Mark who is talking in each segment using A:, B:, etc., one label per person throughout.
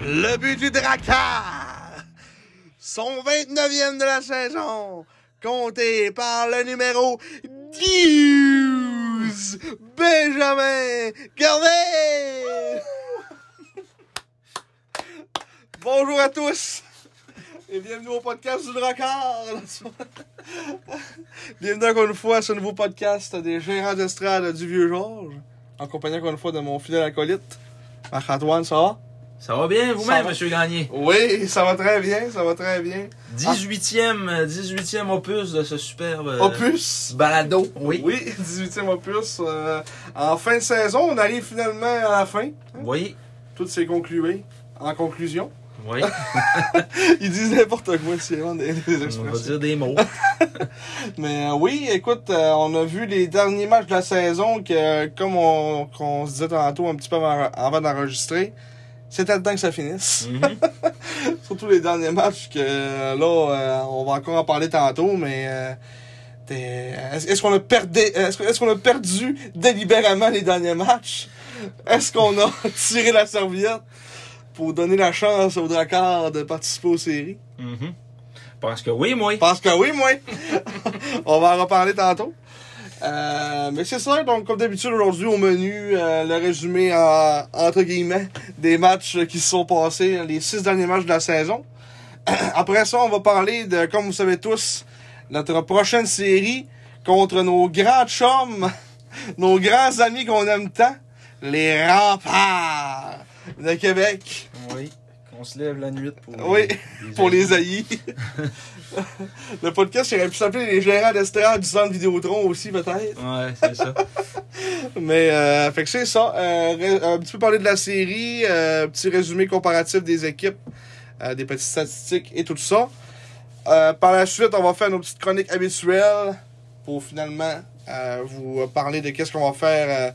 A: Le but du Drakkar, son 29e de la saison, compté par le numéro 12, Benjamin Garvey! Bonjour à tous! Et bienvenue au podcast du Drakkar! bienvenue encore une fois à ce nouveau podcast des gérants d'estrade du Vieux Georges, en compagnie encore une fois de mon fidèle acolyte, Marc-Antoine, ça va?
B: Ça va bien
A: Ça
B: vous-même,
A: va.
B: monsieur Gagné?
A: Oui, ça va très bien, ça va très bien.
B: 18e, euh, 18e opus de ce superbe euh,
A: Opus.
B: balado. Oui.
A: Oui, 18e opus. euh, en fin de saison, on arrive finalement à la fin.
B: Oui.
A: Tout s'est conclué. En conclusion,
B: Oui.
A: ils disent n'importe quoi, c'est vraiment des, des
B: On va
A: expressions.
B: dire des mots.
A: Mais euh, oui, écoute, euh, on a vu les derniers matchs de la saison que, euh, comme on, qu'on se disait tantôt un petit peu avant, avant d'enregistrer, c'était le temps que ça finisse.
B: Mhm.
A: Surtout les derniers matchs que euh, là, euh, on va encore en parler tantôt, mais euh, t'es- est-ce est-ce qu'on a perdu, est-ce que- est-ce qu'on a perdu délibérément les derniers matchs Est-ce qu'on a tiré la serviette pour donner la chance au Drakkar de participer aux séries
B: Mhm. Parce que oui, moi.
A: Je pense que oui, moi. on va en reparler tantôt. Euh, mais c'est ça, donc comme d'habitude aujourd'hui au menu, euh, le résumé en- entre guillemets des matchs qui se sont passés, les six derniers matchs de la saison. Après ça, on va parler de, comme vous savez tous, notre prochaine série contre nos grands chums, nos grands amis qu'on aime tant, les remparts de Québec.
B: Oui. Qu'on se lève la nuit pour.
A: Oui, pour les haïs. le podcast aurait pu s'appeler les gérants d'estrade du centre Vidéotron aussi, peut-être.
B: Ouais, c'est ça.
A: Mais, euh, fait que c'est ça. Euh, ré- un petit peu parler de la série, euh, petit résumé comparatif des équipes, euh, des petites statistiques et tout ça. Euh, par la suite, on va faire nos petites chroniques habituelles pour finalement euh, vous parler de qu'est-ce qu'on va faire, euh,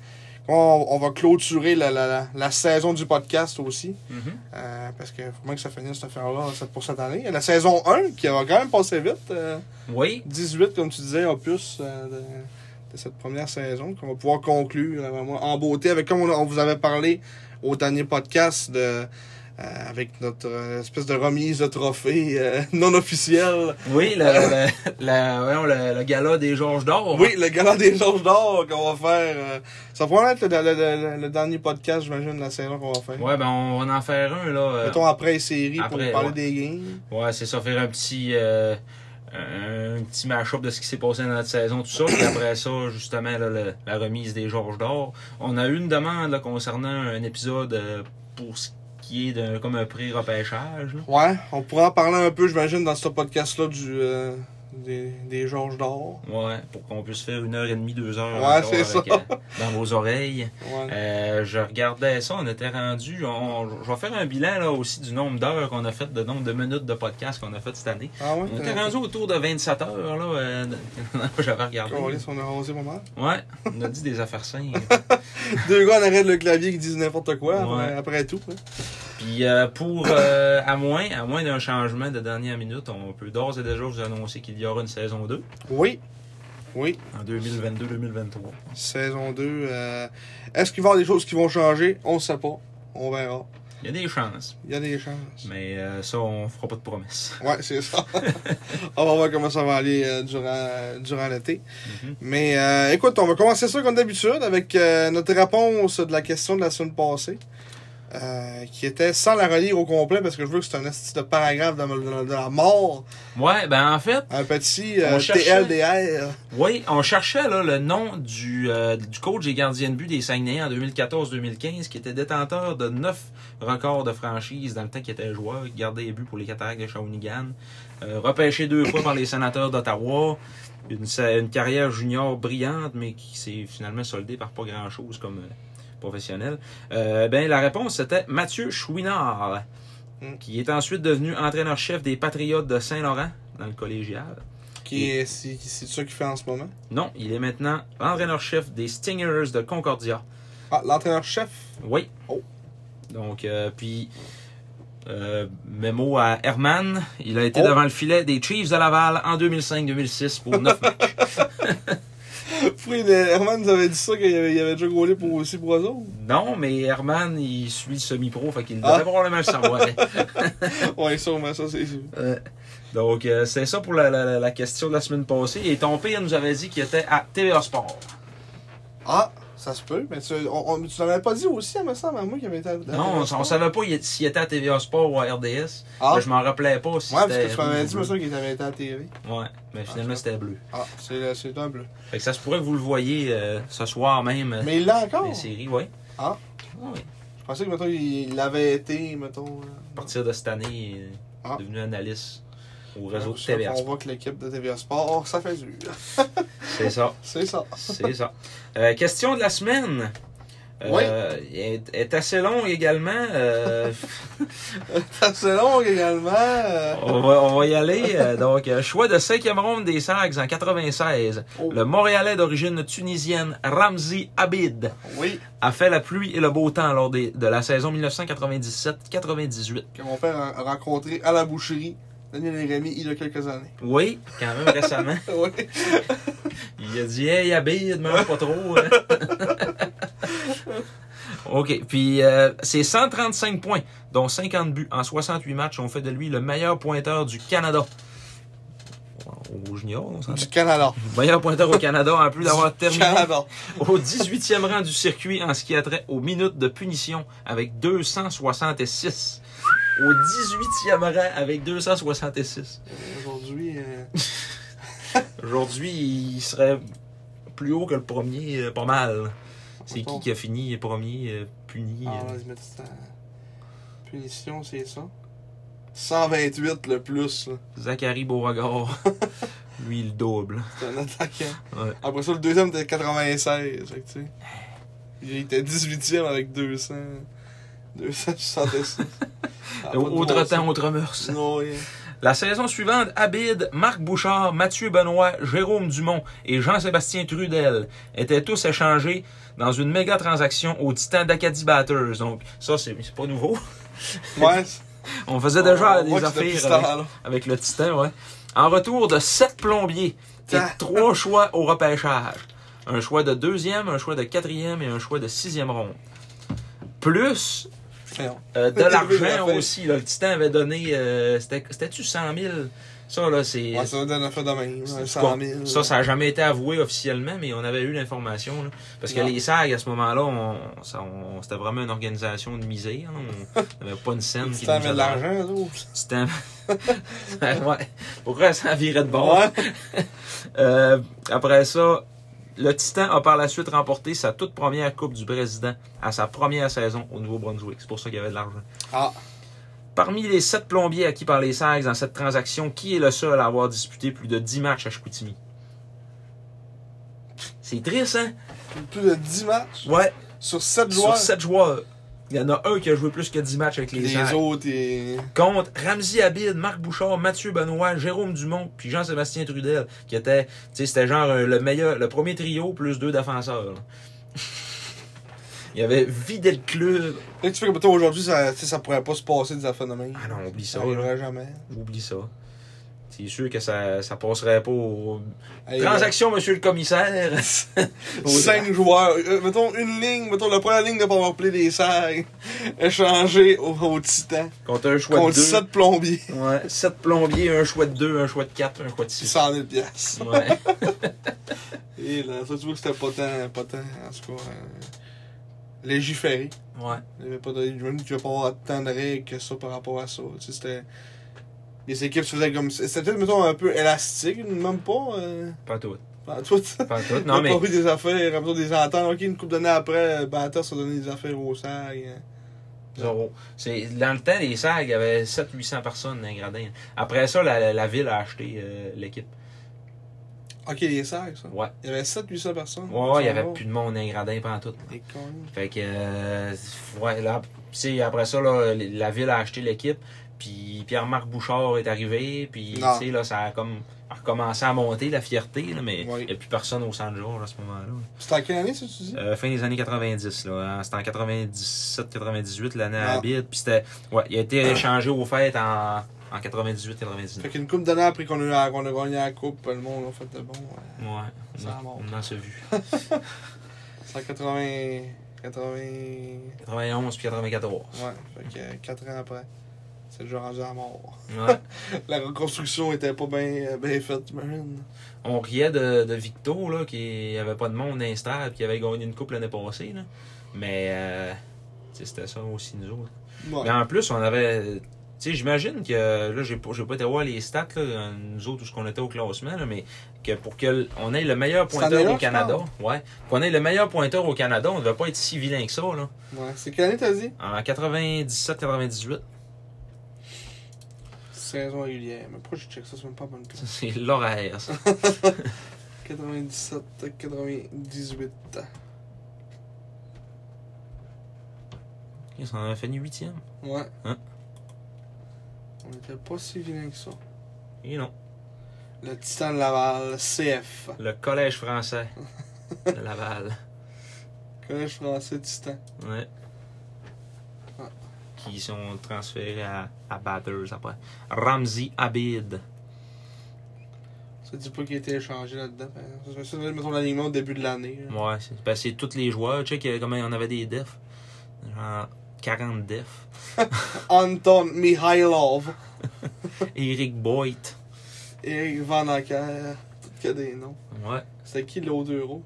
A: comment on, on va clôturer la, la- la- la saison du podcast aussi.
B: Mhm.
A: Euh, parce que faut bien que ça finisse cette affaire-là ça- pour cette année. La saison 1, qui va quand même passer vite. euh,
B: Oui.
A: 18, comme tu disais, opus euh, de, de cette première saison, qu'on va pouvoir conclure euh, vraiment en beauté avec, comme on, on vous avait parlé au dernier podcast, de, euh, avec notre euh, espèce de remise de trophée euh, non officielle.
B: Oui, la, la, la- voyons, le, le gala des Georges d'Or.
A: Oui, le gala des Georges d'or qu'on va faire. euh, ça pourrait être le, le- le- le dernier podcast, j'imagine, de la saison qu'on va faire.
B: Ouais, ben on va en faire un, là. euh,
A: Mettons après série pour
B: Après,
A: parler
B: ouais.
A: des games.
B: Ouais, c'est ça, faire un petit, euh, un un petit mash-up de ce qui s'est passé dans notre saison, tout ça. Puis après ça, justement, là, le- la remise des Georges d'Or. On a eu une demande là, concernant un épisode euh, pour ce qui est d'un comme un pré-repêchage. là.
A: Ouais, on pourra en parler un peu, j'imagine, dans ce podcast-là du euh, des, des Georges d'or.
B: Ouais, pour qu'on puisse faire une heure et demie, deux heures
A: Ouais,
B: encore
A: c'est
B: avec, euh, dans vos oreilles.
A: Ouais.
B: Euh, je regardais ça, on était rendu. On, je vais faire un bilan là aussi du nombre d'heures qu'on a fait, de nombre de minutes de podcast qu'on a fait cette année.
A: Ah ouais?
B: On était
A: t'as-
B: rendu autour de 27 heures là. euh, J'avais regardé.
A: Calisse, on a rasé pas mal.
B: Ouais, on a dit des affaires simples.
A: Deux gars en arrêt de le clavier qui disent n'importe quoi
B: Ouais.
A: après, après tout. hein.
B: Puis euh, pour euh, à moins, à moins d'un changement de dernière minute, on peut d'ores et déjà vous annoncer qu'il y aura une saison 2
A: Oui. Oui.
B: en 2022-2023.
A: Saison 2. euh, Est-ce qu'il va y avoir des choses qui vont changer? On sait pas. On verra.
B: Il y a des chances,
A: Il y a des chances.
B: mais euh, ça on fera pas de promesses.
A: Ouais, c'est ça. on va voir comment ça va aller euh, durant, euh, durant l'été.
B: Mhm.
A: Mais euh, écoute, on va commencer ça comme d'habitude avec euh, notre réponse de la question de la semaine passée. euh, qui était sans la relire au complet parce que je veux que c'est un esti de paragraphe de, de- de la mort.
B: Ouais, ben en fait,
A: Un petit euh,
B: On cherchait.
A: TLDR.
B: oui, on cherchait là, le nom du, euh, du coach et gardien de but des Saguenayens en 2014-2015, qui était détenteur de neuf records de franchise dans le temps qu'il était joueur, qui gardait les buts pour les Cataractes de Shawinigan, euh, repêché deux fois par les sénateurs d'Ottawa, une, sa- une carrière junior brillante, mais qui s'est finalement soldée par pas grand-chose comme euh, professionnel. Euh, ben la réponse, c'était Mathieu Chouinard,
A: Mm.
B: qui est ensuite devenu entraîneur-chef des Patriotes de Saint-Laurent, dans le collégial.
A: Qui est, c'est, c'est ça qu'il fait en ce moment.
B: Non, il est maintenant entraîneur-chef des Stingers de Concordia.
A: Ah, l'entraîneur-chef.
B: Oui.
A: Oh.
B: Donc, euh, puis, euh, mémo à Herman, il a été
A: Oh.
B: devant le filet des Chiefs de Laval en 2005-2006 pour 9 matchs.
A: Fred, euh, Herman nous avait dit ça qu'il avait, il avait déjà gaulé pour aussi pour eux autres.
B: Non, mais Herman, il suit le semi-pro, fait qu'il
A: Ah.
B: devait probablement le hein. savoir.
A: Ouais, sûrement, ça, c'est sûr.
B: Euh, Donc, euh, c'est ça pour la, la- la- la question de la semaine passée. Et ton père nous avait dit qu'il était à TVA Sport.
A: Ah, ça se peut. Mais tu, on, on- tu l'avais pas dit aussi, il me semble, à moi, qu'il avait été à- à-
B: Non, on, on savait pas il- s'il était à TVA Sport ou à RDS.
A: Ah,
B: Là,
A: ouais,
B: je m'en rappelais pas si
A: parce
B: c'était
A: que tu m'avais
B: rouge
A: dit, me
B: ou bleu.
A: semble, qu'il avait été à la TV.
B: Ouais, mais finalement
A: Ah,
B: c'était bleu.
A: Ah, c'est, le- c'est un bleu.
B: Fait que ça se pourrait que vous le voyez euh, ce soir même euh,
A: Mais il l'a
B: dans
A: encore.
B: les séries, ouais.
A: Ah.
B: Ouais.
A: Je pensais que, mettons, il l'avait été, mettons. euh,
B: À partir de cette année, il est
A: Ah.
B: devenu analyste au réseau
A: ça,
B: TVA.
A: On voit que l'équipe de TVA Sport, ça fait dur.
B: C'est ça,
A: C'est ça.
B: c'est ça. Euh, question de la semaine. Euh, est, est assez long également. euh,
A: C'est long également. euh,
B: on, va, on va y aller. euh, donc, euh, choix de cinquième ronde des Sags en 96.
A: oh,
B: Le Montréalais d'origine tunisienne Ramzi Abid
A: Oui,
B: a fait la pluie et le beau temps lors des- de la saison 1997-98.
A: que mon père a a rencontré à la boucherie. Daniel et Rémi, il y a quelques années.
B: Oui, quand même récemment.
A: Oui.
B: Il a dit Hey, habille, mange pas trop. hein. OK, puis euh, c'est 135 points, dont 50 buts en 68 matchs. On fait de lui le meilleur pointeur du Canada. Au junior, on s'entend.
A: Du Canada.
B: Meilleur pointeur au Canada en plus d'avoir terminé
A: Canada.
B: au 18e rang du circuit en ce qui a trait aux minutes de punition avec 266. Au 18e rang avec 266.
A: Aujourd'hui, euh,
B: Aujourd'hui, il serait plus haut que le premier, euh, pas mal. C'est
A: Mettons.
B: qui qui a fini premier, euh, puni?
A: ah,
B: euh,
A: vas-y, mets ça. Punition, c'est ça. 128 le plus. là.
B: Zachary Beauregard. Lui, il double.
A: C'est un attaquant.
B: Ouais.
A: Après ça, le deuxième était 96. Fait que, tu sais, il était 18e avec 200. 266. Ah, pas de bon
B: autre
A: sens.
B: temps, autre mœurs.
A: Non, rien.
B: La saison suivante, Abid, Marc Bouchard, Mathieu Benoît, Jérôme Dumont et Jean-Sébastien Trudel étaient tous échangés dans une méga transaction au Titan d'Acadie Batters. Donc, ça, c'est c'est pas nouveau.
A: Ouais. c'est-
B: On faisait déjà
A: on
B: des
A: voit que c'est depuis ce
B: affaires avec,
A: temps-là.
B: avec le Titan, ouais. En retour de sept plombiers et
A: Ta-
B: trois choix au repêchage. Un choix de deuxième, un choix de quatrième et un choix de sixième ronde. Plus
A: Voyons.
B: euh, de
A: Oui, oui,
B: l'argent
A: enfin.
B: aussi. là. Le Titan avait donné, euh, c'était- c'était-tu 100 000? Ça, là, c'est...
A: Ouais, ça va donner un fait de même.
B: C'est-
A: là, 100 000.
B: Ça, ça n'a jamais été avoué officiellement, mais on avait eu l'information. là. Parce que
A: Non.
B: les SAG, à ce moment-là, on, ça- on- c'était vraiment une organisation de misère. hein. On n'avait pas une scène
A: Tu
B: qui
A: t'en
B: nous
A: mets de
B: avait-
A: l'argent, là. ou-
B: Du temps. ouais. Pourquoi ça virait de bord?
A: Ouais.
B: Euh, après ça, le Titan a par la suite remporté sa toute première Coupe du Président à sa première saison au Nouveau-Brunswick. C'est pour ça qu'il y avait de l'argent.
A: Ah,
B: Parmi les sept plombiers acquis par les Sags dans cette transaction, qui est le seul à avoir disputé plus de 10 matchs à Chicoutimi? C'est triste, hein?
A: plus de 10 matchs
B: Ouais.
A: sur 7
B: Sur
A: joueurs.
B: 7 joueurs, il y en a un qui a joué plus que 10 matchs avec les,
A: les
B: Sags.
A: autres, et...
B: Contre Ramzi Abid, Marc Bouchard, Mathieu Benoît, Jérôme Dumont, puis Jean-Sébastien Trudel, qui était, tu sais, c'était genre euh, le meilleur, le premier trio plus deux défenseurs. là. il avait vidé le club.
A: Là, tu fais que mettons, aujourd'hui, ça, tu sais, ça pourrait pas se passer des affaires de même.
B: Ah non, oublie
A: ça
B: ça. là.
A: arriverait jamais.
B: Oublie ça. C'est sûr que ça, ça passerait pas au...
A: Hey,
B: Transaction, monsieur le commissaire.
A: euh, Cinq joueurs. Euh, mettons une ligne, mettons la première ligne de powerplay des serres. Échangé au, au Titan.
B: Contre un choix
A: Contre
B: de deux.
A: 7 plombiers.
B: Ouais, sept plombiers, un choix de deux, un choix de quatre, un choix de six.
A: 100 000 piastres.
B: Ouais.
A: Et là, ça, tu vois que c'était pas tant, pas tant, en tout cas, euh, légiférer.
B: Ouais.
A: Il n'y avait pas de je me dis qu'il va pas avoir tant de règles que ça par rapport à ça. Tu sais, c'était. Les équipes se faisaient comme. C'était peut-être, mettons, un peu élastique, même pas. Euh...
B: Pas tout.
A: ben, toi, tu-
B: Pas tout.
A: On
B: Non,
A: a
B: mais.
A: pas vu des affaires, mettons, des ententes. Ok, une couple d'années après, Batters a donné des affaires au SAG. hein.
B: Zéro. C'est, dans le temps, les SAG, il y avait 700-800 personnes dans les gradins. Après ça, la, la- la ville a acheté euh, l'équipe.
A: Ok, les SAG, ça.
B: Ouais.
A: Il y avait 700-800 personnes.
B: Ouais, ouais, il n'y avait plus de monde dans les gradins pendant tout.
A: Des cons.
B: Fait que, euh, ouais, là, tu sais, après ça, là, la ville a acheté l'équipe, puis Pierre-Marc Bouchard est arrivé, puis, tu
A: Non.
B: sais, là, ça a comme a recommencé à monter, la fierté, là, mais
A: Oui.
B: il n'y a plus personne au Saint-Georges à ce moment-là.
A: C'était en quelle année, ça, tu dis
B: Euh, fin des années 90, là. hein. C'était en 97-98, l'année
A: Ah.
B: à Bid, puis c'était, ouais, il a été échangé aux fêtes en, en 98-99.
A: Fait qu'une couple d'années après qu'on a, eu la- qu'on a gagné la coupe, le monde a fait de bon. ouais.
B: Ouais, on,
A: Ça
B: a-
A: monte.
B: on en s'est vu.
A: 180. 80.
B: 91 puis 94.
A: Ouais, fait que 4 ans après, c'est déjà rendu à mort.
B: Ouais.
A: La reconstruction était pas bien ben faite, j'imagine.
B: on riait de, de Victo, là, qui avait pas de monde instable, qui avait gagné une coupe l'année passée. Là. Mais euh, tu sais, c'était ça aussi, nous autres.
A: Ouais.
B: Mais en plus, on avait. Tu sais, j'imagine que. Là, j'ai pas, j'ai pas été voir les stats, là, nous autres, où ce qu'on était au classement, là, mais que pour qu'on ait le meilleur
A: Cette
B: pointeur
A: année-là,
B: au
A: je
B: Canada, ouais, qu'on ait le meilleur pointeur au Canada, on devait pas être si vilain que ça, là.
A: ouais. C'est quelle année t'as dit
B: En 97-98,
A: Saison régulière. Mais pourquoi je check ça, c'est même pas bonne place.
B: c'est l'horaire, ça.
A: 97, 98.
B: On en a fini huitième.
A: Ouais.
B: Hein?
A: On était pas si vilain que ça.
B: Et non.
A: Le Titan de Laval, CF.
B: Le Collège français de Laval.
A: Collège français Titan.
B: Ouais.
A: Ah.
B: Qui sont transférés à, à Batters après. Ramzi Abid.
A: Ça dit pas qu'il était échangé là-dedans. par exemple. Ça, Ça, mettons l'alignement au début de l'année. là.
B: Ouais, c'est ben, c'est tous les joueurs. Tu sais comment il y en avait des defs. Genre 40 defs.
A: Anton Mihailov,
B: Eric Boyd.
A: Eric Van Acker, tout que des noms.
B: Ouais.
A: C'était qui l'autre euro?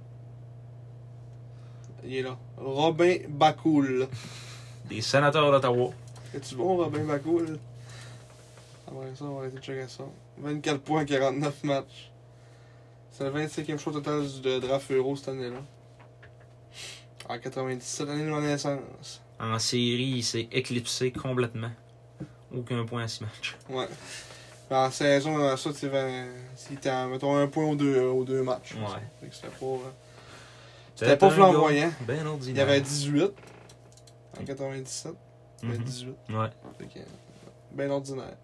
A: Il est là. Robin Bacoul.
B: Des sénateurs d'Ottawa.
A: Es-tu bon, Robin Bacoul? Après ça, on va arrêter de checker ça. 24 points, 49 matchs. C'est le 25e choix total du de draft euro cette année-là. En 97, année de ma naissance.
B: En série, il s'est éclipsé complètement. Aucun point à 6 matchs.
A: Ouais. Mais en saison, euh, ça, tu c'était, mettons, un point ou deux, euh, aux deux matchs.
B: Ouais.
A: Fait que C'était pas. euh, C'était pas
B: un
A: flamboyant.
B: gars Ben
A: Il
B: ordinaire.
A: y avait 18 en 97. Il y avait
B: Mhm.
A: 18.
B: Ouais.
A: Fait que, ben ordinaire.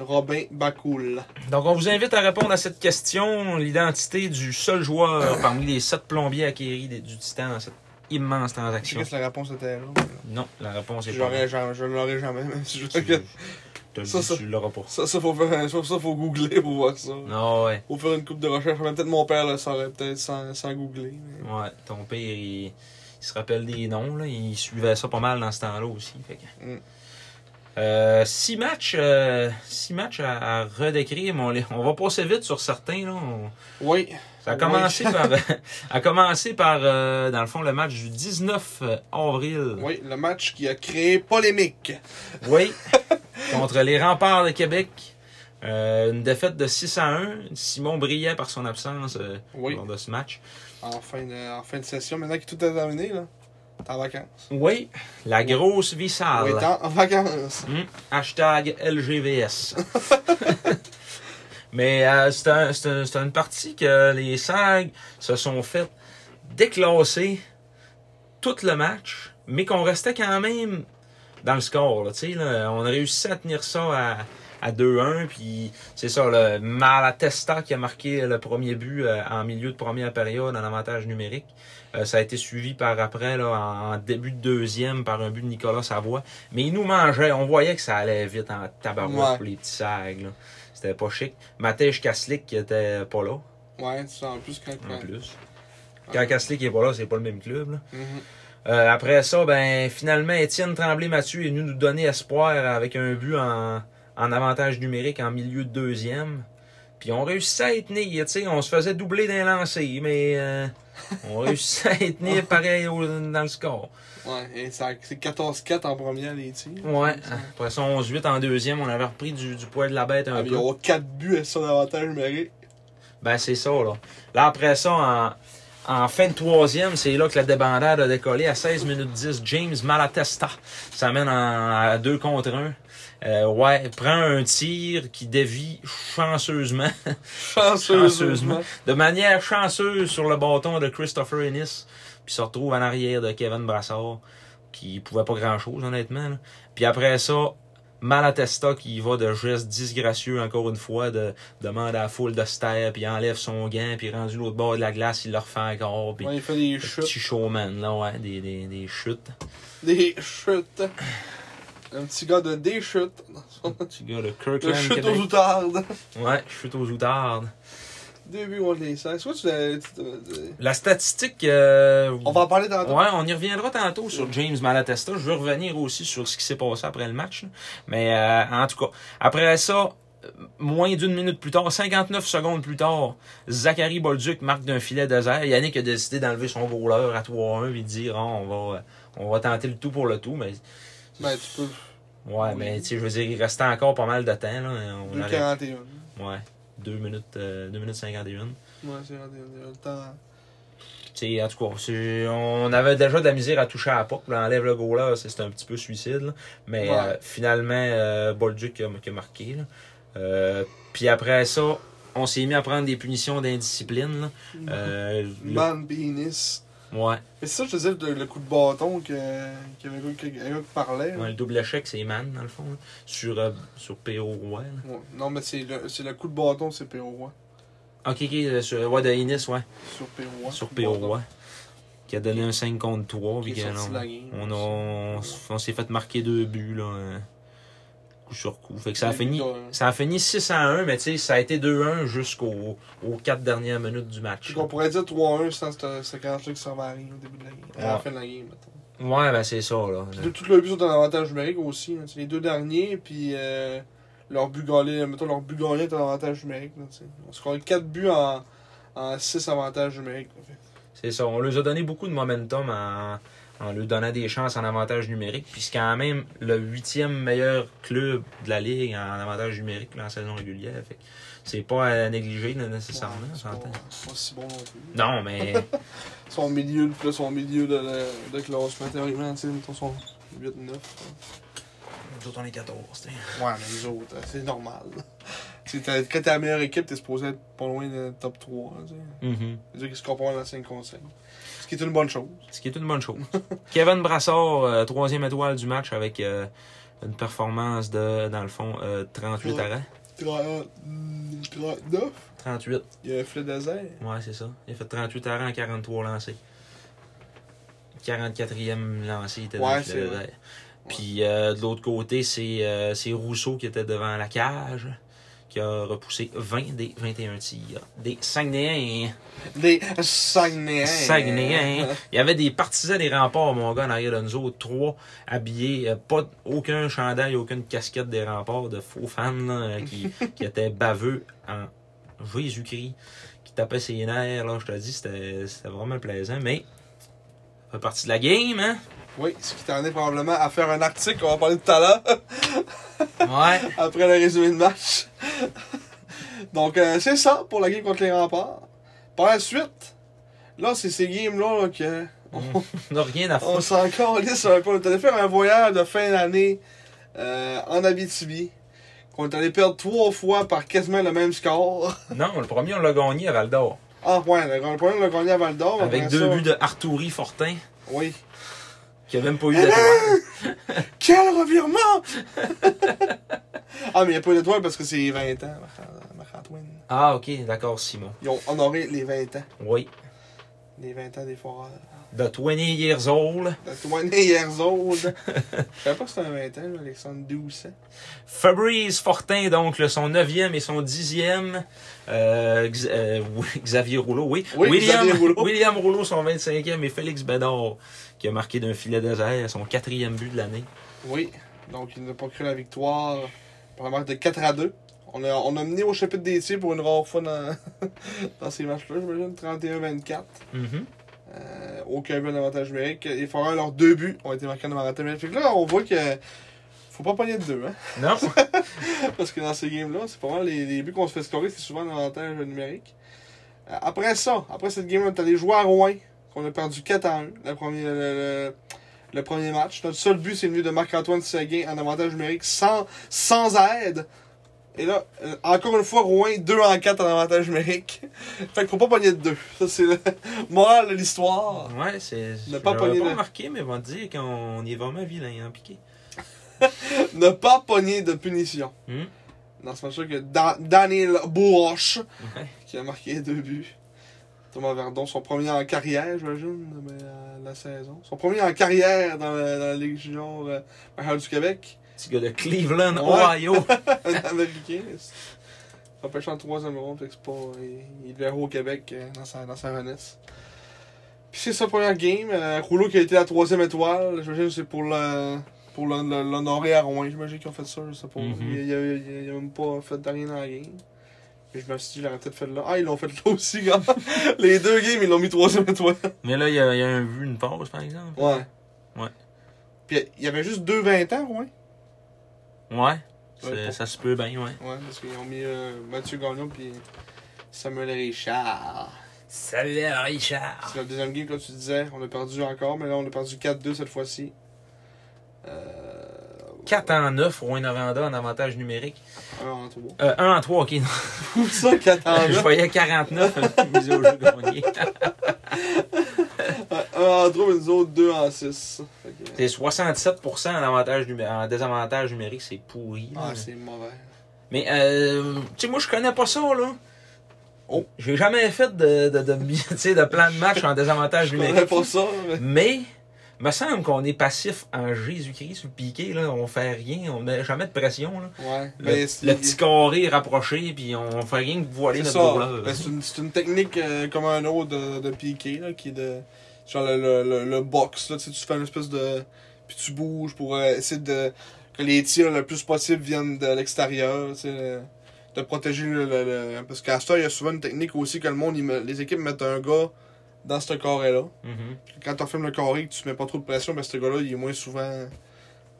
A: Robin Bacoul.
B: Donc, on vous invite à répondre à cette question, l'identité du seul joueur parmi les sept plombiers acquéris des- du Titan dans cette immense
A: Je sais
B: transaction.
A: que la réponse était là.
B: Non, la réponse est
A: Je
B: pas.
A: l'aurais jamais, je l'aurais jamais, même si je
B: Tu-
A: regarde.
B: t'as
A: Ça,
B: dit,
A: ça.
B: tu l'auras pas.
A: Ça, ça, faut faire, un- ça, ça, faut googler pour voir ça.
B: Non, Ah ouais.
A: Faut faire une coupe de recherche. Même Peut-être mon père le saurait peut-être sans, sans googler. mais-
B: Ouais, ton père, il, il se rappelle des noms, là. Il suivait ça pas mal dans ce temps-là aussi. Fait que-
A: Mm.
B: Euh, six matchs, euh, six matchs à, à redécrire, mais on, les- on va passer vite sur certains. Là. On-
A: Oui.
B: ça a
A: Oui.
B: commencé par, a commencé par euh, dans le fond, le match du 19 avril.
A: Oui, le match qui a créé polémique.
B: Oui, contre les remparts de Québec. Euh, une défaite de 6 à 1. Simon brillait par son absence euh,
A: Oui.
B: lors de ce match.
A: En fin de, en fin de session, maintenant que tout est terminé, là. T'es en vacances.
B: Oui, la grosse
A: On
B: vissale.
A: est en, en vacances.
B: Hmm, Hashtag LGVS. Mais euh, c'est un- c'est un- c'est une partie que les SAG se sont fait déclasser tout le match, mais qu'on restait quand même dans le score. Là, tu sais, là, on a réussi à tenir ça à, à 2-1, puis c'est ça, le Malatesta qui a marqué le premier but euh, en milieu de première période en avantage numérique. Euh, ça a été suivi par après, là, en début de deuxième, par un but de Nicolas Savoie. Mais il nous mangeait. On voyait que ça allait vite en tabarouette
A: Ouais.
B: pour les petits sags. là. C'était pas chic. Matej Kaslik qui était pas là,
A: Ouais, tu sens en plus quand.
B: en
A: quand-
B: plus.
A: quand-
B: Quand Kaslik est pas là, c'est pas le même club. là.
A: Mhm.
B: Euh, après ça, ben finalement, Étienne Tremblay-Mathieu est venu nous donner espoir avec un but en, en avantage numérique en milieu de deuxième. Puis on réussissait à y tenir, tu sais, on se faisait doubler d'un lancer, mais euh, on réussissait à y tenir pareil au- dans le score.
A: Ouais, et ça- c'est 14-4 en première, les tirs.
B: Ouais. Après ça, 11-8 en deuxième, on avait repris du, du poids de la bête un
A: Ah, mais
B: peu.
A: ils ont 4 buts à son avantage numérique.
B: Ben, c'est ça, là. Là, après ça, en, en fin de troisième, c'est là que la débandade a décollé à 16 minutes 10. James Malatesta s'amène en- à 2 contre 1. ouais, prend un tir qui dévie chanceusement,
A: Chanceusement.
B: de manière chanceuse sur le bâton de Christopher Ennis, puis se retrouve en arrière de Kevin Brassard, qui pouvait pas grand-chose, honnêtement. là. Puis après ça, Malatesta qui va de gestes disgracieux encore une fois, de demande à la foule de se taire, puis enlève son gant, puis rendu l'autre bord de la glace, il le refait encore, puis
A: Ouais, il fait des chutes.
B: petit showman, là, ouais, des, des, des chutes.
A: Des chutes. Un petit gars de des chutes.
B: Petit gars, le
A: Le
B: Kirkland
A: chute aux
B: Québec.
A: outardes.
B: Ouais, chute aux outardes.
A: Début, on les sent. Soit tu l'as- tu l'as-
B: La statistique... euh,
A: On va en parler tantôt.
B: Ouais, on y reviendra tantôt sur James Malatesta. Je veux revenir aussi sur ce qui s'est passé après le match. là. Mais euh, en tout cas, après ça, euh, moins d'une minute plus tard, 59 secondes plus tard, Zachary Bolduc marque d'un filet désert. Yannick a décidé d'enlever son voleur à 3-1 et de dire Ah, on, va, on va tenter le tout pour le tout. Mais
A: Ben, tu peux.
B: ouais,
A: Oui.
B: mais tu sais, je veux dire, il restait encore pas mal de temps. Là. On aurait-
A: 2,41.
B: ouais, 2 minutes, euh, deux minutes 51.
A: Ouais, c'est rendu rendu le temps.
B: Tu sais, en tout cas, c'est- on avait déjà de la misère à toucher à la porte. Là, enlève le goal là, c'est c'est un petit peu suicide. là. Mais
A: Ouais.
B: euh, finalement, euh, Bolduc qui a, qui a marqué. là. Euh, Puis après ça, on s'est mis à prendre des punitions d'indiscipline. là.
A: Mhm.
B: Euh, le-
A: Man Beanis.
B: ouais,
A: Mais c'est ça, je te disais, le, le coup de bâton que, qu'il y avait un gars qui- un gars qui parlait. là.
B: ouais, le double échec, c'est Man, dans le fond, là, sur, euh, sur P.O. Roy. là.
A: Ouais. Non, mais c'est le, c'est le coup de bâton, c'est P.O. Roy.
B: Ok, ok, euh, sur, ouais, de Innis, ouais.
A: Sur P.O. Roy.
B: Sur P.O. Roy. Qui a donné un 5 contre 3.
A: Qui
B: puis
A: est
B: que,
A: sorti
B: non,
A: de la game.
B: On, a- on s- on s'est fait marquer deux buts, là, euh, coup sur coup. Fait que ça a
A: Les
B: fini,
A: gars, hein.
B: ça a fini 6 à 1, mais tu sais, ça a été 2-1 jusqu'aux aux 4 dernières minutes du match.
A: Puis qu'on pourrait dire 3-1 sans cette séquence-là qui s'en va arriver au début de la game. À la
B: Ouais.
A: fin de la game, mettons.
B: Ouais, ben c'est ça, là.
A: Puis tout- tout le but sont en avantage numérique aussi. hein. C'est Les deux derniers, puis euh, leur but gagné, mettons, leur but gagné est en avantage numérique. là, tu sais. on score 4 buts en, en 6 avantages numériques. en fait.
B: C'est ça. On leur a donné beaucoup de momentum en, en leur donnant des chances en avantage numérique. Puis c'est quand même le huitième meilleur club de la Ligue en avantage numérique là, en saison régulière. Fait que c'est pas à négliger là, nécessairement,
A: Ouais,
B: on
A: c'est pas,
B: s'entend.
A: c'est pas si bon non plus.
B: Non, mais.
A: Son milieu, de- là, son milieu de, de, de classement, théoriquement, tu sais, mettons, son 8-9.
B: Nous autres, on est 14, t'sais.
A: Ouais, mais les autres, hein, c'est normal. Tu sais, t'as- quand t'es la meilleure équipe, t'es supposé être pas loin de top 3. hein, tu sais.
B: Mm-hmm.
A: C'est-à-dire qu'ils se comparent à 5 contre 5. Ce qui est une bonne chose.
B: Ce qui est une bonne chose. Kevin Brassard, euh, troisième étoile du match avec euh, une performance de, dans le fond, euh, 38
A: Ouais.
B: arrêts.
A: 30, 39,
B: 38,
A: il y a un filet désert.
B: ouais, c'est ça. Il a fait 38 arrêts en 43 lancés. 44e lancé, il était dans
A: Ouais,
B: le filet
A: c'est
B: de
A: vrai.
B: verre. Puis euh, de l'autre côté, c'est euh, c'est Rousseau qui était devant la cage, qui a repoussé 20 des 21 tirs. Des Saguenayens.
A: Les Saguenayens.
B: Saguenay, hein. Il y avait des partisans des remparts, mon gars, en arrière de nous autres. Trois habillés, euh, pas aucun chandail, aucune casquette des remparts de faux fans là, euh, qui, qui étaient baveux en Jésus-Christ, qui tapaient ses nerfs. Là, je te dis, c'était c'était vraiment plaisant, mais ça fait partie de la game, hein?
A: Oui, ce qui t'en est probablement à faire un article, on va en parler tout à l'heure,
B: Ouais.
A: après le résumé de match. Donc, euh, c'est ça pour la game contre les remparts. Par la suite, là, c'est ces games-là là, que
B: On n'a rien à
A: on
B: foutre.
A: s'en calisse un peu. On est allé faire un voyage de fin d'année euh, en Abitibi. Qu'on est allé perdre trois fois par quasiment le même score.
B: Non, le premier, on l'a gagné à Val d'Or.
A: Ah, ouais, le grand problème, le gagné à Val d'Or.
B: Avec
A: après
B: deux
A: ça-
B: buts de Arturi Fortin,
A: Oui.
B: qui a même pas eu d'étoile.
A: Quel revirement! ah, mais il n'y a pas d'étoile parce que c'est 20 ans, Marc- Marc-Antoine.
B: Ah, ok, d'accord, Simon.
A: Ils ont honoré les 20 ans.
B: Oui.
A: Les 20 ans des foreurs.
B: The 20 years old.
A: Antoine years old. Je savais pas que c'était un 20 ans, là, Alexandre 12 ans.
B: Fabrice Fortin, donc, le- son 9e et son 10e. Euh, X- euh, oui, Xavier Rouleau, oui.
A: Oui,
B: William,
A: Xavier Rouleau.
B: William Rouleau, son 25e. Et Félix Bédard, qui a marqué d'un filet désert son quatrième but de l'année.
A: Oui. Donc, il n'a pas cru la victoire par la marque de 4 à 2 On a, on a mené au chapitre des tirs pour une rare fois dans, dans ces matchs-là, j'imagine. 31-24. Mm-hmm.
B: Mhm.
A: Euh, aucun but d'avantage numérique. Les Foreurs, leurs deux buts ont été marqués en avantage numérique. Fait que là, on voit que faut pas pogner de deux, hein.
B: Non.
A: Parce que dans ces games-là, c'est pas mal les, les buts qu'on se fait scorer, c'est souvent un avantage numérique. Euh, après ça, après cette game, on est allé jouer à Rouen, qu'on a perdu 4 à 1, la première- le, le- le premier match. Notre seul but, c'est le but de Marc-Antoine Seguin en avantage numérique sans, sans aide. Et là, euh, encore une fois, Rouen 2 en 4 en avantage numérique. fait qu'il faut pas pogner de deux. Ça, c'est le moral de l'histoire.
B: Ouais, c'est. Je
A: Ne
B: l'aurais
A: pas
B: pas
A: pogner de-
B: remarqué, mais on dire qu'on est vraiment vilain en piqué.
A: Ne pas pogner de punition.
B: Hmm.
A: Dans ce match-là, que Da- Daniel Bourroche
B: Ouais.
A: qui a marqué deux buts. Thomas Verdon, son premier en carrière, j'imagine, mais euh, la saison. Son premier en carrière dans la, dans la Ligue junior euh, majeure du Québec.
B: Petit gars de Cleveland,
A: Ouais.
B: Ohio.
A: Un Américain. Empêché en troisième ronde, fait que c'est pas. Il, il devait jouer au Québec euh, dans sa, dans sa jeunesse. Puis c'est sa première game. euh, Rouleau qui a été la troisième étoile. J'imagine que c'est pour la. Pour l'hon- l'honorer à Rouen, j'imagine qu'ils ont fait ça, je sais pas.
B: Mhm.
A: Il, il, il- il- il a même pas fait de rien dans la game. Mais je me suis dit, j'aurais peut-être fait là. Ah, ils l'ont fait là aussi, gars. Les deux games, ils l'ont mis troisième étoile.
B: mais là, il y a, il y a un vu, une pause, par exemple.
A: Ouais.
B: Ouais.
A: Puis il y avait juste deux 20 ans, ouais.
B: Ouais. C'est-
A: Ouais, pour-
B: ça se peut bien, ouais.
A: Ouais, parce qu'ils ont mis euh, Mathieu Gagnon puis Samuel Richard.
B: Salut, Richard.
A: C'est le deuxième game, comme tu disais, on a perdu encore, mais là, on a perdu 4-2 cette fois-ci. Euh...
B: 4 en 9, Rouen Noranda en avantage numérique.
A: 1 en 3.
B: Euh, 1 en 3, ok. non.
A: Où ça, 4 en
B: je
A: 2?
B: voyais 49, euh, mis au jeu gagné.
A: 1 en 3, mais nous autres, 2 en 6.
B: C'est 67% en, avantage numé- en désavantage numérique, c'est pourri. là.
A: Ah, c'est mauvais.
B: Mais, euh, tu sais, moi, je connais pas ça, là.
A: Oh.
B: J'ai jamais fait de, de, de, tu sais, de plan de match en désavantage
A: Je
B: numérique.
A: connais pas ça, mais...
B: Mais, me semble qu'on est passif en Jésus-Christ sur le piqué, là. On fait rien, on n'a jamais de pression, là.
A: Ouais.
B: Le,
A: mais c'est-
B: le petit carré rapproché, puis on fait rien que voiler
A: C'est
B: notre
A: ça.
B: goal.
A: Ben, c'est une, c'est une technique euh, comme un autre de, de piqué, là, qui est de. Genre le, le, le, le box, là, tu sais, tu fais une espèce de. Puis tu bouges pour euh, essayer de. Que les tirs le plus possible viennent de l'extérieur, tu sais. euh, De protéger le. le- le- Parce qu'à ça, il y a souvent une technique aussi que le monde, il met- les équipes mettent un gars dans ce carré-là.
B: Mhm.
A: Quand tu refermes le carré, que tu mets pas trop de pression, ben, ce gars-là, il est moins souvent.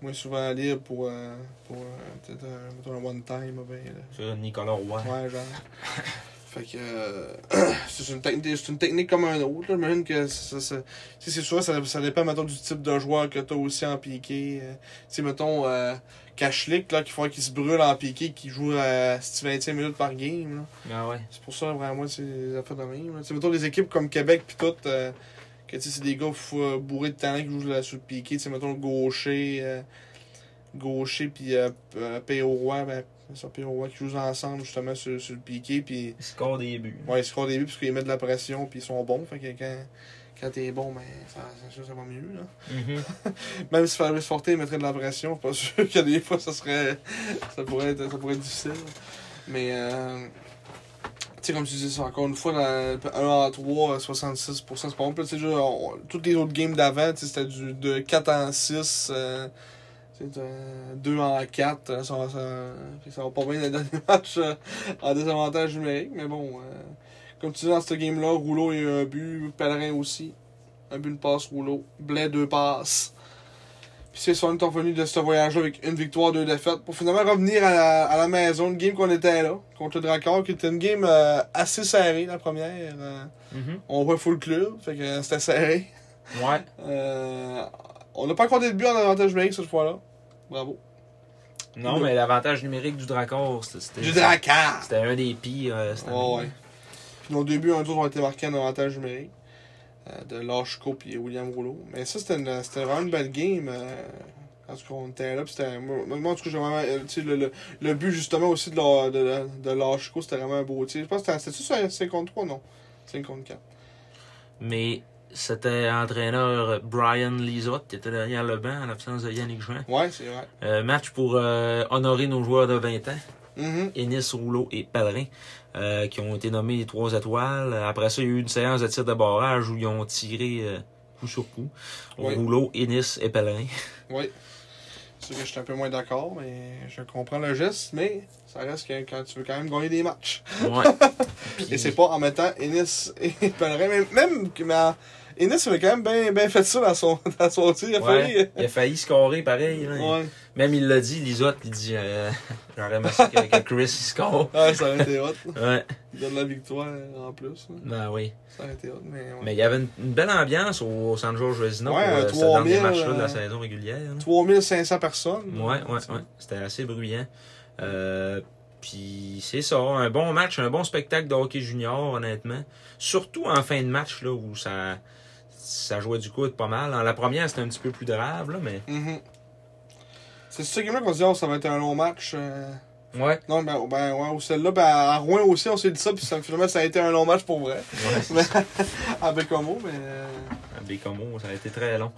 A: Moins souvent libre pour. euh, pour euh, peut-être un, mettons un one-time, ben, là.
B: Sur Nicolas Roy.
A: Ouais, genre. fait que. euh, c'est une, technique- c'est une technique comme un autre. là. J'imagine que ça, ça- tu sais, c'est sûr, ça, ça dépend, mettons, du type de joueur que t'as aussi en piqué. Euh, tu sais, mettons, euh, Kachlik, là, qui font qu'il se brûle en piqué, qui euh, joue à 25 minutes par game. là.
B: Ah ouais.
A: C'est pour ça, vraiment, c'est des affaires de même. là. Tu sais, mettons, des équipes comme Québec, pis tout, euh, que tu sais, c'est des gars fou- euh, bourrés de talent qui jouent là, sur le piqué. Tu sais, mettons, Gaucher, euh, Gaucher, pis euh, P- euh, P.O. Roy, ben, c'est ça, P.O. Roy qui jouent ensemble, justement, sur, sur le piqué, pis
B: Il score des buts.
A: Ouais, ils scorent des buts parce qu'ils mettent de la pression puis ils sont bons. Fait que quand, quand t'es bon, ben, ça, c'est sûr, ça va mieux. Là.
B: Mhm.
A: Même si Fabrice Fortin mettrait de la pression, je suis pas sûr que des fois, ça serait. Ça pourrait être, ça pourrait être difficile. Mais, euh, tu sais, comme tu dis, c'est encore une fois, dans 1 à euh, 3, 66 c'est pas bon. Puis, tu sais, déjà, on- toutes les autres games d'avant, tu sais, c'était du de 4 en 6. euh, tu sais, t'as 2 en 4, euh, ça, va- ça, fait que ça va pas bien dans le dernier match euh, en désavantage numérique, mais bon, euh, comme tu dis dans ce game-là, Rouleau il y a eu un but, Pellerin aussi, un but, une passe, Rouleau, Blais, deux passes. Puis c'est ça, on est revenu de ce voyage-là avec une victoire, deux défaites, pour finalement revenir à la, à la maison, une game qu'on était là, contre le Drakkar, qui était une game euh, assez serrée, la première. euh,
B: Mhm.
A: on voit full club, fait que euh, c'était serré.
B: Ouais.
A: Euh, on n'a pas compté de but en avantage numérique cette fois-là. Bravo.
B: Non, mais l'avantage numérique du Dracor, c'était.
A: J'ai dit la carte.
B: C'était un des pires. euh, cette année.
A: ouais. Puis nos deux buts, un jour, ont été marqués en avantage numérique. euh, de Lachko et William Rouleau. Mais ça, c'était une- c'était vraiment une belle game. euh, en tout cas, on était là. puis c'était- Moi, moi, en tout cas, j'ai vraiment. euh, tu sais, le, le, le but, justement, aussi de, la- de, la- de Lachko, c'était vraiment un beau tir. Je pense que c'était- c'était 5 contre 3, non 5 contre 4.
B: Mais c'était l'entraîneur Brian Lizotte qui était derrière le banc en l'absence de Yannick Jean.
A: Ouais, c'est vrai.
B: Euh, match pour euh, honorer nos joueurs de 20 ans,
A: Mhm.
B: Ennis Rouleau et Pellerin, euh, qui ont été nommés les trois étoiles. Après ça, il y a eu une séance de tir de barrage où ils ont tiré euh, coup sur coup.
A: Oui.
B: Rouleau, Ennis et Pellerin.
A: Oui. C'est sûr que je suis un peu moins d'accord, mais je comprends le geste, mais ça reste que quand tu veux quand même gagner des matchs.
B: Ouais. Puis-
A: Et c'est pas en mettant Ennis et Pellerin. Même, même que- mais en- Ennis avait quand même bien bien fait ça dans son, dans son tir. Il a
B: Ouais,
A: failli.
B: il a failli scorer pareil. là.
A: Ouais.
B: Même il l'a dit, Lisotte, il dit euh, J'aurais aimé ça que, que Chris il score.
A: Ouais, Ah, ça aurait été hot.
B: Ouais,
A: Il donne la victoire euh, en plus. là.
B: ben oui.
A: Ça aurait été hot, mais ouais.
B: Mais il y avait une, une belle ambiance au, San Jorge Vezina
A: Ouais,
B: pour euh,
A: un
B: ce dernier
A: 3000,
B: match-là de la
A: euh,
B: saison régulière. là.
A: 3500 personnes.
B: Ouais, ouais, ouais. C'était assez bruyant. Euh, puis c'est ça, un bon match, un bon spectacle de hockey junior, honnêtement. Surtout en fin de match, là, où ça, ça jouait du coude pas mal. En la première, c'était un petit peu plus grave, là, mais.
A: Mhm. C'est ce game-là qu'on se dit, oh, ça va être un long match. euh,
B: Ouais.
A: Non, ben, ben ouais, ou celle-là, ben à Rouen aussi, on s'est dit ça, puis ça, finalement, ça a été un long match pour vrai.
B: ouais.
A: Mais, à Bécomo, mais, euh,
B: À Bécomo, ça a été très long.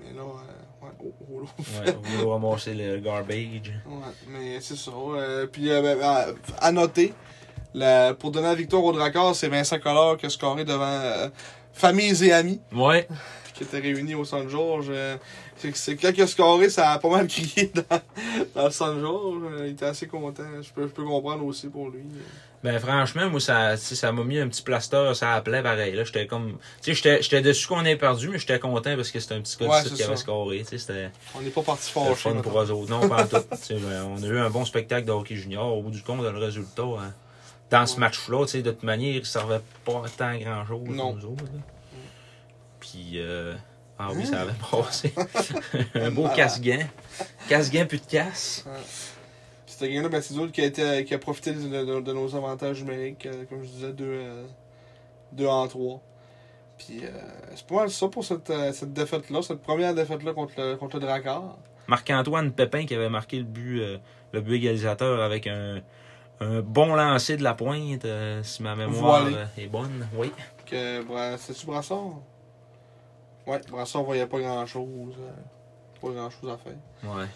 A: mais là, euh, ouais, oh, oh, là.
B: Ouais, on va ramasser le garbage.
A: Ouais, mais c'est ça. euh, puis euh, ben, à, à noter, la- pour donner la victoire au Dracor, c'est Vincent Collard qui a scoré devant euh, Familles et Amis,
B: Ouais.
A: qui étaient réunis au San Georges. euh, c'est- c'est quand il a scoré, ça a pas mal crié dans, dans le San Georges. euh, Il était assez content. Je peux, je peux comprendre aussi pour lui.
B: Ben franchement, moi ça tu sais, ça m'a mis un petit plaster, ça appelait pareil. Là, j'étais comme tu sais j'étais j'étais dessus qu'on ait perdu, mais j'étais content parce que c'était un petit gars
A: Ouais,
B: d'ici
A: c'est
B: qui avait
A: ça.
B: scoré, tu sais, c'était
A: On n'est pas parti
B: c'était le
A: fâché.
B: fun pour eux autres. Non, pas en tout. Tu sais, ben, on a eu un bon spectacle de hockey junior au bout du compte, le résultat hein. dans ce
A: Ouais.
B: match-là, tu sais de toute manière, il servait pas tant à grand chose
A: Non.
B: pour nous autres. là. Puis euh, ah oui, ça avait passé. un beau
A: Hein? Malade.
B: casse-gain. Casse-gain plus de casse.
A: C'était game-là, ben, c'est d'autres qui a, été- qui a profité de, de- de nos avantages numériques, euh, comme je disais, 2 en 3. Puis euh, c'est pas mal ça pour cette, euh, cette défaite-là, cette première défaite-là contre le, contre le Drakkar.
B: Marc-Antoine Pépin qui avait marqué le but, euh, le but égalisateur avec un, un bon lancer de la pointe, euh, si ma mémoire
A: Voilé.
B: euh, est bonne. Oui.
A: Que, Bra- C'est-tu Brassard Ouais, Brassard voyait pas grand-chose. euh, pas grand-chose à faire.
B: Ouais.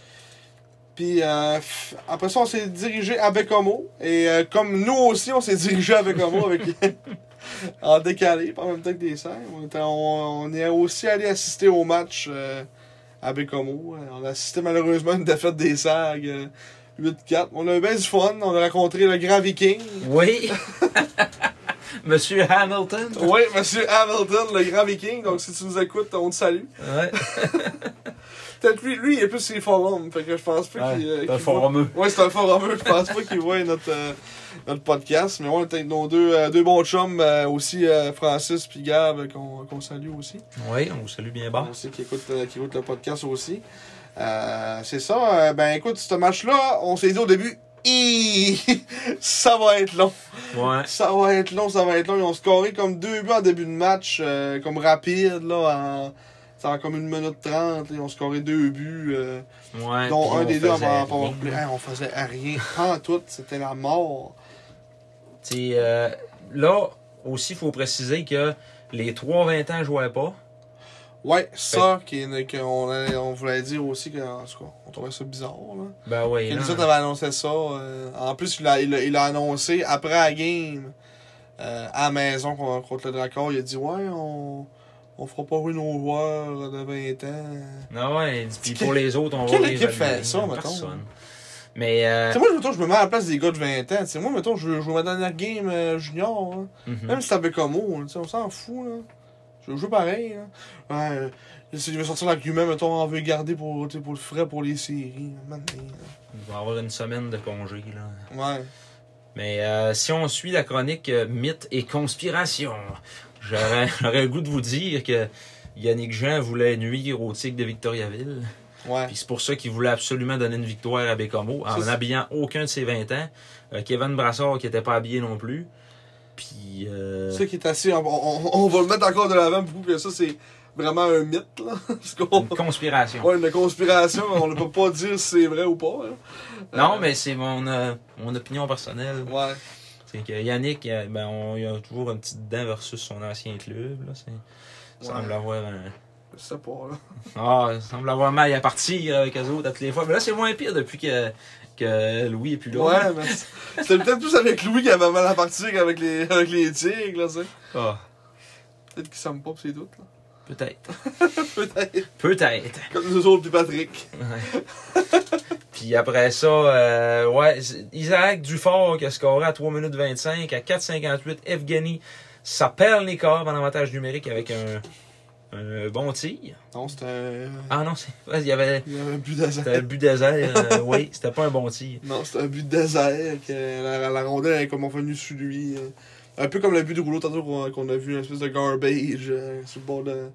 A: Puis euh, f- après ça, on s'est dirigé à Bécomo. Et euh, comme nous aussi, on s'est dirigé à Bécomo avec... en décalé, pas en même temps que des serres. On, était- on- on est aussi allé assister au match euh, à Bécomo. Euh, On a assisté malheureusement à une défaite des serres. euh, 8-4. On a eu bien du fun. On a rencontré le grand viking.
B: Oui. Monsieur Hamilton.
A: Oui, monsieur Hamilton, le grand viking. Donc si tu nous écoutes, on te salue.
B: Ouais.
A: Peut-être lui, lui, il est plus sur les forums. Fait que je pense pas qu'il. euh,
B: Ouais,
A: qu'il
B: t'as
A: voit-
B: formeux.
A: Ouais, c'est un forum, je pense pas qu'ils voient notre, euh, notre podcast, mais ouais, on était avec nos deux, euh, deux bons chums, euh, aussi euh, Francis puis Gab, euh, qu'on qu'on salue aussi.
B: Oui, on vous salue bien bas.
A: On sait qu'ils écoutent, euh, qu'ils écoutent le podcast aussi. Euh, c'est ça, euh, ben écoute, ce match-là, on s'est dit au début, Hi! ça va être long.
B: Ouais.
A: Ça va être long, ça va être long. Ils ont scoré comme deux buts en début de match, euh, comme rapide, là, en, c'est en comme une minute trente. Ils ont scoré deux buts. euh,
B: Ouais.
A: dont un
B: Hein, Puis on
A: des deux
B: faisait
A: avant
B: rien.
A: powerplay. Hey, on faisait rien en tout, c'était la mort.
B: Tu sais, euh, là, aussi, il faut préciser que les 3-20 ans jouaient pas.
A: Ouais,
B: Ben.
A: ça, qui est- qu'on a- on voulait dire aussi que, en tout cas, on trouvait ça bizarre. Là.
B: Ben oui.
A: Kenny
B: là.
A: Sutton avait annoncé ça. euh, en plus, il l'a il l'a- il l'a annoncé après la game, euh, à la maison contre contre le Dracor. Il a dit Ouais, on, on fera pas jouer nos joueurs de 20 ans.
B: Ah ouais, il dit, puis pour les autres, on va
A: Quelle
B: les
A: équipe fait
B: évaluer.
A: ça, mettons?
B: Personne. Mais. euh,
A: Tu sais, moi, mettons, je me mets à la place des gars de 20 ans. Tu sais, moi, mettons, je veux jouer ma dernière game euh, junior. hein.
B: mhm.
A: Même si t'as Bécamo, oh, on s'en fout, là. Je joue pareil, là. Ouais, euh, il va sortir l'argument, mettons, on veut garder pour, tu sais, pour le frais, pour les séries. Man, man,
B: Il va avoir une semaine de congé, là.
A: là. Ouais.
B: Mais euh, si on suit la chronique euh, Mythes et Conspiration, j'aurais j'aurais le goût de vous dire que Yannick Jean voulait nuire au Tigre de Victoriaville.
A: Ouais.
B: Puis c'est pour ça qu'il voulait absolument donner une victoire à Bécamo en
A: C'est ça.
B: n'habillant aucun de ses 20 ans. Euh, Kevin Brassard qui n'était pas habillé non plus. Puis. euh,
A: C'est ça qui est assez. On, on- on va le mettre encore de l'avant pour que ça, c'est vraiment un mythe, là. Parce qu'on.
B: une conspiration.
A: Ouais, une conspiration, on ne peut pas dire si c'est vrai ou pas, là.
B: Non, mais c'est mon, euh, mon opinion personnelle.
A: Ouais.
B: C'est que Yannick, euh, ben, on, il a toujours un petit dedans versus son ancien club. Là. C'est- semble
A: Ouais.
B: avoir un,
A: Je sais pas, là.
B: Ah, il semble avoir mal à partir avec eux autres à toutes les fois. Mais là, c'est moins pire depuis que, que Louis est plus là.
A: Ouais, mais c'est- c'était peut-être plus avec Louis qu'il avait mal à partir qu'avec les, avec les tigres, là, tu sais.
B: Ah.
A: Peut-être qu'il s'aime pas, pis c'est tout, là.
B: Peut-être.
A: Peut-être.
B: Peut-être.
A: Comme nous autres, puis Patrick.
B: Puis après ça, euh, ouais, c'est- Isaac Dufort qui a scoré à 3 minutes 25, à 4,58, Evgeny Sapelnikov en avantage numérique avec un, un bon tir.
A: Non, c'était. euh,
B: Ah non, c'est- ouais, il y avait
A: Il y avait un but
B: c'était
A: désert.
B: le but désert. euh, oui, c'était pas un bon tir.
A: Non, c'était un but désert. Que la, la rondelle elle est comme venue sur lui. euh, Un peu comme le but de rouleau tantôt qu'on qu'on a vu, une espèce de garbage euh, sur le bord de.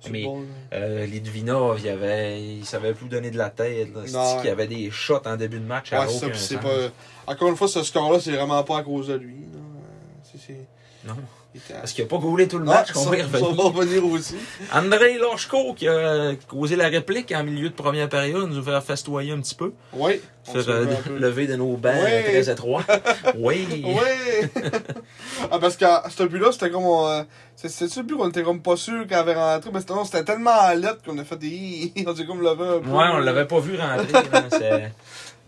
A: Sur
B: Mais-
A: le bord de-
B: Euh, Litvinov, il y avait, il savait plus donner de la tête. Là.
A: Non.
B: Il y avait des shots en début de match. à
A: Ouais, c'est ça.
B: aucun
A: puis c'est
B: sens.
A: pas. Encore une fois, ce score-là, c'est vraiment pas à cause de lui. là. C'est- c'est-
B: Non.
A: il était à- Ah,
B: Parce qu'il n'a pas goulé tout le
A: Non,
B: match,
A: ça,
B: qu'on va y
A: ça, on
B: revenir.
A: va revenir aussi.
B: André Lochko qui a causé la réplique en milieu de première période, nous a fait festoyer un petit peu.
A: Ouais. on
B: Faire
A: se
B: euh,
A: fait un peu.
B: lever de nos bancs
A: Ouais.
B: très étroits. Oui.
A: Ouais! ah, parce que à ce but-là, c'était comme. on, euh, c'est- C'était-tu le but qu'on était comme pas sûr qu'elle avait rentré? Mais c'était non, c'était tellement à l'aide qu'on a fait des. on s'est comme levé un peu.
B: Ouais, on l'avait pas vu rentrer. hein, c'est-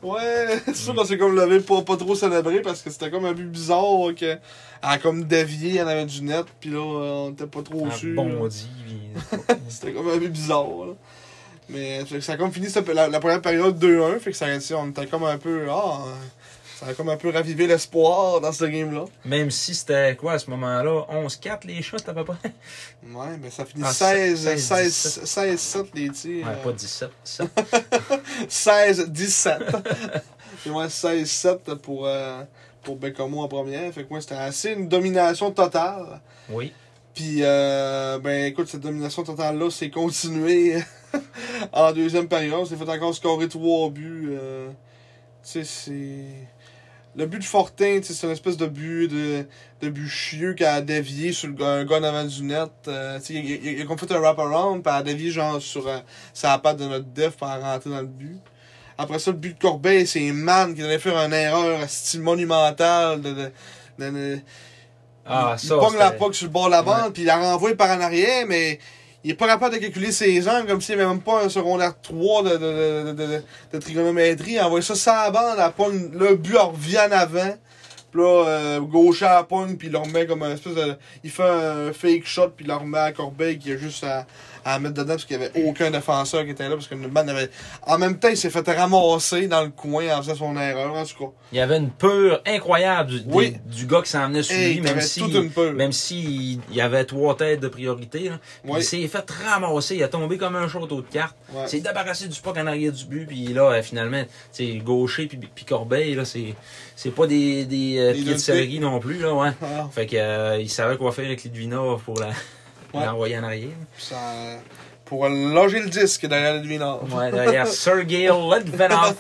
A: Ouais, c'est sûr qu'on s'est comme levé pour pas trop célébrer parce que c'était comme un but bizarre euh, que. Elle a comme dévié, elle avait du net, pis là, euh, on était pas trop
B: un
A: sûr. là.
B: Ah, bon dit.
A: C'était comme un peu bizarre, là. Mais fait que ça a comme fini ça, la, la première période 2-1, fait que ça a été- on était comme un peu. Ah, ça a comme un peu ravivé l'espoir dans ce game-là.
B: Même si c'était quoi à ce moment-là 11-4 les shots à peu près.
A: Ouais, mais ça finit
B: Ah,
A: 16,
B: 16,
A: 16,
B: 17.
A: 16, 7 les tirs.
B: Ouais, pas 17. ça.
A: 16, 17. Puis moi, 16, 7 pour, euh, pour Bécamo en première. Fait que moi, c'était assez une domination totale.
B: Oui.
A: Puis, euh, ben écoute, cette domination totale-là s'est continuée en deuxième période. On s'est fait encore scorer trois buts. euh, tu sais, c'est. Le but de Fortin, tu sais, c'est une espèce de but de, de but chieux qu'elle a dévié sur le gars- un gars en avant du net. Euh, tu sais, il, il- il a comme fait un wrap-around, puis elle a dévié genre sur euh, sa patte de notre def pour rentrer dans le but. Après ça, le but de Corbeil, c'est Man qui allait faire une erreur esti, monumentale de- de- de- de,
B: Ah,
A: il
B: ça.
A: pogne la
B: c'était-
A: POC sur le bord de la bande, puis il la renvoie par en arrière, mais il est pas capable de calculer ses angles comme s'il n'y avait même pas un secondaire 3 de, de, de, de, de- de trigonométrie. Il envoie ça sur la bande, la pogne, le but elle revient en avant. Puis là, euh, gauche à la pogne, puis il le remet comme un espèce de. Il fait un fake shot, puis il le remet à Corbeil, qui a juste à, à mettre dedans, parce qu'il n'y avait aucun défenseur qui était là, parce que le man avait. En même temps, il s'est fait ramasser dans le coin en faisant son erreur, en tout cas.
B: Il y avait une peur incroyable du, des-
A: Oui.
B: du gars qui s'en venait sur
A: Hey,
B: lui,
A: t'avais
B: même si,
A: toute une peur.
B: même si il y avait trois têtes de priorité. là. Puis
A: Ouais.
B: Il s'est fait ramasser, il a tombé comme un château de cartes.
A: Ouais.
B: C'est débarrassé du puck en arrière du but, puis là, euh, finalement, c'est gaucher puis, puis Corbeil, là, c'est, c'est pas des, des euh,
A: Des
B: pieds de
A: deux
B: céleri non plus, là, ouais.
A: Ah,
B: Fait que, euh, il savait quoi faire avec Lidvinov pour la,
A: Ouais.
B: l'envoyer en arrière.
A: puis ça. Pour loger le disque derrière le devinard.
B: Ouais, derrière Sergei Ledvenov.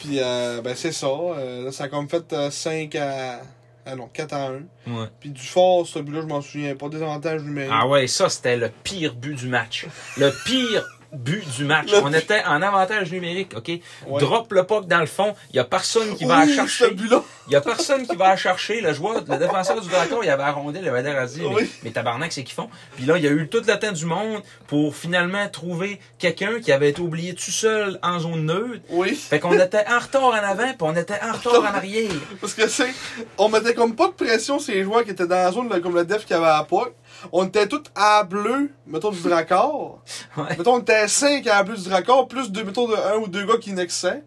A: Puis, euh, ben, c'est ça. Euh, là, ça a comme fait 5 à. Ah non, 4 à 1.
B: Ouais.
A: Puis, du fort, ce but-là, je m'en souviens pas. Des avantages numériques.
B: Ah ouais, ça, c'était le pire but du match. Le pire but du match.
A: Le
B: On était en avantage numérique, OK?
A: Ouais.
B: Drop le puck dans le fond, il y a personne qui va
A: Oui,
B: la
A: ce
B: chercher.
A: but-là.
B: Il y a personne qui va la chercher. Le joueur, le défenseur du Drakkar, il avait arrondi, il avait l'air à se dire, mais-
A: Oui.
B: mais, tabarnak, c'est qu'ils font. Puis là, il y a eu tout le temps du monde pour finalement trouver quelqu'un qui avait été oublié tout seul en zone neutre.
A: Oui.
B: Fait qu'on était en retard en avant, puis on était en retard en arrière.
A: Parce que c'est. On mettait comme pas de pression sur les joueurs qui étaient dans la zone, là, comme le def qui avait à la POC. On était tous à bleu, mettons du dracard.
B: Ouais.
A: Mettons, on était 5 à la bleu du dracard, plus deux, mettons, de un ou deux gars qui nexaient.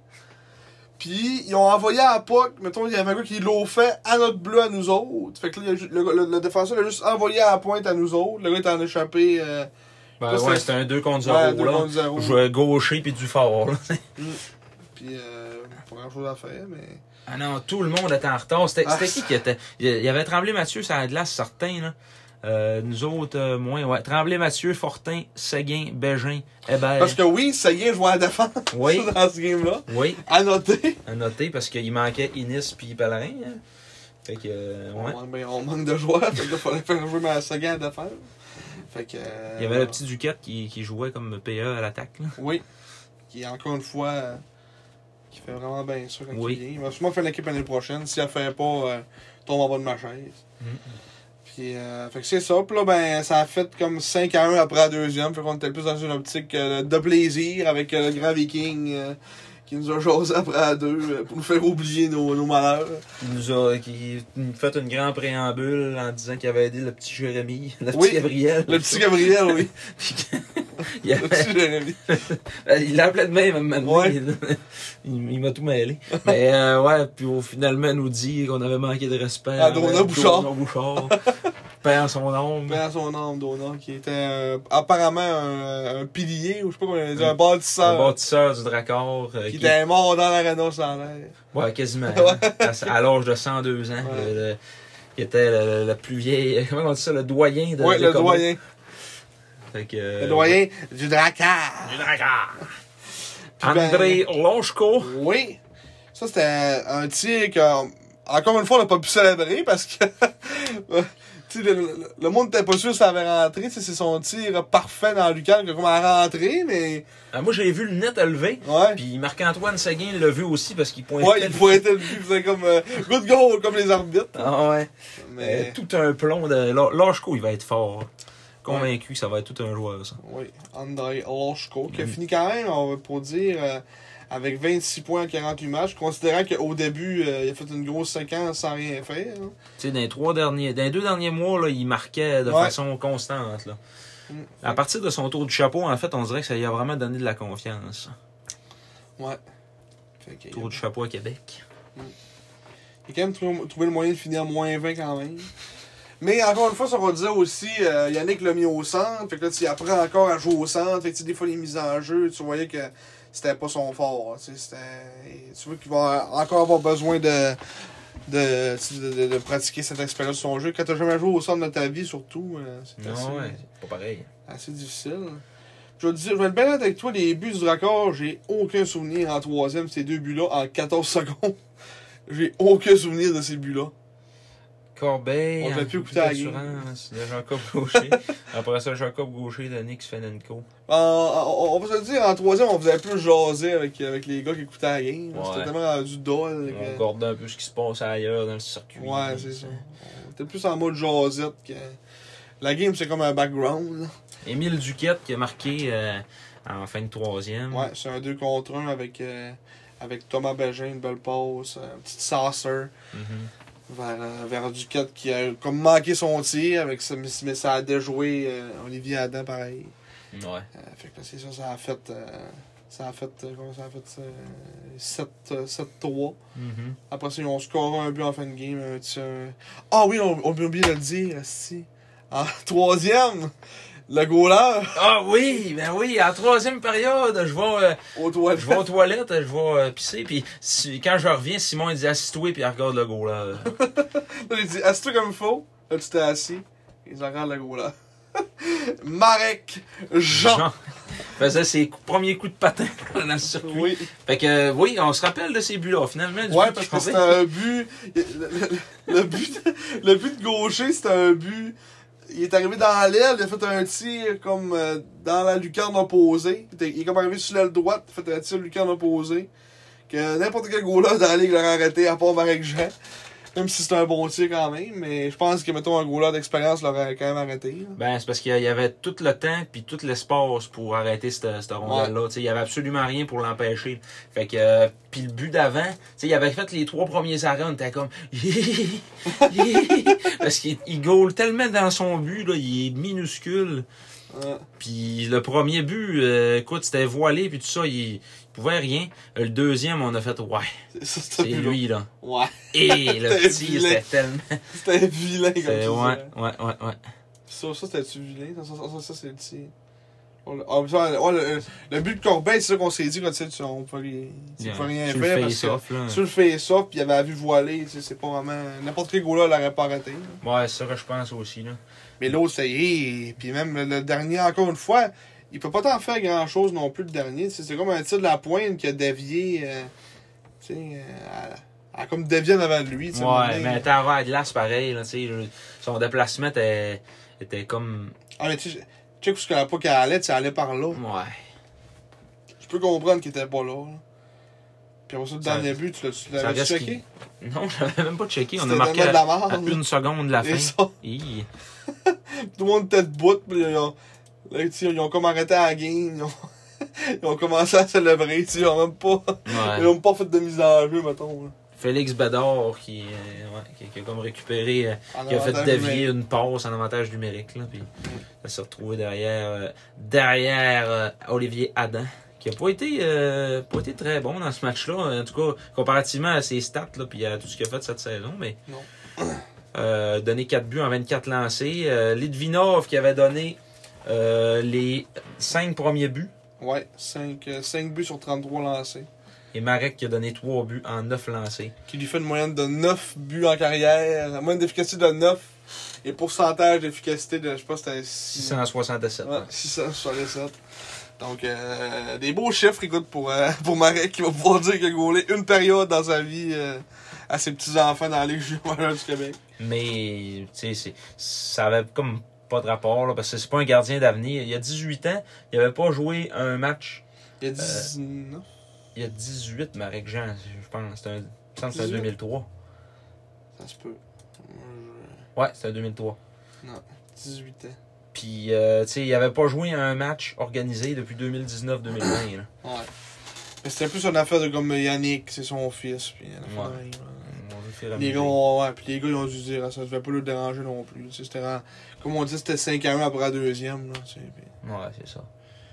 A: Puis, ils ont envoyé à la POC, mettons, il y avait un gars qui l'a fait à notre bleu, à nous autres. Fait que là, il a ju- le, le- le défenseur l'a juste envoyé à la pointe à nous autres. Le gars était en échappé. euh,
B: Ben,
A: Là,
B: ouais,
A: c'est-
B: c'était un 2 contre 0,
A: Ouais, deux
B: là.
A: contre zéro.
B: Joueur gaucher puis du fort, là.
A: Puis, euh, pas grand chose à faire, mais.
B: Ah non, tout le monde était en retard. C'était
A: Ah,
B: c'était qui qui était Il y avait Tremblay Mathieu sur la glace, certain. Là. Euh, nous autres, euh, moins. Ouais. Tremblay Mathieu, Fortin, Seguin, Bégin, Hébert.
A: Parce que oui, ça y est, jouer à la défense
B: Oui.
A: dans ce game-là.
B: Oui,
A: À noter.
B: à noter parce qu'il manquait Inis puis Pellerin. hein. Fait que, euh, ouais.
A: On, ben, on manque de joueurs, fait qu'il fallait faire jouer ma seconde à la défense. Fait que. euh,
B: Il y avait le petit Duquette qui, qui jouait comme PE à l'attaque. là.
A: Oui. Qui, encore une fois, euh, qui fait vraiment bien sûr quand
B: Oui.
A: il vient. Il va sûrement faire l'équipe l'année prochaine. Si elle fait pas, euh, tombe en bas de ma chaise.
B: Mhm.
A: Puis, euh, fait que c'est ça. Puis là, ben, ça a fait comme 5 à 1 après la deuxième. Fait qu'on était plus dans une optique euh, de plaisir avec euh, le grand viking euh, qui nous a jasé après à deux euh, pour nous faire oublier nos, nos malheurs.
B: Il nous a qui- nous fait une grande préambule en disant qu'il avait aidé le petit Jérémy, le
A: Oui,
B: petit Gabriel.
A: Le petit Gabriel, oui.
B: Puis que- il,
A: Le
B: avait-
A: petit Jérémy.
B: Euh, il l'appelait de même à un moment donné. Il, il m'a tout mêlé. Mais euh, ouais, puis au, finalement, nous dit qu'on avait manqué de respect.
A: À Dona Bouchard.
B: Dona Bouchard. Paix en son nom.
A: Mais à son âme, Dona, qui était euh, apparemment un, un pilier, ou je sais pas comment on dit, un bâtisseur.
B: Le bâtisseur du Dracor. euh,
A: Qui
B: qui-
A: était mort dans l'arena sans l'air.
B: Ouais, quasiment. À, à l'âge de 102 ans.
A: Ouais.
B: le- le- qui était le, le- le plus vieil. euh, Comment on dit ça Le doyen de.
A: Ouais,
B: des
A: le
B: Cowboys.
A: doyen.
B: Fait que, euh,
A: Le doyen du Drakkar.
B: Du Dracor.
A: Puis ben-
B: André Lonchko.
A: Oui. Ça, c'était un tir que, encore une fois, on n'a pas pu célébrer parce que tu sais, le, le- le monde n'était pas sûr si ça avait rentré. Tu sais, C'est son tir parfait dans Lucan qui a comme à rentrer, mais
B: Ah, moi, j'ai vu le net à lever.
A: ouais.
B: Puis Marc-Antoine Seguin l'a vu aussi parce qu'il pointait.
A: Ouais, il
B: le-
A: pourrait être lui, il faisait comme euh, good goal, comme les arbitres.
B: Ah ouais. Euh,
A: Mais,
B: tout un plomb de. Lo- Lochko, il va être fort. Convaincu que ça va être tout un joueur, ça.
A: oui, André Orshko, qui a fini quand même, on va pour dire, euh, avec 26 points en 48 matchs, considérant qu'au début, euh, il a fait une grosse séquence sans rien faire. hein.
B: Tu sais, dans les trois derniers. Dans les deux derniers mois, là, il marquait de
A: Ouais.
B: façon constante. Là.
A: Mm.
B: À partir de son tour du chapeau, en fait, on dirait que ça lui a vraiment donné de la confiance.
A: Ouais. Fait que-
B: Tour du chapeau à Québec.
A: Il a quand même trou- trouvé le moyen de finir à moins 20 quand même. Mais encore une fois, ça on disait aussi, euh, Yannick l'a mis au centre. Fait que là, tu apprends encore à jouer au centre. Fait que, tu sais, des fois, les mises en jeu, tu voyais que c'était pas son fort. Tu sais, c'était- tu vois qu'il va encore avoir besoin de, de, tu sais, de, de- de pratiquer cette expérience de son jeu. Quand t'as jamais joué au centre de ta vie, surtout, euh, c'est assez,
B: Non, Ah ouais, c'est pas pareil.
A: assez difficile. hein. Je vais, te dire, je vais être bien honnête avec toi, les buts du raccord, j'ai aucun souvenir en troisième, ces deux buts-là, en 14 secondes. J'ai aucun souvenir de ces buts-là.
B: Corbeil.
A: On devait plus
B: en-
A: écouter la game.
B: d'assurance de Jacob Gaucher. Après ça, Jacob Gaucher de Nick Svenenko.
A: En- en- on va se le dire, en troisième, on faisait plus jaser avec, avec les gars qui écoutaient la game.
B: Ouais.
A: C'était tellement rendu dole. que-
B: On regarde un peu ce qui se passe ailleurs dans le circuit.
A: Ouais, c'est ça. On était plus en mode jasette que. La game, c'est comme un background. là.
B: Émile Duquette qui a marqué euh, en fin de troisième.
A: Ouais, c'est un 2 contre 1 avec, euh, avec Thomas Bégin, une belle passe, un petit saucer
B: Mhm.
A: vers, euh, vers Duquette qui a comme manqué son tir, avec ça, mais, mais ça a déjoué euh, Olivier Adam pareil.
B: Ouais.
A: Euh, fait que là, c'est ça, ça a fait. euh, ça a fait. euh, comment ça a fait euh, 7, euh, 7-3.
B: Mhm.
A: Après ça, ils ont scoré un but en fin de game. un petit- un- Ah oui, on, on a oublié de le dire, si. En troisième, le goaler
B: Ah oui, ben oui, en troisième période, je vais, euh,
A: au
B: je vais
A: toilet.
B: aux toilettes, je vais euh, pisser, puis si- quand je reviens, Simon il dit assis-toi puis il regarde le goal là.
A: Il dit Assis-toi comme il faut. Là, tu t'es assis. Ils regardent le goaler. Marek Jean.
B: faisait ses coups- premiers coups de patin dans le circuit.
A: Oui,
B: Fait que euh, oui, on se rappelle de ces buts-là finalement. du
A: ouais,
B: but
A: parce que
B: qui
A: c'était
B: comptait.
A: un but. Le, le- le but le but de gaucher, c'était un but. Il est arrivé dans l'aile, il a fait un tir comme euh, dans la lucarne opposée. Il était- Il est comme arrivé sur l'aile droite, il a fait un tir lucarne opposée. Que n'importe quel goaler dans la ligue l'aurait arrêté à part Marek Jean. Même si c'était un bon tir quand même, mais je pense que mettons un goaler d'expérience l'aurait quand même arrêté. là.
B: Ben, c'est parce qu'il y avait tout le temps puis tout l'espace pour arrêter cette, cette rondelle-là. Tu sais, Il n'y avait absolument rien pour l'empêcher. Fait que, euh, puis le but d'avant, tu sais, il avait fait les trois premiers arrêts, on était comme, parce qu'il il goal tellement dans son but, là, il est minuscule.
A: Ouais.
B: Puis le premier but, euh, écoute, c'était voilé, puis tout ça, il, il pouvait rien. Le deuxième, on a fait, ouais,
A: C'est ça, c'était
B: c'est
A: plus
B: lui, là.
A: Ouais.
B: Et le
A: T'es
B: petit,
A: vilain.
B: c'était tellement...
A: C'était vilain comme
B: c'était-
A: ça.
B: Ouais, ouais, ouais, ouais.
A: Ça, ça c'était-tu vilain? Ça, ça, ça, ça, ça, c'est le petit. Oh, le, oh, ça, oh, le, le but de Corbeil, c'est ça qu'on s'est dit quand tu sais, tu- on peut rien, tu peux rien
B: Sur le hein.
A: faire. parce que
B: face-off, là.
A: sur le face-off, puis il avait la vue voilée, tu sais, c'est pas vraiment. N'importe quel goal-là l'aurait pas arrêté. là.
B: Ouais, c'est ça que je pense aussi, là.
A: Mais l'autre, c'est. Hey! Puis même le, le dernier, encore une fois, il peut pas t'en faire grand-chose non plus le dernier. tu sais, C'est comme un tir de la pointe qui a dévié. euh, tu sais, euh, à- à comme dévié en avant de lui. tu sais, à un moment
B: Ouais,
A: donné.
B: mais elle était avant la glace pareil, là, tu sais. je- Son déplacement était, était comme.
A: Ah, mais tu sais, check où ce qu'elle a pas qu'elle allait, tu sais, elle allait par là.
B: Ouais.
A: Je peux comprendre qu'il était pas là. là. Puis après ça, le
B: Ça-
A: dernier but, tu l'as- tu
B: ça
A: l'avais
B: reste
A: checké?
B: Non, je l'avais même pas checké. On
A: C'était
B: a marqué
A: vraiment de la
B: à,
A: merde.
B: à une seconde de la
A: Et
B: fin.
A: ça,
B: Hi.
A: tout le monde était debout, puis ils ont, là, tu sais, ils ont comme arrêté la game. Ils ont, Ils ont commencé à célébrer, tu sais, ils ont même pas, ils
B: Ouais.
A: ont même pas fait de mise en jeu, mettons. là.
B: Félix Bédard qui, euh, ouais, qui, qui a comme récupéré, euh,
A: En
B: qui a fait
A: avantage
B: dévier
A: numérique.
B: une passe en avantage numérique. Là, puis elle s'est retrouvée derrière, euh, derrière euh, Olivier Adam, qui a pas été, euh, pas été très bon dans ce match-là. En tout cas, comparativement à ses stats là, puis à tout ce qu'il a fait cette saison. Mais
A: Non.
B: Euh, donné 4 buts en 24 lancés. Euh, Litvinov qui avait donné euh, les 5 premiers buts.
A: Ouais, 5, buts sur 33 lancés.
B: Et Marek qui a donné 3 buts en 9 lancés.
A: Qui lui fait une moyenne de 9 buts en carrière, une moyenne d'efficacité de 9 et pourcentage d'efficacité de, je sais pas, c'était 600.
B: 667.
A: Ouais, 667. Donc, euh, des beaux chiffres, écoute, pour, euh, pour Marek qui va pouvoir dire qu'il a gaulé une période dans sa vie euh, à ses petits-enfants dans la Ligue junior du Québec.
B: Mais, tu sais, c'est- ça avait comme pas de rapport, là, parce que c'est pas un gardien d'avenir. Il y a 18 ans, il avait pas joué un match.
A: Il y a 19.
B: Il y a 18, Marek Jean, je pense. C'est un, il me semble que c'est un
A: 18.
B: 2003.
A: Ça se peut. Euh,
B: Ouais, c'est un 2003.
A: 18 ans.
B: Puis, euh, tu sais, il avait pas joué un match organisé depuis 2019-2020. là.
A: Ouais. Mais c'était plus une affaire de comme Yannick, c'est son fils. Puis, une affaire
B: Ouais.
A: de même, hein.
B: On le fait ramener.
A: Les gars, ont- ouais, puis les gars, ils ont dû dire, ah, ça devait pas le déranger non plus. Tu sais, C'était, vraiment- comme on dit, c'était 5 à 1 après la deuxième. Là, tu sais, puis,
B: Ouais, c'est ça.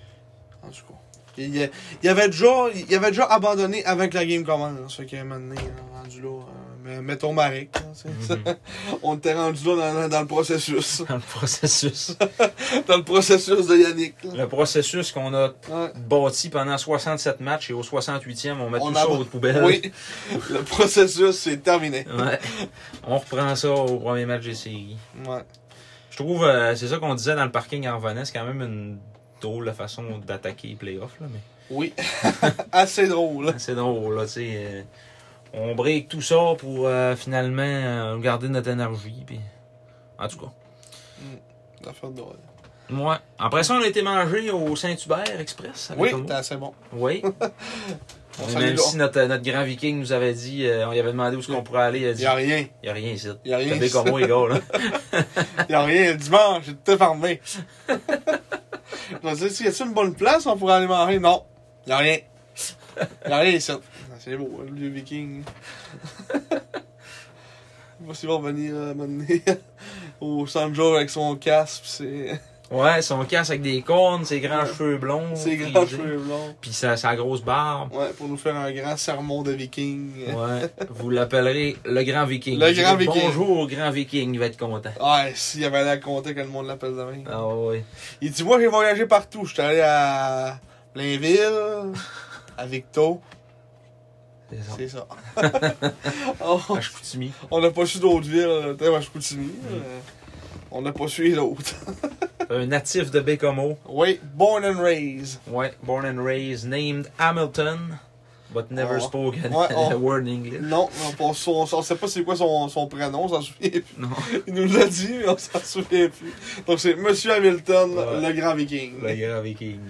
A: en tout cas. Il, il- il avait déjà, il avait déjà abandonné avant que la game commence. Ça fait qu'à un moment donné, là, rendu là, euh, mais- mettons Marek. là, tu sais,
B: Mhm.
A: on était rendu là dans, dans- dans le processus.
B: Dans le processus.
A: dans le processus de Yannick. là.
B: Le processus qu'on a
A: Ouais.
B: bâti pendant 67 matchs et au 68e, on met
A: On
B: tout
A: a-
B: ça aux poubelles.
A: Oui, le processus, c'est terminé.
B: Ouais. On reprend ça au premier match des séries.
A: Ouais.
B: Je trouve, euh, c'est ça qu'on disait dans le parking en revenant, c'est quand même une drôle de façon d'attaquer les playoffs, là, mais
A: Oui, assez drôle.
B: c'est drôle, là, tu sais. euh, on break tout ça pour euh, finalement euh, garder notre énergie, puis... En tout cas.
A: Affaire drôle.
B: Ouais. Après ça, on a été mangé au Saint-Hubert Express. avec
A: Oui,
B: Tomo.
A: t'es assez bon.
B: Oui.
A: On
B: même
A: salue
B: si notre, notre grand viking nous avait dit, euh, on lui avait demandé où est-ce qu'on pourrait aller, il a dit,
A: Il a rien.
B: il n'y a rien ici.
A: Il a rien
B: T'as des
A: ici.
B: comme moi, les gars, là.
A: Il a rien. Le Dimanche, j'ai tout fermé. Je me disais, si y a-tu une bonne place on pourrait aller manger? Non. Il a rien. Il a rien ici. Ah, C'est beau, hein, le vieux viking. Je sais pas s'il va revenir euh, un moment donné, au centre avec son casque pis ses,
B: Ouais, son casque avec des cornes, ses grands
A: Ouais.
B: cheveux blonds.
A: ses
B: frisés,
A: grands cheveux blonds.
B: Puis sa, sa grosse barbe.
A: Ouais, pour nous faire un grand sermon de viking.
B: Ouais. Vous l'appellerez le grand viking.
A: Le
B: Vous
A: grand
B: direz,
A: viking.
B: Bonjour, grand viking, il va être content.
A: Ouais, s'il avait l'air content que le monde l'appelle demain.
B: Ah ouais.
A: Il dit Moi, j'ai voyagé partout. J'étais allé à Blainville, à Victo.
B: C'est ça.
A: C'est ça. Oh,
B: Chicoutimi.
A: on n'a pas su d'autres villes. euh, T'es à Chicoutimi.
B: Mm.
A: euh, On n'a pas su les autres.
B: Un natif de Bécomo.
A: Oui, born and raised.
B: Ouais. Born and raised, named Hamilton, but never
A: Oh.
B: spoke a,
A: Ouais, oh.
B: a word in English.
A: Non, on ne sait pas c'est quoi son, son prénom, on s'en souvient plus.
B: Non.
A: Il nous l'a dit, mais on s'en souvient plus. Donc c'est Monsieur Hamilton,
B: Ouais.
A: le grand viking.
B: Le grand viking.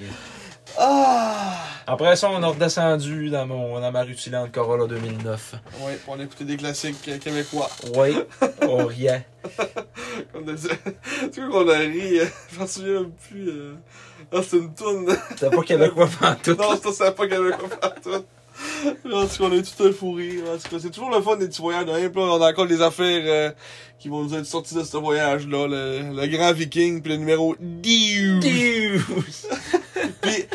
A: Ah!
B: Après ça, on a redescendu dans, mon, dans ma rutilante Corolla 2009.
A: Oui, on a écouté des classiques euh, québécois.
B: Oui, on riait.
A: Comme de dire. Tu vois qu'on a ri, euh, je m'en souviens même plus. euh. Ah, c'est une toune.
B: T'as pas québécois pantoute.
A: Non, ça, c'est pas québécois partout. En tout cas, on est tout un fou rire. En tout cas, c'est toujours le fun des petits voyages de même. Puis là, on a encore des affaires euh, qui vont nous être sorties de ce voyage-là. Le, le grand viking, puis le numéro 10. Puis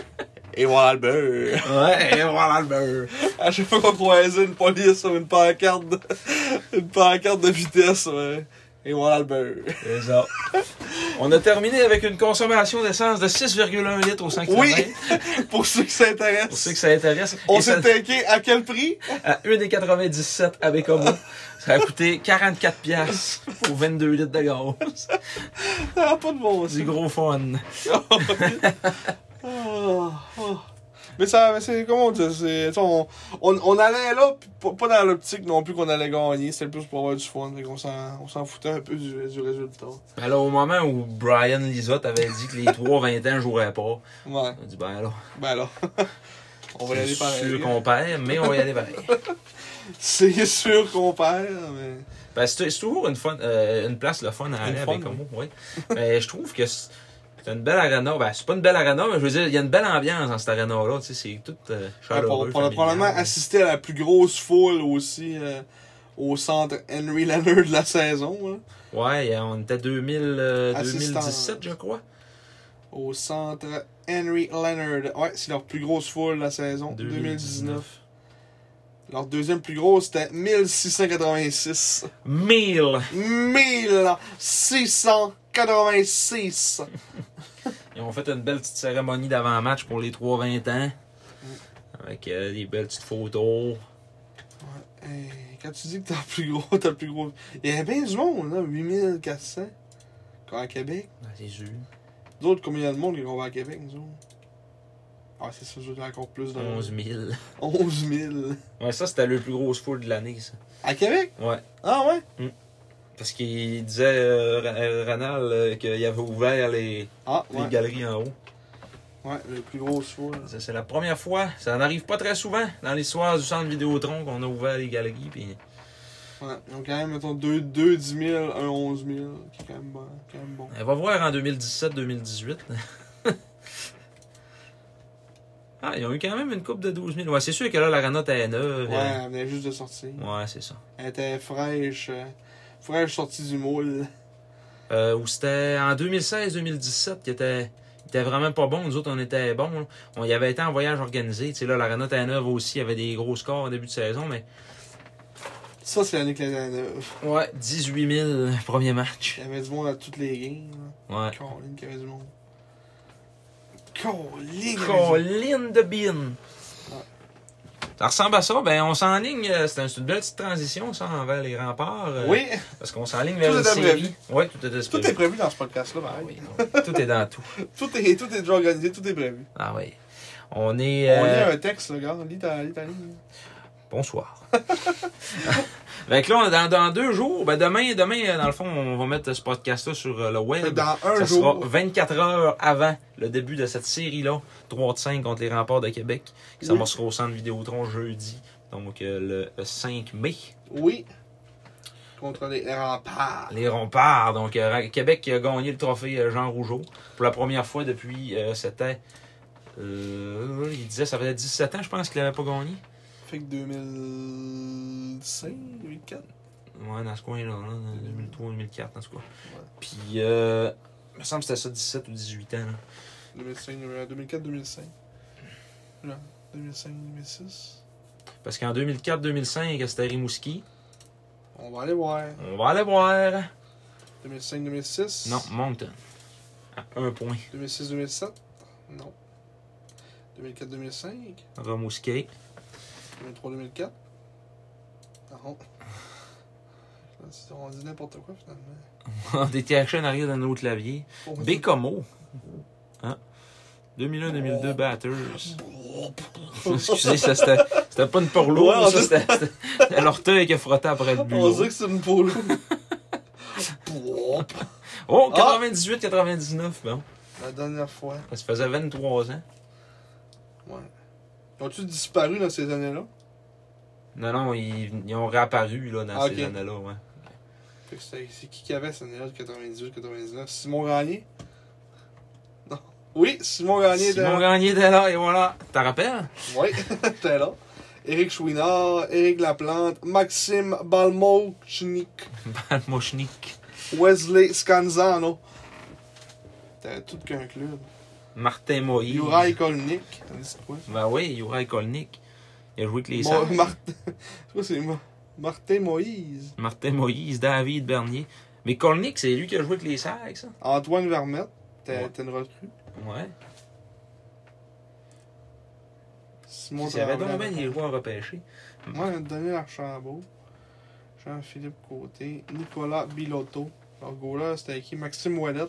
A: Édouard Albert.
B: Ouais, et voilà le beurre.
A: À chaque fois qu'on croisait une police sur une pancarte de, une pancarte de vitesse, euh, ouais. Édouard Albert.
B: C'est ça. On a terminé avec une consommation d'essence de 6,1 litres au 100 km.
A: Oui. Pour ceux qui
B: Pour ceux
A: s'intéressent.
B: que ça intéresse.
A: On
B: Et ça-
A: s'est taqué à quel prix?
B: à 1,97 avec Homo. Ça a coûté 44 piastres pour 22 litres de gaz.
A: Ah, pas de bon
B: Du
A: sens.
B: gros fun.
A: Ah, ah. Mais ça, mais c'est comment on dit, c'est, tu sais, on, on, on allait là, pis pas- pas dans l'optique non plus qu'on allait gagner, c'était plus pour avoir du fun, fait qu'on s'en, on s'en foutait un peu du, du résultat.
B: Ben là, au moment où Brian Lisotte avait dit que les 3-20 ans joueraient pas,
A: Ouais,
B: on a dit ben là,
A: ben là, on va y aller
B: c'est sûr
A: pareil.
B: qu'on perd, mais on va y aller pareil.
A: C'est sûr qu'on perd, mais
B: Ben, c'est c'est toujours une, fun, euh, une place le fun à aller
A: Une
B: avec
A: fun,
B: Homo, oui. Mais je trouve que c'est- C'est une belle arena. Ben, c'est pas une belle arena, mais je veux dire, il y a une belle ambiance dans cette arena-là. Tu sais, c'est tout euh,
A: Ouais, pour,
B: chaleureux,
A: pour-
B: familial.
A: probablement assister à la plus grosse foule aussi euh, au centre Henry Leonard de la saison. hein.
B: Ouais, et on était 2000, euh,
A: Assistant.
B: 2017, je crois.
A: Au centre Henry Leonard. Ouais, c'est leur plus grosse foule de la saison. 2019. Leur deuxième plus grosse, c'était 1686.
B: 1000!
A: 1686!
B: Ils ont fait une belle petite cérémonie d'avant-match pour les 3-20 ans. Avec euh, des belles petites photos.
A: Hey, Eh, quand tu dis que t'as le plus gros, t'as le plus gros. Il y avait bien du monde, hein, là, 8400. Quand à Québec.
B: Ah, c'est sûr.
A: D'autres, combien il y a de monde qui vont à Québec, nous autres? Ah, c'est ça, je veux encore plus de
B: 11 000.
A: 11 000.
B: Ouais, ça, c'était le plus grosse foule de l'année, ça.
A: À Québec?
B: Ouais.
A: Ah ouais?
B: Parce qu'il disait, euh, Ra- euh, Ranal, euh, qu'il avait ouvert les,
A: Ah,
B: les
A: ouais.
B: galeries en haut.
A: Ouais, le plus gros choix.
B: Ça, C'est la première fois, ça n'arrive pas très souvent dans l'histoire du centre Vidéotron qu'on a ouvert les galeries. Puis
A: Ouais, donc quand même, mettons, 2 deux, 10 000, un 11 000, qui est quand même bon. Quand même bon.
B: Elle va voir en 2017-2018. ah, ils ont eu quand même une coupe de 12 000. Ouais, c'est sûr que là, l'arena TNE. euh,
A: Ouais, elle venait juste de sortir.
B: ouais, c'est ça.
A: Elle était fraîche, euh, fraîche sortie du moule.
B: Euh, Ou c'était en 2016-2017 qui était, il était vraiment pas bon. Nous autres, on était bons. là. On y avait été en voyage organisé. Tu sais, là, l'arena TNE aussi avait des gros scores au début de saison, mais.
A: Ça, c'est l'année que la neuve.
B: Ouais, 18 000 premier match.
A: Il y avait du monde à toutes les games.
B: Ouais.
A: Colin, qu'il y avait du monde. Colin! il y avait du monde.
B: Colline de Bin. Ça ressemble à ça. Ben, on s'enligne. euh, C'est un- c'est une belle petite transition, ça, envers les remparts. euh,
A: Oui,
B: Parce qu'on s'enligne vers
A: Tout
B: une
A: était
B: série.
A: prévu.
B: Oui, tout était
A: tout est
B: prévu.
A: prévu dans ce podcast-là, pareil.
B: Ah Oui, non, tout est dans tout.
A: Tout est, tout est déjà organisé, tout est prévu.
B: Ah oui. On est.
A: On
B: euh,
A: lit un texte, là, gars. Lis ta, lis ta ligne.
B: Bonsoir. Fait que là, on est dans, dans deux jours, ben demain, demain, euh, dans le fond, on va mettre ce podcast-là sur euh, le web.
A: Dans un
B: ça
A: jour.
B: sera 24 heures avant le début de cette série-là, 3 de 5 contre les remparts de Québec, qui s'amorcera au centre Vidéotron jeudi, donc euh, le 5 mai.
A: Oui. Contre les remparts.
B: Les remparts, donc euh, Ra- Québec qui a gagné le trophée euh, Jean Rougeau pour la première fois depuis, euh, c'était, euh, il disait ça faisait 17 ans, je pense qu'il n'avait pas gagné.
A: Fait que 2005, 2004.
B: Ouais, dans ce coin-là, là, dans 2003, 2004, en tout cas.
A: Ouais.
B: Puis, euh, il me semble que c'était ça, 17 ou 18 ans. là.
A: 2005, 2004, 2005. Non, 2005, 2006.
B: Parce qu'en 2004-2005, c'était Rimouski.
A: On va aller voir.
B: On va aller voir.
A: 2005, 2006.
B: Non, Moncton. À un point.
A: 2006, 2007. Non. 2004, 2005.
B: Rimouski.
A: 2003, 2004. Non. On dit n'importe quoi finalement.
B: On était acheté en arrière de nos claviers.
A: On dit-
B: Bécomo. Hein? 2001-2002 Batters. Excusez, ça, c'était c'était pas une porlo,
A: Ouais, on
B: ça
A: dit-
B: c'était c'était l'orteil qui a frotté après le but.
A: On dirait que c'est une polo.
B: Oh,
A: Ah!
B: 98-99, Oh, bon.
A: La dernière fois.
B: Ça se faisait 23 ans.
A: Ouais. Ont-tu disparu dans ces années-là?
B: Non, non, ils, ils ont réapparu là, dans
A: Ah,
B: ces
A: ok.
B: années-là. Ouais.
A: Fait que c'était- C'est qui qui avait cette année-là de 98-99? Simon Gagné? Non. Oui, Simon Gagné était
B: Simon
A: là.
B: Gagné était là, et voilà. T'en rappelles?
A: Oui, t'es là. Éric Chouinard, Éric Laplante, Maxime Balmochnik,
B: Balmochnik,
A: Wesley Scanzano. T'avais tout qu'un club.
B: Martin Moïse.
A: Juraj Kolnik. T'as dit quoi?
B: Ben oui, Juraj Kolnik. Il a joué avec les
A: Mo-
B: Saints.
A: Martin... Je crois que c'est Mo- Martin Moïse.
B: Martin Moïse, David Bernier. Mais Kolnik, c'est lui qui a joué avec les Sacs, ça.
A: Antoine Vermette. T'es
B: Ouais.
A: t'es une recrue.
B: Ouais.
A: Simon
B: Il avait donc
A: Tremblay.
B: bien les joueurs repêchés.
A: Moi, Daniel Archambault, Jean-Philippe Côté, Nicolas Bilotto. Leur goaler, c'était qui Maxime Ouellet.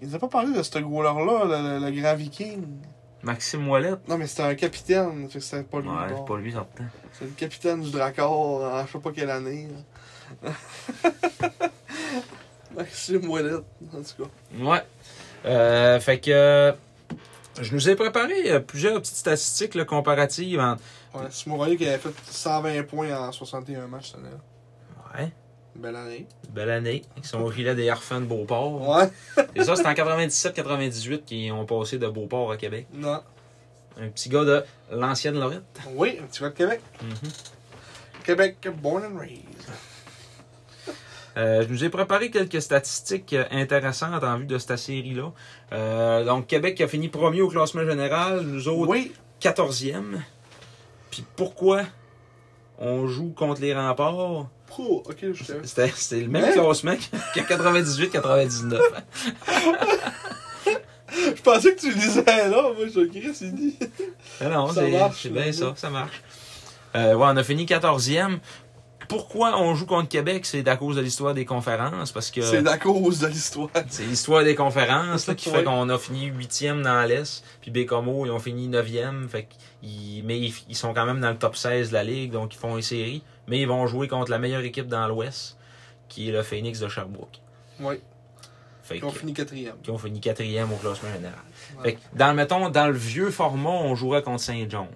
A: Ils n'ont pas parlé de ce goaler-là, le, le- le grand viking.
B: Maxime Wallet.
A: Non, mais c'était un capitaine, fait que c'était pas lui.
B: Ouais,
A: bon.
B: c'est pas lui, certain.
A: C'est le capitaine du Dracor, en je sais pas quelle année. là. Maxime Ouellet, en tout cas.
B: Ouais. Euh, fait que. euh, Je nous ai préparé euh, plusieurs petites statistiques là, comparatives entre
A: Ouais, c'est Mourali qui avait fait 120 points en 61 matchs cette année-là.
B: Ouais.
A: Belle année.
B: Belle année. Ils sont gilets des Harfans de Beauport.
A: Ouais.
B: Et ça, c'est en 97-98 qu'ils ont passé de Beauport à Québec.
A: Non.
B: Un petit gars de l'ancienne Lorette.
A: Oui, un petit peu de Québec.
B: Mhm.
A: Québec, born and raised.
B: Euh, je nous ai préparé quelques statistiques euh, intéressantes en vue de cette série-là. Euh, donc, Québec a fini premier au classement général, nous autres
A: Oui.
B: 14e. Puis pourquoi on joue contre les remparts
A: Pro. Ok, je savais.
B: C'était c'était le même
A: Hein?
B: classement que 98-99.
A: Je pensais que tu le disais là. Moi, je suis Chris, il dit.
B: Ah non,
A: Ça
B: c'est
A: marche,
B: c'est
A: là.
B: bien ça, ça marche. Euh, ouais, on a fini 14e. Pourquoi on joue contre Québec C'est à cause de l'histoire des conférences, parce que
A: C'est à cause de l'histoire.
B: c'est l'histoire des conférences là, qui fait
A: Ouais.
B: qu'on a fini 8e dans l'Est, puis Bécomo, ils ont fini 9e, fait qu'ils- mais ils, ils sont quand même dans le top 16 de la Ligue, donc ils font une série, mais ils vont jouer contre la meilleure équipe dans l'Ouest, qui est le Phoenix de Sherbrooke.
A: Oui.
B: Fait
A: Ils ont
B: que-
A: fini quatrième.
B: qui ont fini quatrième au classement général.
A: Ouais.
B: Fait que dans, le- mettons, dans le vieux format, on jouerait contre Saint-John.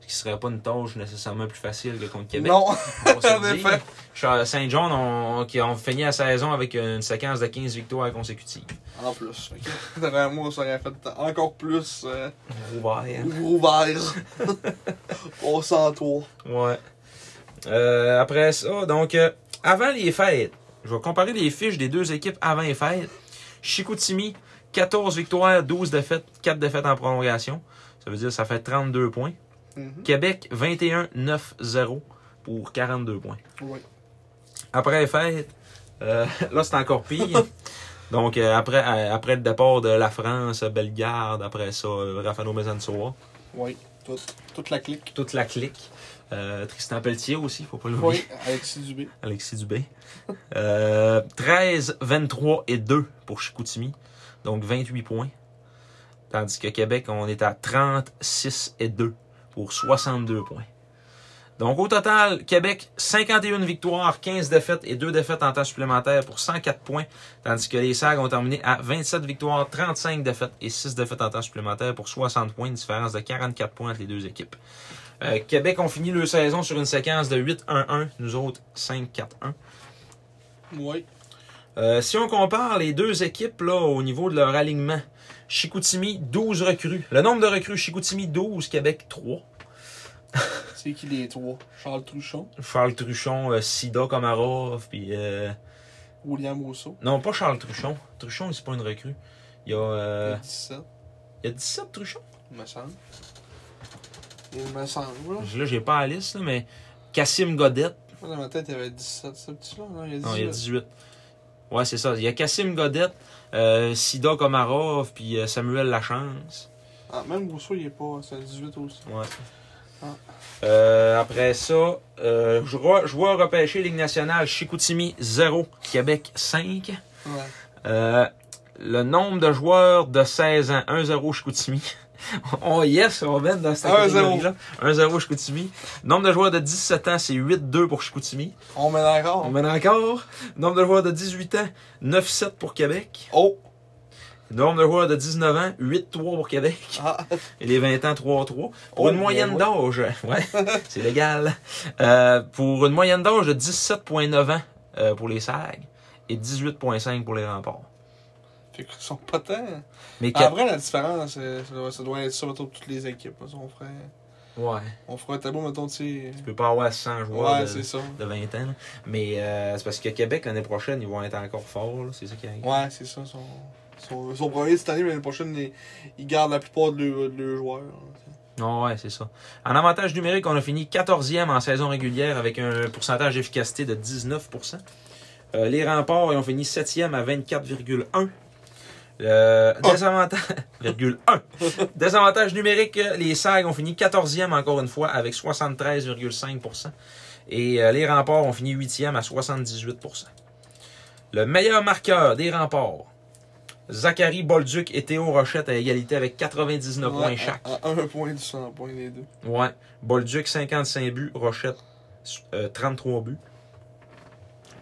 B: Ce qui serait pas une tâche nécessairement plus facile que contre Québec.
A: Non.
B: on va se
A: en
B: le dire.
A: effet.
B: Ch- Saint-John, on, qui ont fini la saison avec une séquence de 15 victoires consécutives.
A: En plus. Ok. Derrière moi, ça aurait fait encore plus euh,
B: Ouais.
A: ouvert. On s'en toi.
B: Ouais. Euh, après ça, donc, euh, avant les fêtes, je vais comparer les fiches des deux équipes avant les fêtes. Chicoutimi, 14 victoires, 12 défaites, 4 défaites en prolongation. Ça veut dire que ça fait 32 points.
A: Mhm.
B: Québec 21-9-0 pour 42 points.
A: Oui.
B: Après les fêtes, euh, là c'est encore pire. Donc euh, après, euh, après le départ de la France, euh, Bellegarde, après ça, euh, Rafano Mezansoa,
A: Oui. Tout- toute la clique.
B: toute la clique. Euh, Tristan Pelletier aussi, faut pas l'oublier.
A: Oui. Alexis Dubé.
B: Alexis Dubé. Euh, 13, 23 et 2 pour Chicoutimi. Donc 28 points. Tandis que Québec, on est à 36 et 2 pour 62 points. Donc au total, Québec, 51 victoires, 15 défaites et 2 défaites en temps supplémentaire pour 104 points. Tandis que les SAG ont terminé à 27 victoires, 35 défaites et 6 défaites en temps supplémentaire pour 60 points, une différence de 44 points entre les deux équipes. Euh, Québec ont fini leur saison sur une séquence de 8-1-1, nous autres 5-4-1.
A: Oui.
B: Euh, si on compare les deux équipes là, au niveau de leur alignement, Chicoutimi 12 recrues. Le nombre de recrues, Chicoutimi 12, Québec 3.
A: C'est qui les trois? Charles Truchon,
B: Charles Truchon, euh, Sida Komarov, puis... euh,
A: William Rousseau,
B: Non, pas Charles Truchon. Truchon, c'est pas une recrue. Il y a,
A: le
B: euh,
A: 17,
B: il y a 17 Truchon.
A: il me semble. Il me semble, là.
B: Là, j'ai pas la liste, là, mais Cassim Godette.
A: Moi, dans ma tête, il y avait 17, ce petit-là. Non, il y a 18.
B: Non, il y a 18. Ouais, c'est ça. Il y a Cassim Godette, euh, Sida Komarov, puis euh, Samuel Lachance.
A: Ah, même Rousseau, il est pas. C'est un 18 aussi.
B: Ouais.
A: Ah.
B: Euh, après ça, euh, je vois- je vois repêcher Ligue nationale Chicoutimi 0, Québec 5.
A: Ouais.
B: Euh, le nombre de joueurs de 16 ans, 1-0 Chicoutimi. Oh yes, on va mettre dans cette
A: 1-0.
B: catégorie-là. 1-0 Chicoutimi. Nombre de joueurs de 17 ans, c'est 8-2 pour Chicoutimi.
A: On met d'accord.
B: On mène encore. Nombre de joueurs de 18 ans, 9-7 pour Québec.
A: Oh!
B: Nombre de joueurs de 19 ans, 8-3 pour Québec.
A: Ah!
B: Et les 20 ans, 3-3. Pour
A: Oh,
B: une moyenne
A: ouais.
B: d'âge, ouais, c'est légal. Euh, pour une moyenne d'âge de 17,9 ans euh, pour les SAG et 18,5 pour les remparts.
A: Fait qu'ils sont pas tant.
B: Mais
A: En
B: Cap-
A: vrai, la différence, c'est- ça doit, ça doit être ça, mettons, pour toutes les équipes. là. On ferait,
B: ouais,
A: on ferait un tableau, mettons, tu sais.
B: tu peux pas avoir 100 joueurs
A: Ouais,
B: de,
A: c'est ça.
B: de 20 ans. là. Mais euh, c'est parce que Québec, l'année prochaine, ils vont être encore forts. là, C'est ça qui arrive.
A: Ouais, c'est ça. Son, son, son premier cette année, mais l'année prochaine, ils, ils gardent la plupart de leurs de leurs joueurs. là.
B: Ah ouais, c'est ça. En avantage numérique, on a fini 14e en saison régulière avec un pourcentage d'efficacité de 19%. Euh, les remparts, ils ont fini 7e à 24,1%. Euh,
A: Oh.
B: désavantage, virgule 1. désavantage numérique, euh, les SAG ont fini 14e encore une fois avec 73,5%. Et euh, les remparts ont fini 8e à 78%. Le meilleur marqueur des remparts, Zachary Bolduc et Théo Rochette à égalité avec 99
A: Ouais,
B: points chaque.
A: À, à un point du 100 points, les deux.
B: Ouais. Bolduc, 55 buts. Rochette, euh, 33 buts.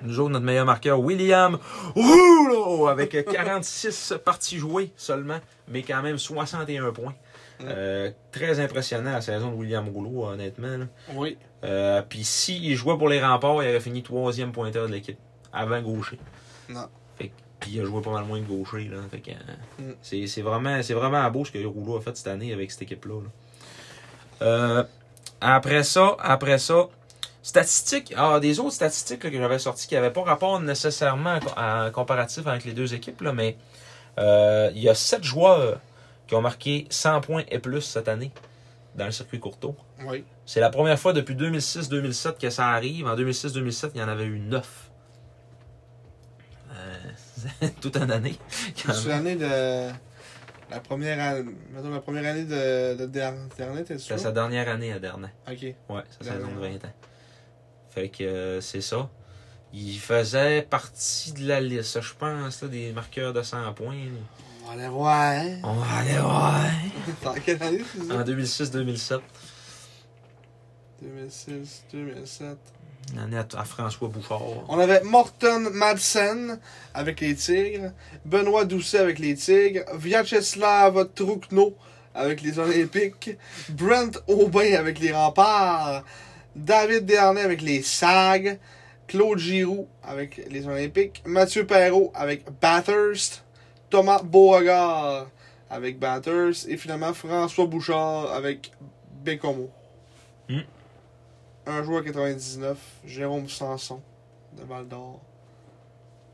B: Nous autres, notre meilleur marqueur, William Rouleau, avec euh, 46 parties jouées seulement, mais quand même 61 points. Euh, très impressionnant la saison de William Rouleau, honnêtement. là.
A: Oui.
B: Euh, Puis s'il jouait pour les remparts, il aurait fini troisième pointeur de l'équipe. avant gaucher.
A: Non.
B: Fait que- puis il a joué pas mal moins de gaucher. Là. Fait que, euh,
A: Mm.
B: c'est, c'est vraiment, c'est vraiment beau ce que Rouleau a fait cette année avec cette équipe-là. là. Euh, après ça, après ça, statistiques. Ah, des autres statistiques là, que j'avais sorties qui n'avaient pas rapport nécessairement à, à- comparatif avec les deux équipes, là, mais euh, il y a sept joueurs qui ont marqué 100 points et plus cette année dans le circuit courto.
A: Oui.
B: C'est la première fois depuis 2006-2007 que ça arrive. En 2006-2007, il y en avait eu 9. Euh, toute une année. quand
A: C'est
B: même.
A: l'année de. La première, an- mettons, la première année de, de der- dernier, t'es sûr?
B: C'était sa dernière année à Derna.
A: Ok.
B: Ouais, sa
A: Dernière.
B: saison de 20 ans. Fait que euh, c'est ça. Il faisait partie de la liste, je pense, là, des marqueurs de 100 points. là.
A: On va aller voir, hein?
B: On va aller voir.
A: Dans quelle année, tu dis?
B: En 2006-2007,
A: 2006, 2007.
B: une année à, à François Bouchard.
A: On avait Morton Madsen avec les Tigres, Benoît Doucet avec les Tigres, Vyacheslav Troukno avec les Olympiques, Brent Aubin avec les Remparts, David Dernay avec les SAG, Claude Giroux avec les Olympiques, Mathieu Perrault avec Bathurst, Thomas Beauregard avec Bathurst et finalement François Bouchard avec Bécomo.
B: Hmm.
A: Un joueur 99, Jérôme Sanson de Val d'Or,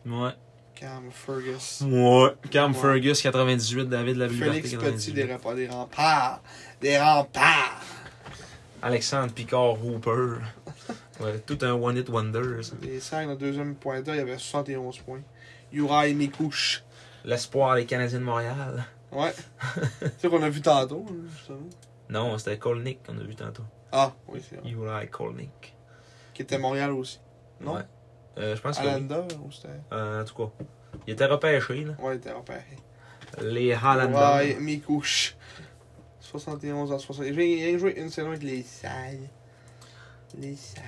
B: Ouais.
A: Cam Fergus,
B: Ouais. Cam
A: Ouais.
B: Fergus, 98, David Labiliberté,
A: Félix Petit
B: 98.
A: des, remparts, des remparts, des remparts,
B: Alexandre Picard Hooper. Ouais, tout un one hit wonder. ça.
A: les cinq dans le deuxième pointeur, il y avait 71 points, Uri Mikouche,
B: L'espoir des Canadiens de Montréal.
A: ouais, c'est qu'on a vu tantôt, hein, justement,
B: Non, c'était Kolnick qu'on a vu tantôt.
A: ah, oui, c'est vrai,
B: Uri Kolnick.
A: qui était à Montréal aussi, non,
B: Ouais. Euh, je pense que oui.
A: Allender, ou c'était,
B: Euh, en tout cas, il était repêché, là.
A: ouais, il était repéré,
B: Les Highlanders.
A: Uri Mikouche, 71 en 60, il vient- il vient jouer une saison avec les SAG, les SAG,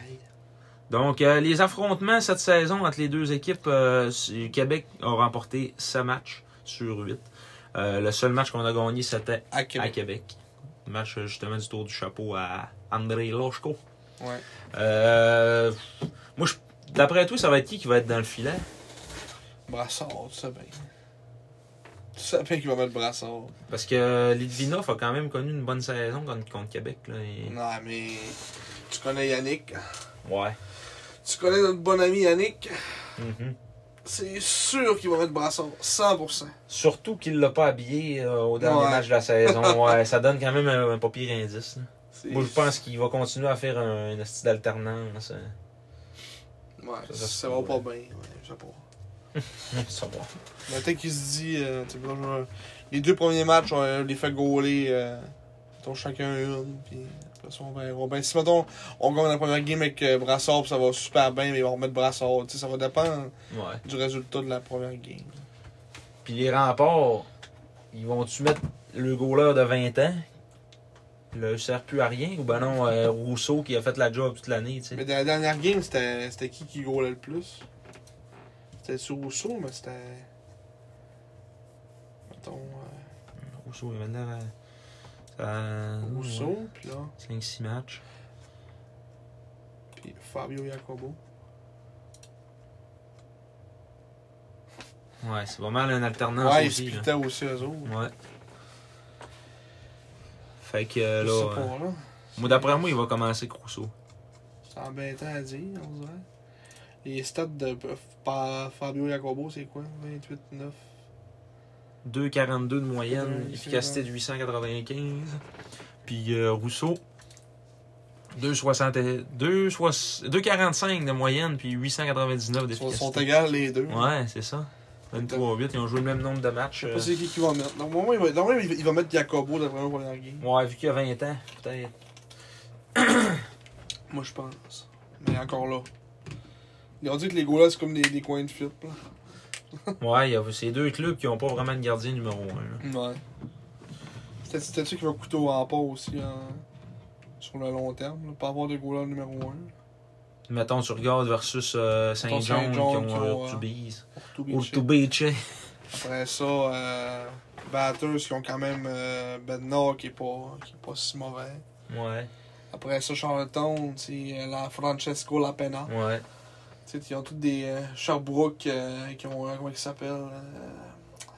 B: Donc, euh, les affrontements cette saison entre les deux équipes, euh, c'est- Québec a remporté 7 matchs sur 8. le seul match qu'on a gagné, c'était
A: à
B: à
A: Québec,
B: Québec. Match euh, justement du tour du chapeau à André Loshko.
A: ouais,
B: Euh, moi, je- d'après toi, ça va être qui qui va être dans le filet?
A: Brassard, tu sais bien, tu sais bien qu'il va mettre Brassard,
B: Parce que Litvinov a quand même connu une bonne saison contre, contre Québec. Là, et-
A: Non, mais tu connais Yannick.
B: Ouais.
A: Tu connais notre bon ami Yannick.
B: Mhm.
A: C'est sûr qu'il va mettre Brassard. 100%.
B: Surtout qu'il l'a pas habillé euh, au dernier
A: Ouais.
B: match de la saison. Ouais, ça donne quand même un, un pas pire indice. là.
A: C'est-
B: Moi, je pense qu'il va continuer à faire un, un style d'alternance. euh,
A: Ouais,
B: Ça,
A: ça,
B: ça,
A: va
B: ouais.
A: pas bien. Ouais, je sais pas.
B: ça va.
A: Mais peut-être qu'il se dit. euh, tu sais, par exemple, les deux premiers matchs, on euh, les fait gauler. euh, mettons, chacun une. Puis après ça, on verra. Ben, si mettons, on gagne la première game avec euh, Brassard, puis ça va super bien, mais ils vont remettre Brassard. Tu sais, ça va dépendre
B: Ouais.
A: du résultat de la première game.
B: Puis les remparts, ils vont-tu mettre le goaler de 20 ans? Le sert plus à rien? Ou ben non, euh, Rousseau qui a fait la job toute l'année, tu sais.
A: Mais dans la dernière game, c'était c'était qui qui goalait le plus C'était sur Rousseau, mais c'était. Mettons. euh,
B: Rousseau, il va maintenant. Euh, ça-
A: Rousseau, puis là.
B: 5-6 matchs.
A: Puis Fabio Jacobo.
B: Ouais, c'est vraiment un alternance
A: ouais, ils
B: aussi. là.
A: splitaient aussi eux autres.
B: Ouais. Fait que euh,
A: Je
B: là.
A: sais
B: euh,
A: pas, là.
B: moi, d'après moi, il va commencer avec Rousseau.
A: C'est embêtant à dire, on dirait. Les stats de par Fabio Jacobo, c'est quoi 28, 9.
B: 2,42 de moyenne,
A: Ouais,
B: efficacité de 895. Puis euh, Rousseau, 2,60 et- 2,60 2,45 de moyenne, puis
A: Ils
B: 899
A: sont,
B: d'efficacité.
A: sont égales les deux.
B: Ouais, c'est ça. 23-8, ils ont joué le même nombre de
A: Je
B: matchs.
A: sais
B: euh.
A: pas c'est qui qui va mettre. Normalement, il va, normalement, il va- il va mettre Jacobo d'après moi pour la première game.
B: euh, Ouais, vu qu'il a 20 ans, peut-être.
A: Moi, je pense. Mais encore là. Ils ont dit que les gars là, c'est comme des, des coins de flip. Là.
B: Ouais, il y a ces deux clubs qui n'ont pas vraiment de gardien numéro 1.
A: Ouais. C'était- C'était ça qui va coûter au rempart aussi hein, sur le long terme, là, pas avoir de goaler numéro 1.
B: Mettons, tu regardes versus euh, Saint-John, qui
A: Saint-John qui
B: ont euh,
A: ont, euh,
B: Urtubise.
A: Tout
B: Urtubise.
A: Après ça, euh, Batters qui ont quand même euh, Bednar qui est, pas, qui est pas si mauvais.
B: Ouais,
A: Après ça, Charlton, c'est euh, la Francesco Lapena.
B: ouais.
A: Tu sais, ils ont tous des euh, Sherbrooke euh, qui ont. un- comment il s'appelle euh,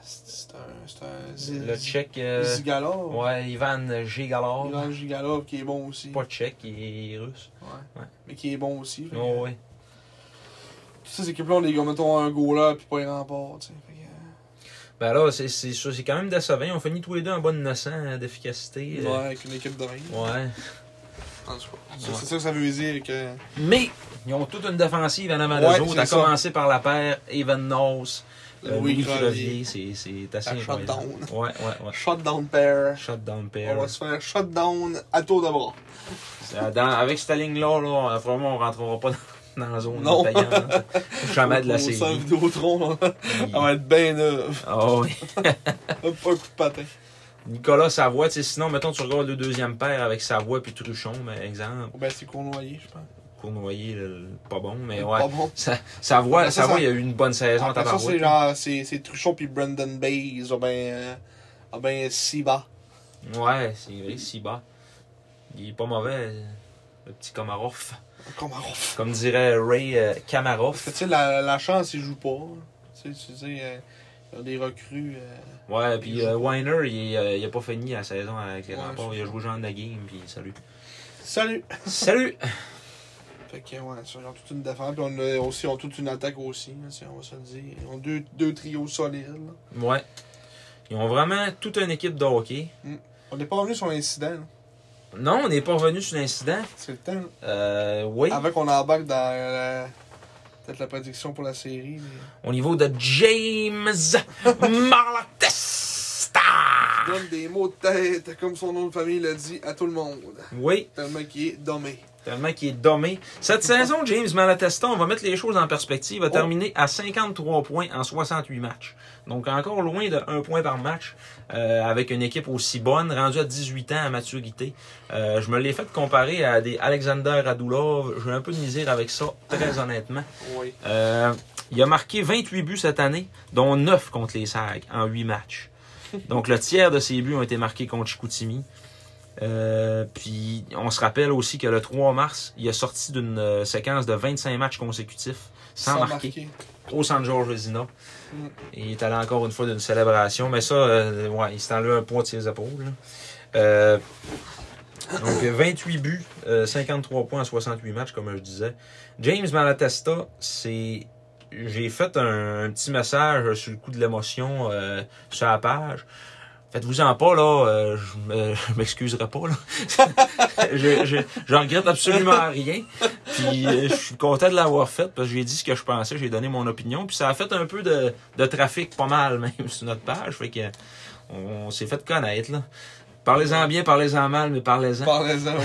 A: C'est c'est un. C'est un. Zi-
B: Le tchèque, euh,
A: Zigalov.
B: ouais, Ivan Gigalov.
A: Ivan Zigalov qui est bon aussi.
B: Pas tchèque, il est russe.
A: Ouais.
B: Ouais.
A: Mais qui est bon aussi. fait que,
B: Oh, ouais.
A: Toutes ces équipes-là, on les mettons un goaler puis pas les remports. tu sais, fait que, euh,
B: Ben là, c'est c'est ça, c'est quand même décevant. On finit tous les deux en bas de 900 d'efficacité.
A: ouais,
B: euh,
A: avec une équipe de rien.
B: ouais.
A: En tout cas, ça,
B: Ouais.
A: C'est ça que ça veut dire que.
B: Mais ils ont toute une défensive en avant
A: Ouais,
B: d'eux autres,
A: c'est
B: à
A: ça.
B: commencer par la paire Evan Nose, euh,
A: Louis
B: Louis
A: Crevier.
B: Crevier, c'est c'est assez
A: La
B: incroyable.
A: shutdown.
B: Ouais, ouais, ouais.
A: Shutdown pair.
B: Shutdown
A: On
B: pair.
A: va se faire shutdown à tour de bras.
B: C'est- Euh, dans- avec cette ligne-là, là, probablement on rentrera pas dans, dans la zone
A: Non.
B: payante. Jamais de la
A: Au
B: série.
A: sein Ah Vidéotron, là. On va être bien neuve.
B: Ah oui.
A: Pas un coup de patin.
B: Nicolas Savoie, tu sais, sinon, mettons, tu regardes le deuxième paire avec Savoie puis Truchon, par exemple.
A: Ben, c'est Cournoyer, je pense.
B: Cournoyer, le- le- pas bon, mais ouais.
A: Pas bon.
B: Sa- Savoie,
A: Après ça,
B: Savoie,
A: ça-
B: il a eu une bonne saison en
A: Après ça, c'est
B: tabarouette.
A: genre, c'est c'est Truchon puis Brendan Bays, ah ben, euh, ah ben, Siba.
B: Ouais, c'est vrai, si bas. Il est pas mauvais, le petit Komarov.
A: Comment on fait?
B: Comme dirait Ray euh,
A: Parce que,
B: Kamarov.
A: tu sais, la, la chance, il joue pas. Tu sais, tu sais, euh, il y a des recrues. euh,
B: Ouais, puis euh, Weiner, il, euh, il a pas fini la saison avec les
A: Ouais,
B: remparts. Il a joué genre de la game, puis salut.
A: Salut!
B: Salut!
A: Fait que, ouais, ça, ils ont toute une défense, puis on a aussi, ils ont toute une attaque aussi, hein, si on va se le dire. Ils ont deux, deux trios solides, là.
B: Ouais. Ils ont vraiment toute une équipe de hockey.
A: On n'est pas revenu sur l'incident, là.
B: Non, on n'est pas revenu sur l'incident.
A: C'est le temps, là.
B: Euh, oui.
A: Avant qu'on embarque dans euh, la- peut-être la prédiction pour la série. mais-
B: Au niveau de James Marlatesta!
A: Donne des mots de tête, comme son nom de famille le dit, à tout le monde.
B: Oui,
A: Tellement qu'il est dommé.
B: tellement qu'il est dommé. Cette saison, James Malatesta, on va mettre les choses en perspective, a
A: Oh.
B: terminé à 53 points en 68 matchs. Donc encore loin de 1 point par match euh, avec une équipe aussi bonne, rendue à 18 ans à maturité. Euh, je me l'ai fait comparer à des Alexander Radulov. J'ai un peu de misère avec ça, très honnêtement.
A: Oui.
B: Euh, il a marqué 28 buts cette année, dont 9 contre les Sags en 8 matchs. Donc le tiers de ses buts ont été marqués contre Chicoutimi. Euh, puis on se rappelle aussi que le 3 mars, il a sorti d'une euh, séquence de 25 matchs consécutifs sans, marquer au San George Vezina.
A: Mm.
B: Et il est allé encore une fois d'une célébration, mais ça, euh, ouais, il s'est enlevé un poids de ses épaules. là. Euh, donc 28 buts, euh, 53 points en 68 matchs, comme je disais. James Malatesta, c'est. J'ai fait un, un petit message sur le coup de l'émotion euh, sur la page. Faites-vous-en pas, là. euh, je me- je m'excuserai pas, là. je, je, je regrette absolument rien. Puis euh, je suis content de l'avoir fait parce que j'ai dit ce que je pensais, j'ai donné mon opinion. Puis ça a fait un peu de, de trafic, pas mal même, sur notre page. Fait que on, on s'est fait connaître, là. Parlez-en bien, parlez-en mal, mais parlez-en.
A: Parlez-en, oui.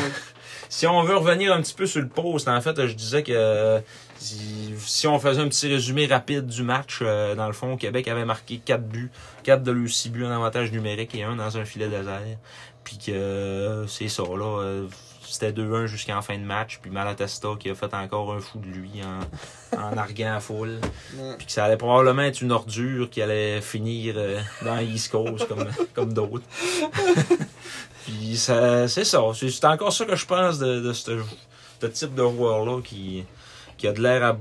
B: Si on veut revenir un petit peu sur le post, en fait, je disais que euh, si si on faisait un petit résumé rapide du match, euh, dans le fond, Québec avait marqué 4 buts, 4 de leurs 6 buts en avantage numérique et un dans un filet désert. Puis que euh, c'est ça, là. euh, c'était 2-1 jusqu'en fin de match. Puis Malatesta qui a fait encore un fou de lui en, en arguant à foule.
A: Non.
B: Puis que ça allait probablement être une ordure qui allait finir euh, dans East Coast comme, comme d'autres. Puis ça, c'est ça. C'est c'est encore ça que je pense de, de ce, ce type de joueur-là qui, qui a de l'air à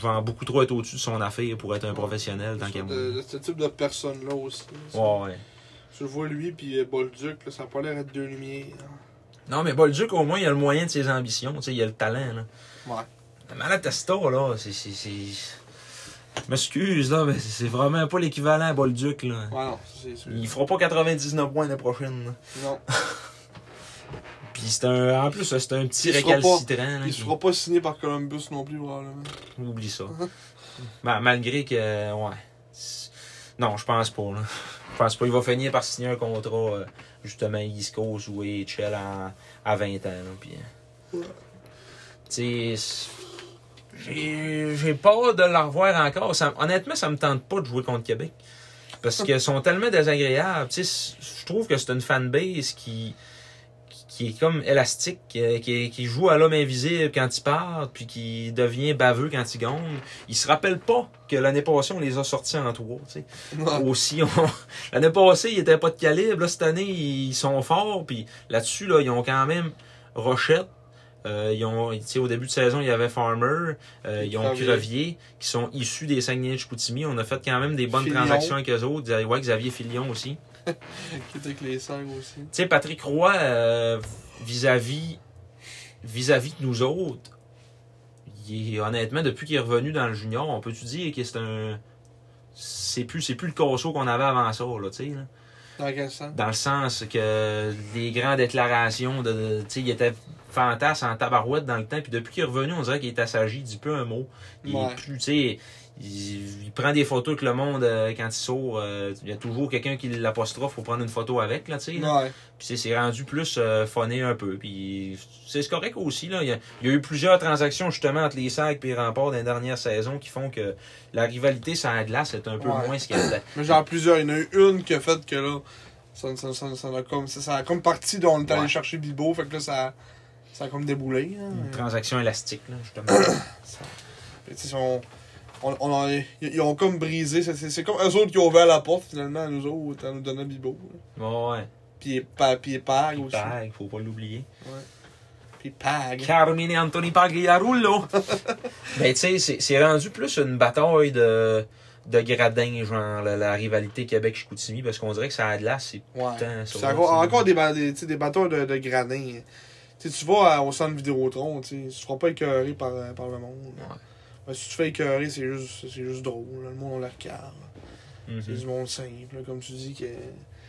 B: genre, beaucoup trop être au-dessus de son affaire pour être un professionnel tant qu'à moi.
A: De, de ce type de personne-là aussi.
B: Ouais, ouais.
A: Tu vois lui puis euh, Bolduc, là, ça a pas l'air d'être deux lumières.
B: Non, mais Bolduc, au moins, il a le moyen de ses ambitions. tu sais, Il a le talent. Là.
A: Ouais.
B: Mais Malatesta, là, c'est. c'est- c'est- Je m'excuse, là, mais c'est vraiment pas l'équivalent à Bolduc. Là.
A: Ouais, non, ça, c'est sûr.
B: Il fera pas 99 points l'année prochaine. là.
A: Non.
B: Puis c'est un. En plus, c'est un petit
A: Il se fera pas-
B: récalcitrant. là,
A: Il
B: qui-
A: se fera pas signer par Columbus non plus, probablement.
B: Oublie ça. Ben, malgré que. euh, Ouais. C'est- Non, je pense pas. là. Je pense pas. Il va finir par signer un contrat, euh, justement, East Coast ou AHL en- à 20 ans. là, Puis. euh,
A: Ouais.
B: Tu sais. c'est- J'ai j'ai pas hâte de le revoir encore. Ça- honnêtement, ça me tente pas de jouer contre Québec. Parce qu'ils sont tellement désagréables. Tu sais, c'est- je trouve que c'est une fanbase qui, qui- qui est comme élastique, euh, qui, qui joue à l'homme invisible quand il part, puis qui devient baveux quand il gagne. Ils se rappellent pas que l'année passée, on les a sortis en trois. tu sais.
A: Ouais.
B: Aussi, on- l'année passée, ils étaient pas de calibre. Là, cette année, ils sont forts. Puis là-dessus, là, ils ont quand même Rochette, Euh, ils ont, tu sais, au début de saison, il y avait Farmer, euh, ils ont
A: Crevier.
B: Crevier, qui sont issus des Saguenay-Chicoutimi. On a fait quand même des bonnes
A: Filion.
B: transactions avec eux autres. Xavier- Ouais, Xavier Filion aussi.
A: Qui était avec les cinq aussi.
B: Tu sais, Patrick Roy, euh, vis-à-vis vis-à-vis de nous autres, il est- honnêtement, depuis qu'il est revenu dans le junior, on peut-tu dire que c'est un. C'est plus, c'est plus le corso qu'on avait avant ça, là, tu sais. là.
A: Dans quel sens?
B: Dans le sens que des grandes déclarations de. de- tu sais, il était fantasme en tabarouette dans le temps, puis depuis qu'il est revenu, on dirait qu'il est assagi, il dit peu un mot. Il est
A: Ouais.
B: plus, tu sais. Il, il prend des photos avec le monde euh, quand il sort. euh, il y a toujours quelqu'un qui l'apostrophe pour prendre une photo avec, là, tu sais. là.
A: Ouais.
B: Puis c'est- c'est rendu plus euh, phoné un peu. Puis c'est c'est correct aussi. Là. Il, y a, il y a eu plusieurs transactions justement entre les sacs et les remports dans les dernières saisons qui font que la rivalité sur la glace est un peu
A: Ouais.
B: moins ce qu'elle était.
A: Mais genre plusieurs. Il y en a eu une qui a fait que là, ça, ça, ça, ça, a, comme, ça, ça a comme parti dont on est allé
B: Ouais.
A: chercher Bibo. Fait que là, ça, ça a comme déboulé. hein.
B: Une transaction élastique, là, justement.
A: Et tu sais, on, on, on en est- ils ils ont comme brisé. C'est- C'est c'est comme eux autres qui ont ouvert la porte finalement à nous autres, en nous donnant Bibo. là.
B: ouais.
A: Puis pa, puis Pag aussi.
B: Pag, faut pas l'oublier.
A: Puis Pag.
B: Carmine Anthony Pagliarullo. ben, tu sais, c'est- c'est rendu plus une bataille de, de gradins, genre la, la rivalité Québec-Chicoutimi, parce qu'on dirait que ça a de glace, c'est
A: Ouais.
B: putain. ça
A: C'est
B: va,
A: encore,
B: tu sais.
A: encore des, ba- des, tu sais, des bateaux de, de granin. Tu sais, tu vas à- au centre Vidéotron, tu ne seras pas écœuré par, euh, par le monde.
B: Ouais.
A: Ben, si tu te fais écœurer, c'est juste, c'est juste drôle. là. Le monde, on le regarde.
B: Mhm.
A: C'est du monde simple, là, comme tu dis, que.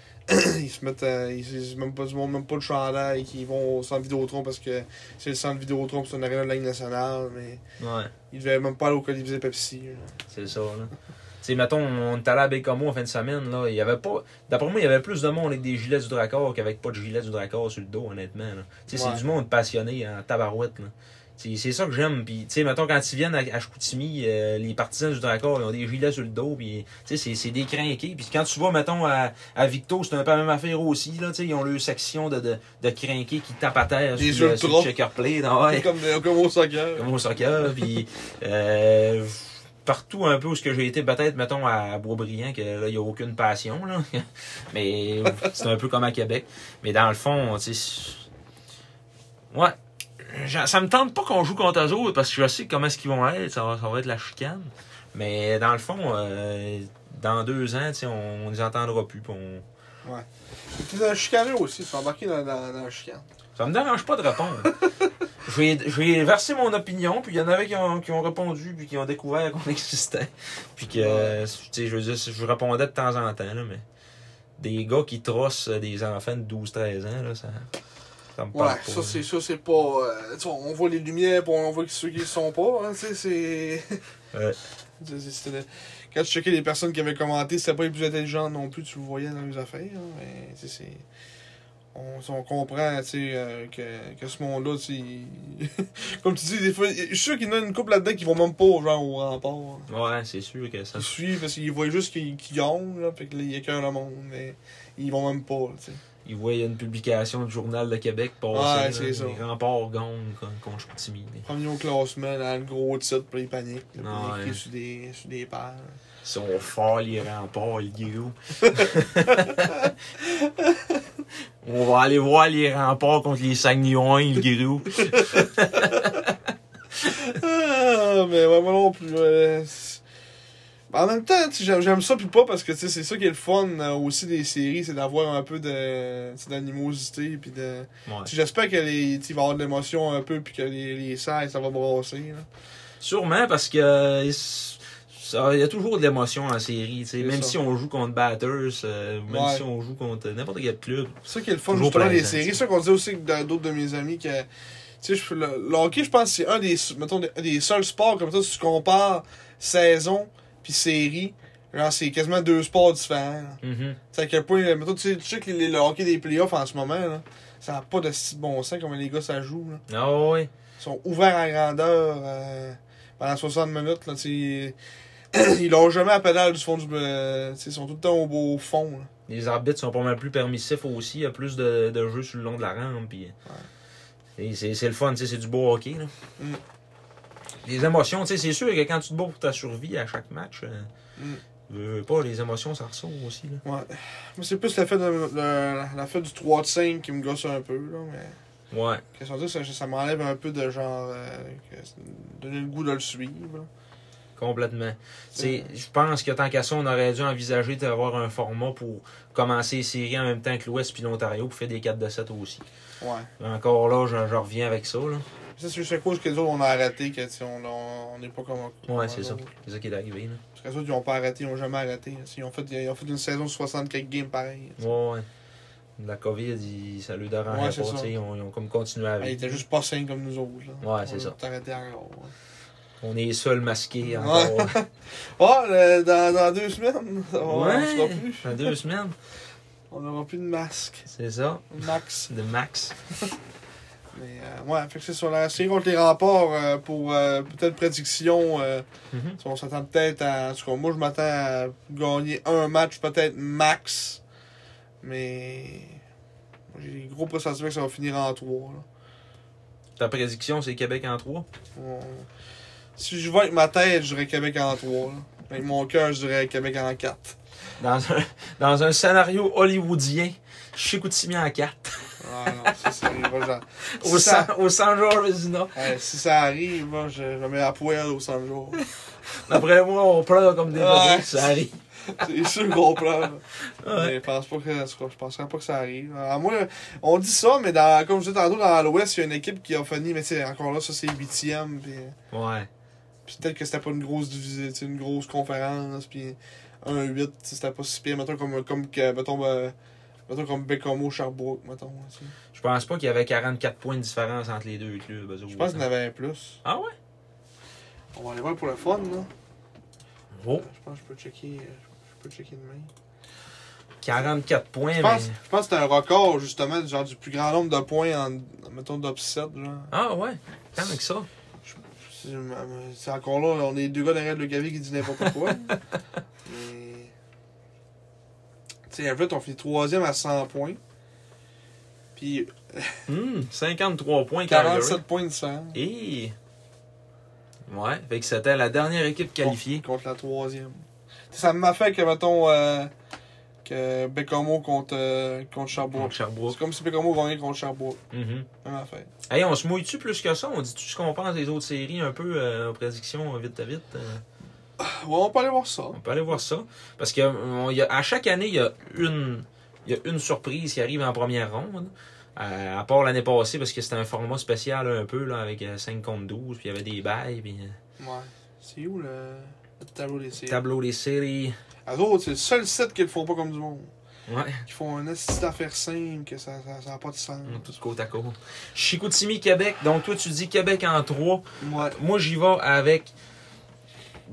A: ils se mettent à- ils, ils- même pas du monde, même pas de chandail, qui vont au centre Vidéotron parce que c'est le centre Vidéotron, puis c'est une arena de la Ligue nationale, mais
B: Ouais.
A: ils devaient même pas aller au Colisée Pepsi. là.
B: C'est ça, là. Tu sais, mettons, on est allé à Bécamo en fin de semaine, là. Il y avait pas. D'après moi, il y avait plus de monde avec des gilets du Dracor qu'avec pas de gilets du Dracor sur le dos, honnêtement. là. Tu sais,
A: Ouais.
B: c'est du monde passionné en tabarouette, là. Tu sais, C'est ça que j'aime. Puis, tu sais, mettons, quand ils viennent à, à Chicoutimi, euh, les partisans du Dracor, ils ont des gilets sur le dos, puis, tu sais, c'est- c'est des crinqués. Puis, quand tu vas, mettons, à, à Victo, c'est un peu la même affaire aussi, là. Tu sais, ils ont leur section de, de, de crinqués qui tapent à terre
A: Des
B: sur, le- sur le
A: ultras.
B: checker play. non, ouais
A: Comme, euh, comme au soccer.
B: comme au soccer, puis euh, partout un peu où ce que j'ai été, peut-être, mettons, à Boisbriand, que là, il n'y a aucune passion, là. Mais c'est un peu comme à Québec. Mais dans le fond, tu sais. c'est- Ouais. J'en- Ça me tente pas qu'on joue contre eux autres parce que je sais comment est-ce qu'ils vont être. Ça va, ça va être la chicane. Mais dans le fond, euh, dans deux ans, tu sais, on, on les entendra plus. puis On...
A: T'es un chicaneux aussi, tu vas embarquer dans, dans, dans la chicane.
B: Ça me dérange pas de répondre. J'ai j'ai versé mon opinion, puis il y en avait qui ont, qui ont répondu, puis qui ont découvert qu'on existait. Puis que, euh, tu sais, je veux dire, je répondais de temps en temps, là, mais des gars qui trossent euh, des enfants de 12-13 ans, là, ça, ça me
A: Ouais,
B: parle pas.
A: ça c'est ça c'est pas. euh, tu vois, on voit les lumières, puis on voit ceux qui le sont pas, hein, tu sais, c'est.
B: Ouais.
A: C'est- c'est- c'était le- Quand tu checkais les personnes qui avaient commenté, c'était pas les plus intelligents non plus, tu le voyais dans les affaires. hein, mais tu sais, c'est. On, on comprend, tu sais, euh, que, que ce monde-là, tu sais, il- Comme tu dis, des fois, je suis sûr qu'il y en a une couple là-dedans qui vont même pas, genre, au rempart. hein.
B: Ouais, c'est sûr que ça.
A: Ils suivent parce qu'ils voient juste qu'ils qu'ils ont, là, fait que là, il y a qu'un le monde, mais ils vont même pas, tu sais.
B: Ils voient une publication du Journal de Québec passer.
A: Ouais,
B: là,
A: c'est ça.
B: Les remparts gongent con- contre Chicoutimi.
A: Premier au classement, dans le gros titre, puis il panique. Là, puis
B: Ah,
A: il écrit
B: ouais.
A: sur des, sur des paires.
B: Ils sont forts, les remparts, les gros. On va aller voir les remparts contre les Saguenayens, les gros.
A: Ah, mais ouais, moi non plus. euh, c'est- en même temps, tu sais, j'aime j'aime ça, puis pas, parce que tu sais, c'est ça qui est le fun euh, aussi des séries, c'est d'avoir un peu de tu sais, d'animosité, puis de.
B: Ouais.
A: tu sais, J'espère que les, tu sais, il va y avoir de l'émotion un peu, puis que les, les serres, ça va brasser. Là.
B: Sûrement parce que euh, s- ça- il y a toujours de l'émotion en série, tu sais.
A: C'est
B: Même
A: ça.
B: si on joue contre Batters, euh, même
A: Ouais.
B: si on joue contre n'importe quel club.
A: C'est ça qui est le fun,
B: Toujours
A: justement, des
B: plaisant,
A: séries.
B: ça.
A: C'est ça qu'on dit aussi que d'autres de mes amis que. Tu sais, je- le, le hockey, je pense que c'est un des, mettons, des, des seuls sports comme ça, si tu compares saison puis série, genre, c'est quasiment deux sports différents. là.
B: Mhm.
A: Tu sais, à quel point, euh, mettons, tu sais, tu sais que les- le hockey des playoffs en ce moment, là, ça n'a pas de si bon sens comme les gars, ça joue. là.
B: Ah ouais.
A: Ils sont ouverts en grandeur euh, pendant 60 minutes, là, tu sais. Ils l'ont jamais à pédale du fond du. euh, tu sais, ils sont tout le temps au beau fond, là.
B: Les arbitres sont pas mal plus permissifs aussi. Il y a plus de, de jeux sur le long de la rampe. puis- Et C'est c'est le fun, tu sais, c'est du beau hockey. là.
A: Mm.
B: Les émotions, tu sais, c'est sûr que quand tu te bats pour ta survie à chaque match, euh,
A: Mm.
B: veux, veux pas, les émotions, ça ressort aussi. Là.
A: Ouais. Moi, c'est plus la fête, de- le- la fête du 3 de 5 qui me gosse un peu, là, mais...
B: Ouais.
A: Qu'est-ce qu'on dit? Ça, ça m'enlève un peu de genre. euh, que c'est- donner le goût de le suivre. là.
B: Complètement. Tu sais, Je pense que tant qu'à ça, on aurait dû envisager d'avoir un format pour commencer les séries en même temps que l'Ouest puis l'Ontario pour faire des 4 de 7 aussi.
A: Ouais.
B: Encore là, je, je reviens avec ça. Là.
A: Ça, c'est chaque cause que nous autres, on a arrêté, que tu sais, on on n'est pas comme.
B: Ouais,
A: comme
B: c'est
A: eux
B: ça.
A: autres.
B: C'est ça qui est arrivé. Là.
A: Parce que les autres, ils n'ont pas arrêté, ils n'ont jamais arrêté. là. Ils ont, fait, ils ont fait une saison de 64 games pareil. là.
B: Ouais, ouais. La COVID, il- ça lui dérangeait
A: Ouais,
B: pas.
A: c'est ça.
B: tu sais, Ils ont, ils ont comme continué à
A: Ah, Ils
B: vivre.
A: étaient juste pas sains comme nous autres. Là.
B: Ouais, c'est
A: On
B: ça.
A: a tout arrêté encore. là.
B: On est seuls
A: Ouais.
B: masqués encore.
A: Ah, le- dans, dans deux semaines, on
B: Ouais.
A: sera plus.
B: Dans deux semaines.
A: On n'aura plus de masque.
B: C'est ça.
A: Max.
B: De Max.
A: Mais euh, ouais, fait que c'est sur la série contre les remparts euh, pour euh, peut-être prédiction. euh,
B: Mhm.
A: On s'attend peut-être à. En tout cas, moi, je m'attends à gagner un match, peut-être max. Mais. moi, J'ai des gros pressentiment que ça va finir en 3.
B: Ta prédiction, c'est Québec en 3.
A: Si je vois avec ma tête, je dirais Québec en 3. Avec mon cœur, je dirais Québec en 4.
B: Dans un, dans un scénario hollywoodien, Chicoutimi en 4.
A: Ah non, ça, ça arrive pas, genre.
B: Au,
A: Si ça,
B: San- au San Jorge Vézina.
A: ouais, si ça arrive, moi, je, je mets la poêle au 100 jours.
B: Après moi, on pleure comme des
A: Ouais.
B: bébés, ça arrive.
A: C'est sûr qu'on pleure.
B: Ouais.
A: Mais je pense pas que en tout cas, je penserais pas que ça arrive. À moi, on dit ça, mais dans, comme je disais tantôt, dans l'Ouest, il y a une équipe qui a fini, mais tu sais, encore là, ça c'est huitième. Puis,
B: Ouais.
A: puis peut-être que c'était pas une grosse division, tu sais, une grosse conférence, puis un 8, tu sais, c'était pas si pire. Mettons comme, comme que, mettons, euh, mettons comme Bécomo, Sherbrooke, mettons. tu sais.
B: Je pense pas qu'il y avait 44 points de différence entre les deux clubs. eux
A: Je
B: autres,
A: pense qu'il y en
B: hein.
A: avait un plus.
B: Ah ouais?
A: On va aller voir pour le fun, là.
B: Oh,
A: Je pense que je peux checker, euh, je peux checker demain.
B: 44 points,
A: Je
B: mais...
A: pense, je pense que c'est un record, justement, du genre du plus grand nombre de points en, mettons, d'upset, genre.
B: Ah ouais? Tant que ça.
A: C'est c'est encore là, on est deux gars derrière le gavi qui dit n'importe quoi. Mais. Tu sais, Everett, on finit troisième à 100 points. Puis
B: Hmm, 53 points, Calgary.
A: 47 points de 100
B: Et... Ouais, fait que c'était la dernière équipe qualifiée.
A: contre la troisième. Tu sais, ça m'a fait que, mettons, euh, que Bécomo contre, euh, contre
B: Contre
A: Sherbrooke. C'est
B: Sherbrooke.
A: comme si Bécomo gagnait contre Sherbrooke.
B: Mhm.
A: Même affaire.
B: Hey, on se mouille-tu plus que ça? On dit-tu ce qu'on pense des autres séries un peu euh, en prédiction euh, vite à vite? euh?
A: Ouais, on peut aller voir ça.
B: on peut aller voir ça. Parce que euh, on- il y a- à chaque année, il y a une il y a une surprise qui arrive en première ronde. Euh, à part l'année passée, parce que c'était un format spécial un peu là, avec euh, 5 contre 12, puis il y avait des bails, puis euh,
A: Ouais. C'est où le, le tableau des séries?
B: tableau des séries.
A: Eux autres, c'est le seul site qu'ils le font pas comme du monde.
B: Ouais,
A: qui font un assistant d'affaires simple, que ça n'a pas de sens.
B: Mm, tout côte à côte. Chicoutimi, Québec. Donc toi, tu dis Québec en 3.
A: Ouais.
B: Moi, j'y vais avec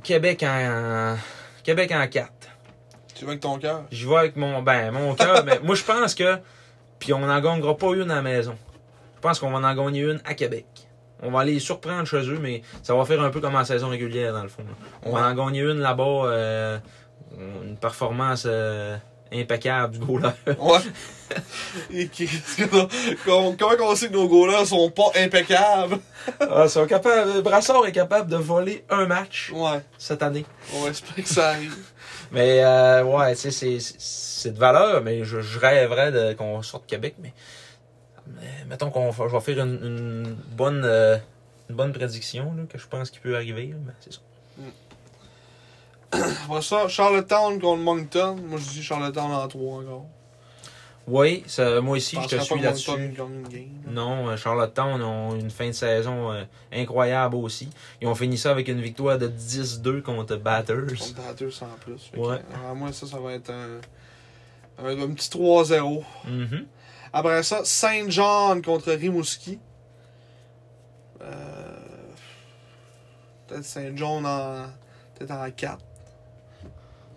B: Québec en Québec en 4.
A: Tu veux avec ton cœur?
B: J'y vais avec mon ben mon cœur, mais moi je pense que puis on n'en gagnera pas une à la maison. Je pense qu'on va en gagner une à Québec. On va aller les surprendre chez eux, mais ça va faire un peu comme en saison régulière dans le fond. là. On va en gagner une là-bas, euh, une performance euh, impeccable du goaler.
A: Ouais. Et qui- Comment comment on sait que nos goalers sont pas impeccables?
B: Ah, ils sont capables- Brassard est capable de voler un match
A: Ouais.
B: cette année.
A: On espère que ça arrive.
B: Mais euh, ouais, tu sais, c'est- c'est- c'est de valeur, mais je, je rêverais de- qu'on sorte Québec, mais, mais mettons qu'on va- je vais faire une, une bonne euh, une bonne prédiction là, que je pense qu'il peut arriver. là, mais c'est ça.
A: Après ça, Charlottetown contre Moncton. Moi, je dis Charlottetown en 3 encore.
B: Oui, ça- moi aussi, je te
A: penserais pas
B: suis
A: que Moncton
B: là-dessus.
A: gagne une game.
B: Non, euh, Charlottetown ont une fin de saison euh, incroyable aussi. Ils ont fini ça avec une victoire de 10-2 contre Batters.
A: Contre Batters en plus. Fait que,
B: Mm. Ouais.
A: euh, moi, ça, ça va être un, un, un petit 3-0.
B: Mhm.
A: Après ça, Saint-Jean contre Rimouski. Euh, peut-être Saint-Jean en. Peut-être en 4.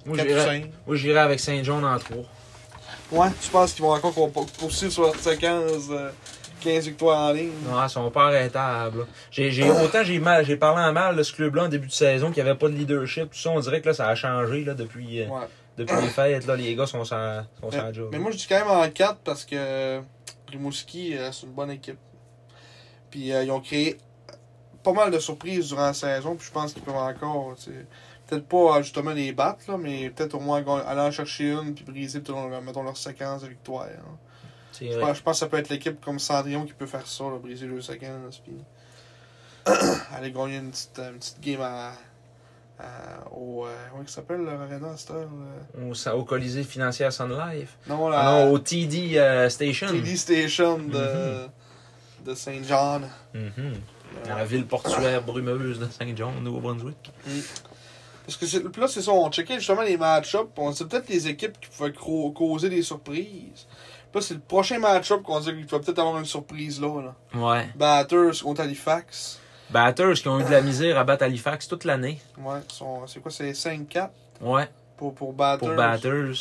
B: Moi,
A: 4 ou
B: j'irais-
A: 5.
B: moi, j'irais avec Saint-John en 3.
A: Ouais, tu penses qu'ils vont encore qu'on pour- poursuivre sur leur séquence euh, 15 victoires en ligne.
B: Non, ils sont pas arrêtables. là. J'ai, j'ai, autant j'ai mal, j'ai parlé en mal de ce club-là en début de saison, qu'il n'y avait pas de leadership, tout ça. On dirait que là, ça a changé là, depuis, euh,
A: Ouais.
B: depuis les fêtes. Là, les gars sont sans, sont sans
A: Mais,
B: job.
A: mais moi, je dis quand même en 4 parce que euh, Rimouski, euh, c'est une bonne équipe. Puis euh, ils ont créé pas mal de surprises durant la saison. Puis je pense qu'ils peuvent encore. tu sais, Peut-être pas euh, justement les battre, là, mais peut-être au moins gon- aller en chercher une puis briser peut-être, leur- mettons, leur séquence de victoire. hein.
B: C'est
A: Je
B: vrai.
A: pense, je pense que ça peut être l'équipe comme Cendrillon qui peut faire ça, là, briser deux secondes, puis aller gagner une petite, une petite game à, à- au. Euh, comment il s'appelle, leur arena à cette heure, là?
B: Au, au Colisée financier à Sun Life.
A: Non,
B: Ah
A: la
B: non, au TD euh, Station. Mm-hmm.
A: TD Station de, de Saint-John.
B: Mhm. Dans la ville portuaire brumeuse de Saint-John, au Nouveau-Brunswick.
A: Parce que c'est- puis là, c'est ça, on checkait justement les match-ups. puis On sait peut-être les équipes qui pouvaient cro- causer des surprises. Puis là, c'est le prochain match-up qu'on dit qu'il va peut-être avoir une surprise là. là.
B: Ouais.
A: Batters contre Halifax.
B: Batters qui ont eu de la misère à battre Halifax toute l'année.
A: Ouais, sont- c'est quoi, c'est 5-4
B: Ouais,
A: pour, pour Batters.
B: pour Batters.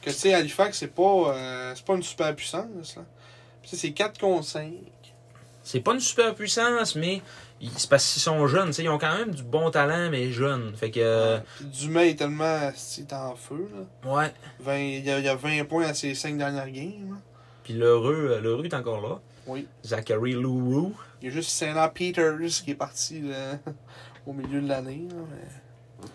A: Que tu sais, Halifax, c'est pas, euh, c'est pas une super puissance. Là. Puis tu sais, c'est 4 contre 5.
B: C'est pas une super puissance, mais ils, c'est parce qu'ils sont jeunes. tu sais, Ils ont quand même du bon talent, mais jeunes. Fait que, euh,
A: Puis Dumas est tellement c'est en feu. Là.
B: ouais.
A: 20 il, y a, il y a 20 points à ses 5 dernières games. là.
B: Puis l'heureux, euh, l'heureux est encore là.
A: Oui.
B: Zachary Lourou.
A: Il y a juste Saint Peters qui est parti là, au milieu de l'année. là, mais-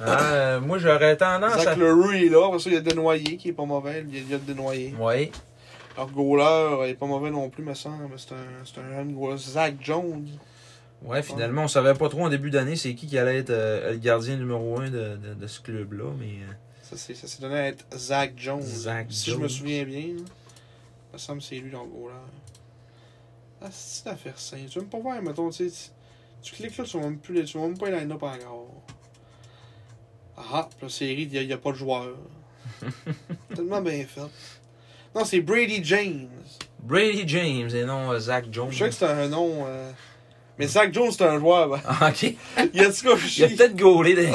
B: Ah, euh, moi, j'aurais tendance
A: Zach
B: à...
A: Leroux il est là, parce qu'il y a Denoyer qui est pas mauvais, il y a- il y a Denoyer.
B: Ouais.
A: Leur goaler il est pas mauvais non plus, me semble, mais c'est un, c'est un jeune goaler. Zach Jones.
B: Ouais, finalement, on savait pas trop en début d'année c'est qui qui allait être euh, le gardien numéro un de, de- de ce club-là, mais... euh,
A: Ça c'est- ça s'est donné à être Zach Jones.
B: Zach
A: si je
B: Jones.
A: me souviens bien, là. me semble que c'est lui leur goaler. Ah, c'est une affaire simple. Tu veux même pas voir, mettons, tu sais, tu tu cliques là, tu vas même, plus, les- tu vas même pas les line-up encore. Ah ah, puis la série, il y a- il y a, pas de joueur. Tellement bien fait. Non, c'est Brady James.
B: Brady James et non euh, Zach Jones.
A: Je sais que c'est un nom. euh, Mais Zach Jones, c'est un joueur. ben.
B: Ah, ok.
A: Il a du coup,
B: Il a peut-être gaulé. Des...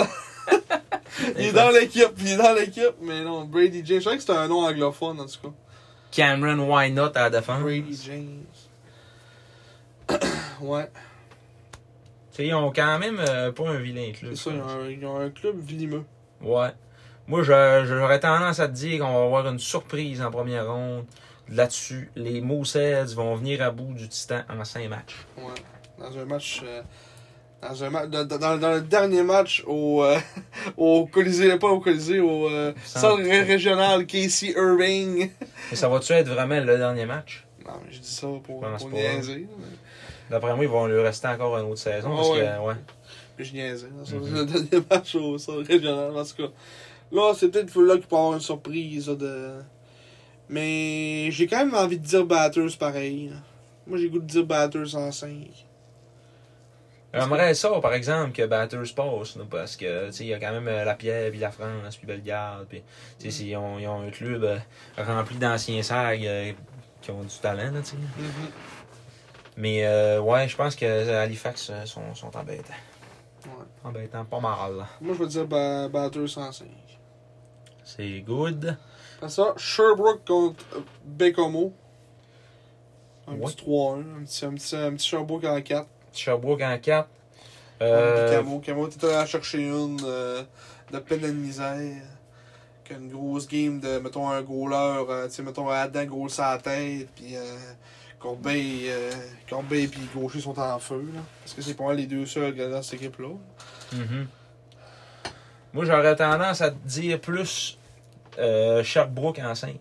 A: il est dans l'équipe. Il est dans l'équipe. Mais non, Brady James. Je sais que c'est un nom anglophone, en tout cas.
B: Cameron Wynot à la défense.
A: Brady James. ouais.
B: Tu sais, Ils ont quand même euh, pas un vilain club.
A: C'est ça, ils ont, un, ils ont un club venimeux.
B: Ouais. Moi, je- j'aurais tendance à te dire qu'on va avoir une surprise en première ronde. Là-dessus, les Moussets vont venir à bout du Titan en cinq matchs.
A: Ouais. Dans un match. euh, Dans, un ma- dans, dans- dans le dernier match au, euh, au Colisée, pas au Colisée, au euh,
B: Centre.
A: centre ré- régional Casey Irving.
B: Mais ça va-tu être vraiment le dernier match?
A: Non, mais je dis ça pour,
B: pense
A: pour
B: pas.
A: niaiser. là, mais-
B: D'après moi, ils vont lui rester encore une autre saison.
A: Ah
B: parce que,
A: ouais.
B: ouais.
A: Puis je niaisais. là. Ça,
B: Mhm.
A: C'est le dernier match au centre régional. En tout cas, là, c'est peut-être là qu'il peut y avoir une surprise. là, de... Mais j'ai quand même envie de dire Batters pareil. là. Moi, j'ai le goût de dire Batters en 5.
B: J'aimerais ça, par exemple, que Batters passe, là, parce que, tu sais, il y a quand même euh, La Pierre, puis La France, puis Bellegarde, puis, tu sais, c'est- ils ont, ils ont un club euh, rempli d'anciens sages euh, qui ont du talent, là, tu sais. Mhm. Mais, euh, ouais, je pense que euh, Halifax euh, sont, sont embêtants.
A: Ouais.
B: Embêtants, pas mal, là.
A: Moi, je vais dire ba- Batters en 5.
B: C'est good.
A: Après ça, Sherbrooke contre euh, Bécomo. Un
B: Ouais.
A: petit 3-1. Un petit, un, petit, un petit Sherbrooke en 4.
B: Sherbrooke en 4.
A: Puis
B: Euh,
A: Camo. Camo était allé en chercher une euh, de peine et de misère. Qu'une grosse game de, mettons, un goaler, euh, tu sais, mettons, Adam goal sa tête, puis euh, Corbeil, euh, Corbeil puis Gaucher sont en feu, là. Parce que c'est pas mal les deux seuls gars dans cette équipe-là.
B: mhm. Moi, j'aurais tendance à te dire plus euh, Sherbrooke en 5.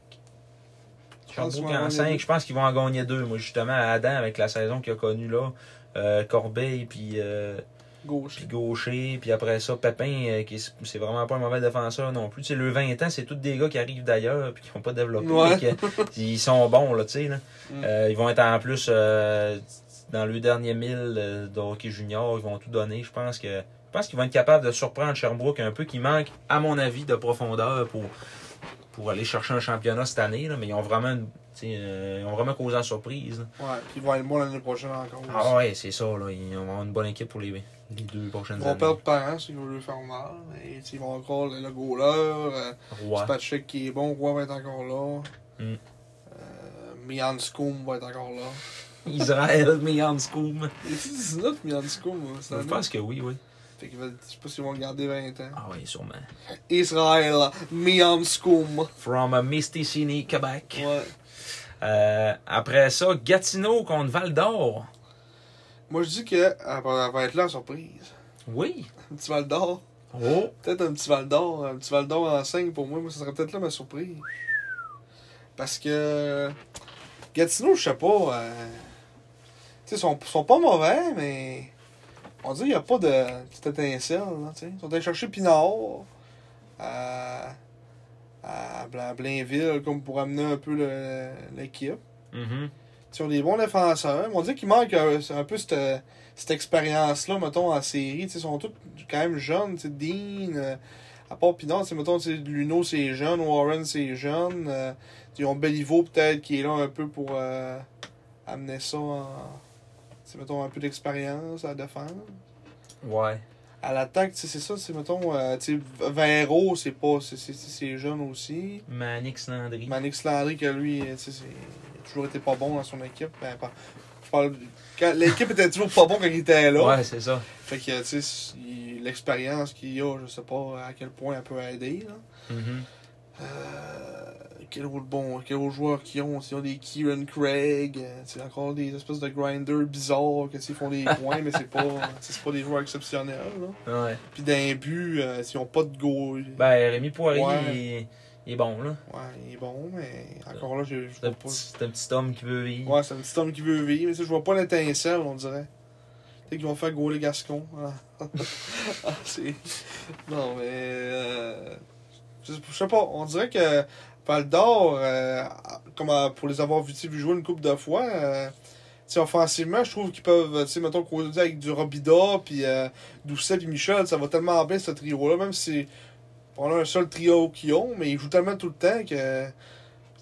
A: pense qu'ils
B: Sherbrooke
A: vont en
B: en
A: gagner
B: 5,
A: deux.
B: je pense qu'ils vont en gagner deux. Moi, justement, Adam, avec la saison qu'il a connue là, euh, Corbeil, puis, euh, puis
A: Gaucher.
B: Gaucher, puis après ça, Pépin, euh, qui est- c'est vraiment pas un mauvais défenseur non plus. Tu sais, le 20 ans, c'est tous des gars qui arrivent d'ailleurs, puis qui n'ont pas développé.
A: Ouais.
B: mais que- ils sont bons, là, tu sais. là.
A: Mm.
B: Euh, ils vont être en plus, euh, dans le dernier mille euh, de hockey junior, ils vont tout donner. Je pense que je pense qu'ils vont être capables de surprendre Sherbrooke un peu, qui manque, à mon avis, de profondeur pour, pour aller chercher un championnat cette année. là. mais ils ont vraiment, une- tu sais, euh, ils ont vraiment causé la surprise. là.
A: Ouais, puis ils vont aller bon l'année prochaine encore.
B: Ah ouais, c'est ça. Là, ils vont avoir une bonne équipe pour les, les deux prochaines
A: Ils vont
B: années.
A: perdre parents s'ils veulent le faire mal. Et tu sais, ils vont encore le, le goaler, euh,
B: Ouais.
A: Spatchek qui est bon, Roy va être encore là.
B: Mm.
A: Euh, Mianskoum va être encore là.
B: Israël, Meanscoum.
A: Il est-tu 19 Mianskoum, hein, cette
B: Je
A: année?
B: pense que oui, oui.
A: Fait qu'ils veulent, je sais pas s'ils vont le garder 20 ans.
B: Ah oui, sûrement.
A: Israël, Mianskoum.
B: From a Misty Cine, Québec.
A: Ouais.
B: Euh, après ça, Gatineau contre Val d'Or.
A: Moi, je dis que euh, elle va elle va être là en surprise.
B: Oui.
A: Un petit Val d'Or.
B: Oh.
A: Peut-être un petit Val d'Or. Un petit Val d'Or en 5 pour moi. Moi, ça serait peut-être là ma surprise. Parce que. Gatineau, je sais pas. euh, Tu sais, ils sont, sont pas mauvais, mais. On dirait qu'il n'y a pas de petite étincelle. Là, tu sais. ils sont allés chercher Pinard à, à Bla- Blainville comme pour amener un peu le- l'équipe.
B: Mhm.
A: Ils ont des bons défenseurs. Mais On dirait qu'il manque un, un peu cette, cette expérience-là, mettons, en série. Tu sais, ils sont tous quand même jeunes. tu sais, Dean, euh, à part Pinard, tu sais, mettons, tu sais, Luno, c'est jeune. Warren, c'est jeune. euh, ils ont Beliveau, peut-être, qui est là un peu pour euh, amener ça en. tu sais, mettons, un peu d'expérience à la défense.
B: Ouais.
A: À l'attaque, tu sais, c'est ça, c'est mettons, euh, tu sais, Vero, c'est pas, c'est- c'est- c'est c'est jeune aussi.
B: Manix Landry.
A: Manix Landry, que lui, euh, tu sais, c'est- il a toujours été pas bon dans son équipe. Ben, pas- je parle, quand- l'équipe était toujours pas bon quand il était là.
B: Ouais, c'est ça.
A: Fait que, tu sais, c'est- il- l'expérience qu'il a, je sais pas à quel point elle peut aider, là.
B: Mhm.
A: Euh, quel autre bon, quel autre joueur qu'ils ont, ils ont des Kieran Craig, euh, tu sais, encore des espèces de grinders bizarres, que tu sais, ils font des points, mais c'est pas, tu sais, c'est pas des joueurs exceptionnels, là.
B: Ouais.
A: Puis d'un but, euh, s'ils ont pas de goal.
B: Ben, Rémi Poirier,
A: Ouais.
B: il, est, il est bon, là.
A: Ouais, il est bon, mais encore là, je, je
B: C'est un,
A: vois pas.
B: petit, c'est un petit homme qui veut vivre.
A: Ouais, c'est un petit homme qui veut vivre, mais tu sais, je vois pas l'étincelle, on dirait. Peut-être qu'ils vont faire gauler Gascon. Ah. Ah, c'est- non, mais. euh, Je je sais pas, on dirait que Val d'Or, euh, comme euh, pour les avoir vus tu sais, vu jouer une coupe de fois, euh, tu sais, offensivement, je trouve qu'ils peuvent, tu sais, mettons, croiser avec du Robida, puis euh, Doucet, puis Michel, ça va tellement bien ce trio-là, même si on a un seul trio qu'ils ont, mais ils jouent tellement tout le temps que. tu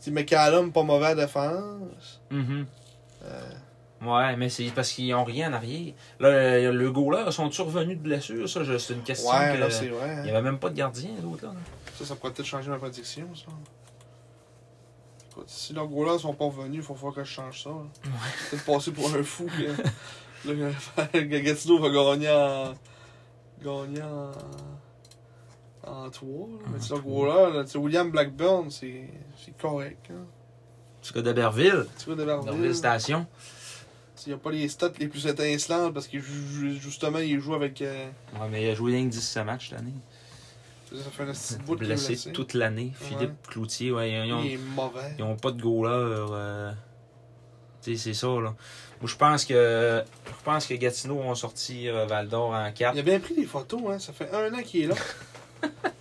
A: sais, McCallum, pas mauvais à défense.
B: Mhm.
A: Euh.
B: Ouais, mais c'est parce qu'ils ont rien en arrière. Là, euh, le goaler, sont-ils revenus de blessure? Ça, je- c'est une question
A: Ouais,
B: que...
A: là, c'est vrai. hein.
B: Il n'y avait même pas de gardien, l'autre, là.
A: Ça, ça pourrait peut-être changer ma prédiction, ça. Écoute, si leurs gros-là sont pas revenus, il faut falloir que je change ça. hein. Peut-être passer pour un fou. que- là, que Gatineau va gagner en... Gagner en... En 3, mais c'est leur gros là, là, tu sais, William Blackburn, c'est c'est correct. Hein.
B: Parce que d'Aberville,
A: Tu vois, Deberville,
B: d'Aberville Station.
A: il n'y a pas les stats les plus étincelantes parce que ju- justement, il joue avec. euh,
B: Ouais, mais il a joué rien que 17 matchs cette année.
A: ça fait un petit bout de
B: Blessé
A: blessé.
B: toute l'année. Philippe Cloutier, ouais, ils ont,
A: Il est mauvais.
B: ils ont pas de goaler. euh, tu sais, c'est ça, là. Moi, je pense que... Je pense que Gatineau ont sorti euh, Val d'Or en 4.
A: Il a bien pris des photos, hein. Ça fait un an qu'il est là.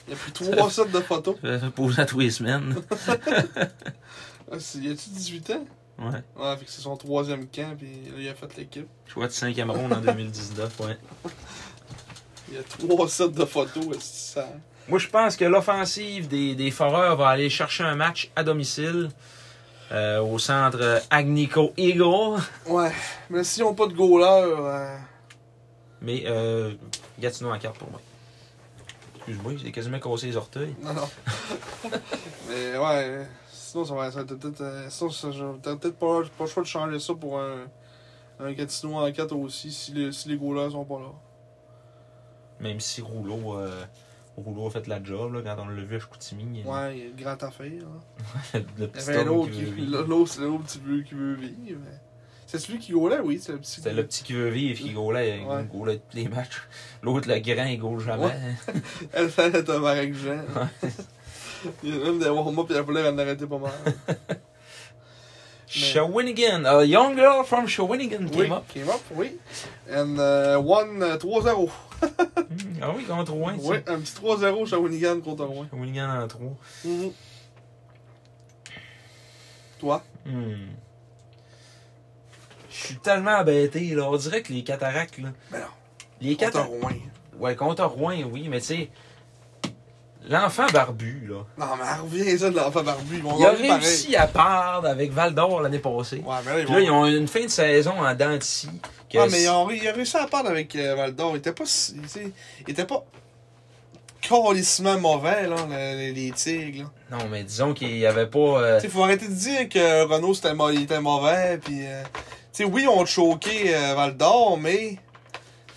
A: Il a pris trois sets de photos.
B: Euh, Posé à tous les semaines.
A: Ah, c'est- Il a-tu 18 ans?
B: Ouais.
A: Ouais, fait que c'est son troisième camp, puis là, il a fait l'équipe.
B: Je vois de 5 ronde en 2019, ouais.
A: Il a trois sets de photos, est-ce que ça?
B: Moi, je pense que l'offensive des, des Foreurs va aller chercher un match à domicile euh, au centre euh, Agnico Eagle.
A: Ouais, mais s'ils n'ont pas de goaler, euh,
B: Mais euh, Gatineau en carte pour moi. Excuse-moi, j'ai quasiment cassé les orteils.
A: non, non. mais ouais, sinon, ça va ça va peut-être. euh, sinon, ça- j'aurais peut-être pas, pas le choix de changer ça pour un, un Gatineau en 4 aussi, si les, si les goalers sont pas là.
B: Même si Rouleau, euh, Rouleau a fait la job là, quand on l'a vu à Chicoutimi. euh,
A: Ouais, il y a une grande affaire, là.
B: le
A: Il y
B: petit
A: avait un
B: homme
A: autre
B: qui
A: qui
B: veut
A: veut
B: vivre.
A: L'autre, c'est l'autre petit peu qui veut vivre. C'est celui qui gaulait, oui, c'est le petit.
B: C'était le petit qui veut vivre qui gaulait,
A: Ouais.
B: il gaulait tous les matchs. L'autre, le grand, il gaule jamais.
A: Ouais. Elle s'arrête à avec Jean. Il y a même des warm-up, puis elle voulait en arrêter pas mal.
B: Shawinigan, a young girl from Shawinigan
A: oui,
B: came up.
A: Came up, oui. And uh, won uh, 3-0.
B: Hmm, Ah oui, contre Rouen. ça.
A: Oui, un petit 3-0 Shawinigan contre Rouen.
B: Shawinigan en 3.
A: Mhm. Toi,
B: Hmm. Je suis tellement embêté, là. On dirait que les cataractes, là.
A: Ben non.
B: Les
A: contre
B: cataractes.
A: Rouen.
B: Ouais, contre Rouen, oui, mais tu sais. L'enfant barbu, là.
A: Non, mais reviens ça de l'enfant barbu. Ils vont
B: Il a
A: gagner pareil.
B: réussi à perdre avec Val d'Or l'année passée.
A: Ouais, mais là, ils
B: Puis
A: vont.
B: là, ils ont une fin de saison en dents de scie que
A: Ouais, Ah, mais ils ont, il a réussi à perdre avec euh, Valdor. Il était pas. si- tu sais, Il était pas. Calissement mauvais, là, le- les, les Tigres. là.
B: Non, mais disons qu'il n'y avait pas. euh,
A: Tu sais, faut arrêter de dire que Renault c'était mo- il était mauvais, puis. euh, tu sais, oui, on choqué euh, Valdor, mais.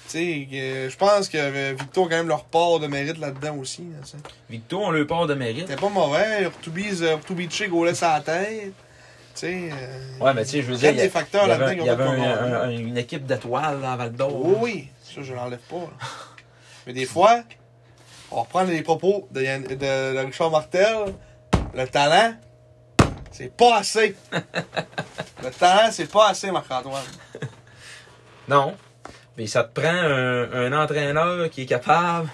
A: Tu sais, euh, je pense que euh, Victor a quand même leur part de mérite là-dedans aussi. là, tu sais.
B: Victor, on le part de mérite.
A: C'était pas mauvais. Rtoubiche euh, Rtoubiche gaulait sa tête. Tu sais. euh,
B: Ouais, mais tu sais, je veux
A: il y a
B: dire.
A: des facteurs
B: il y avait-
A: là-dedans qui
B: il
A: ont
B: y avait
A: fait qu'on
B: un-
A: gagne.
B: un- une équipe d'étoiles là, à Val d'Or.
A: Oui, oui, ça je l'enlève pas. là. Mais des fois, on reprend les propos de, Yann- de- de Richard Martel, le talent, c'est C'est pas assez. le talent, c'est pas assez, Marc-Antoine.
B: Non. Mais ça te prend un, un entraîneur qui est capable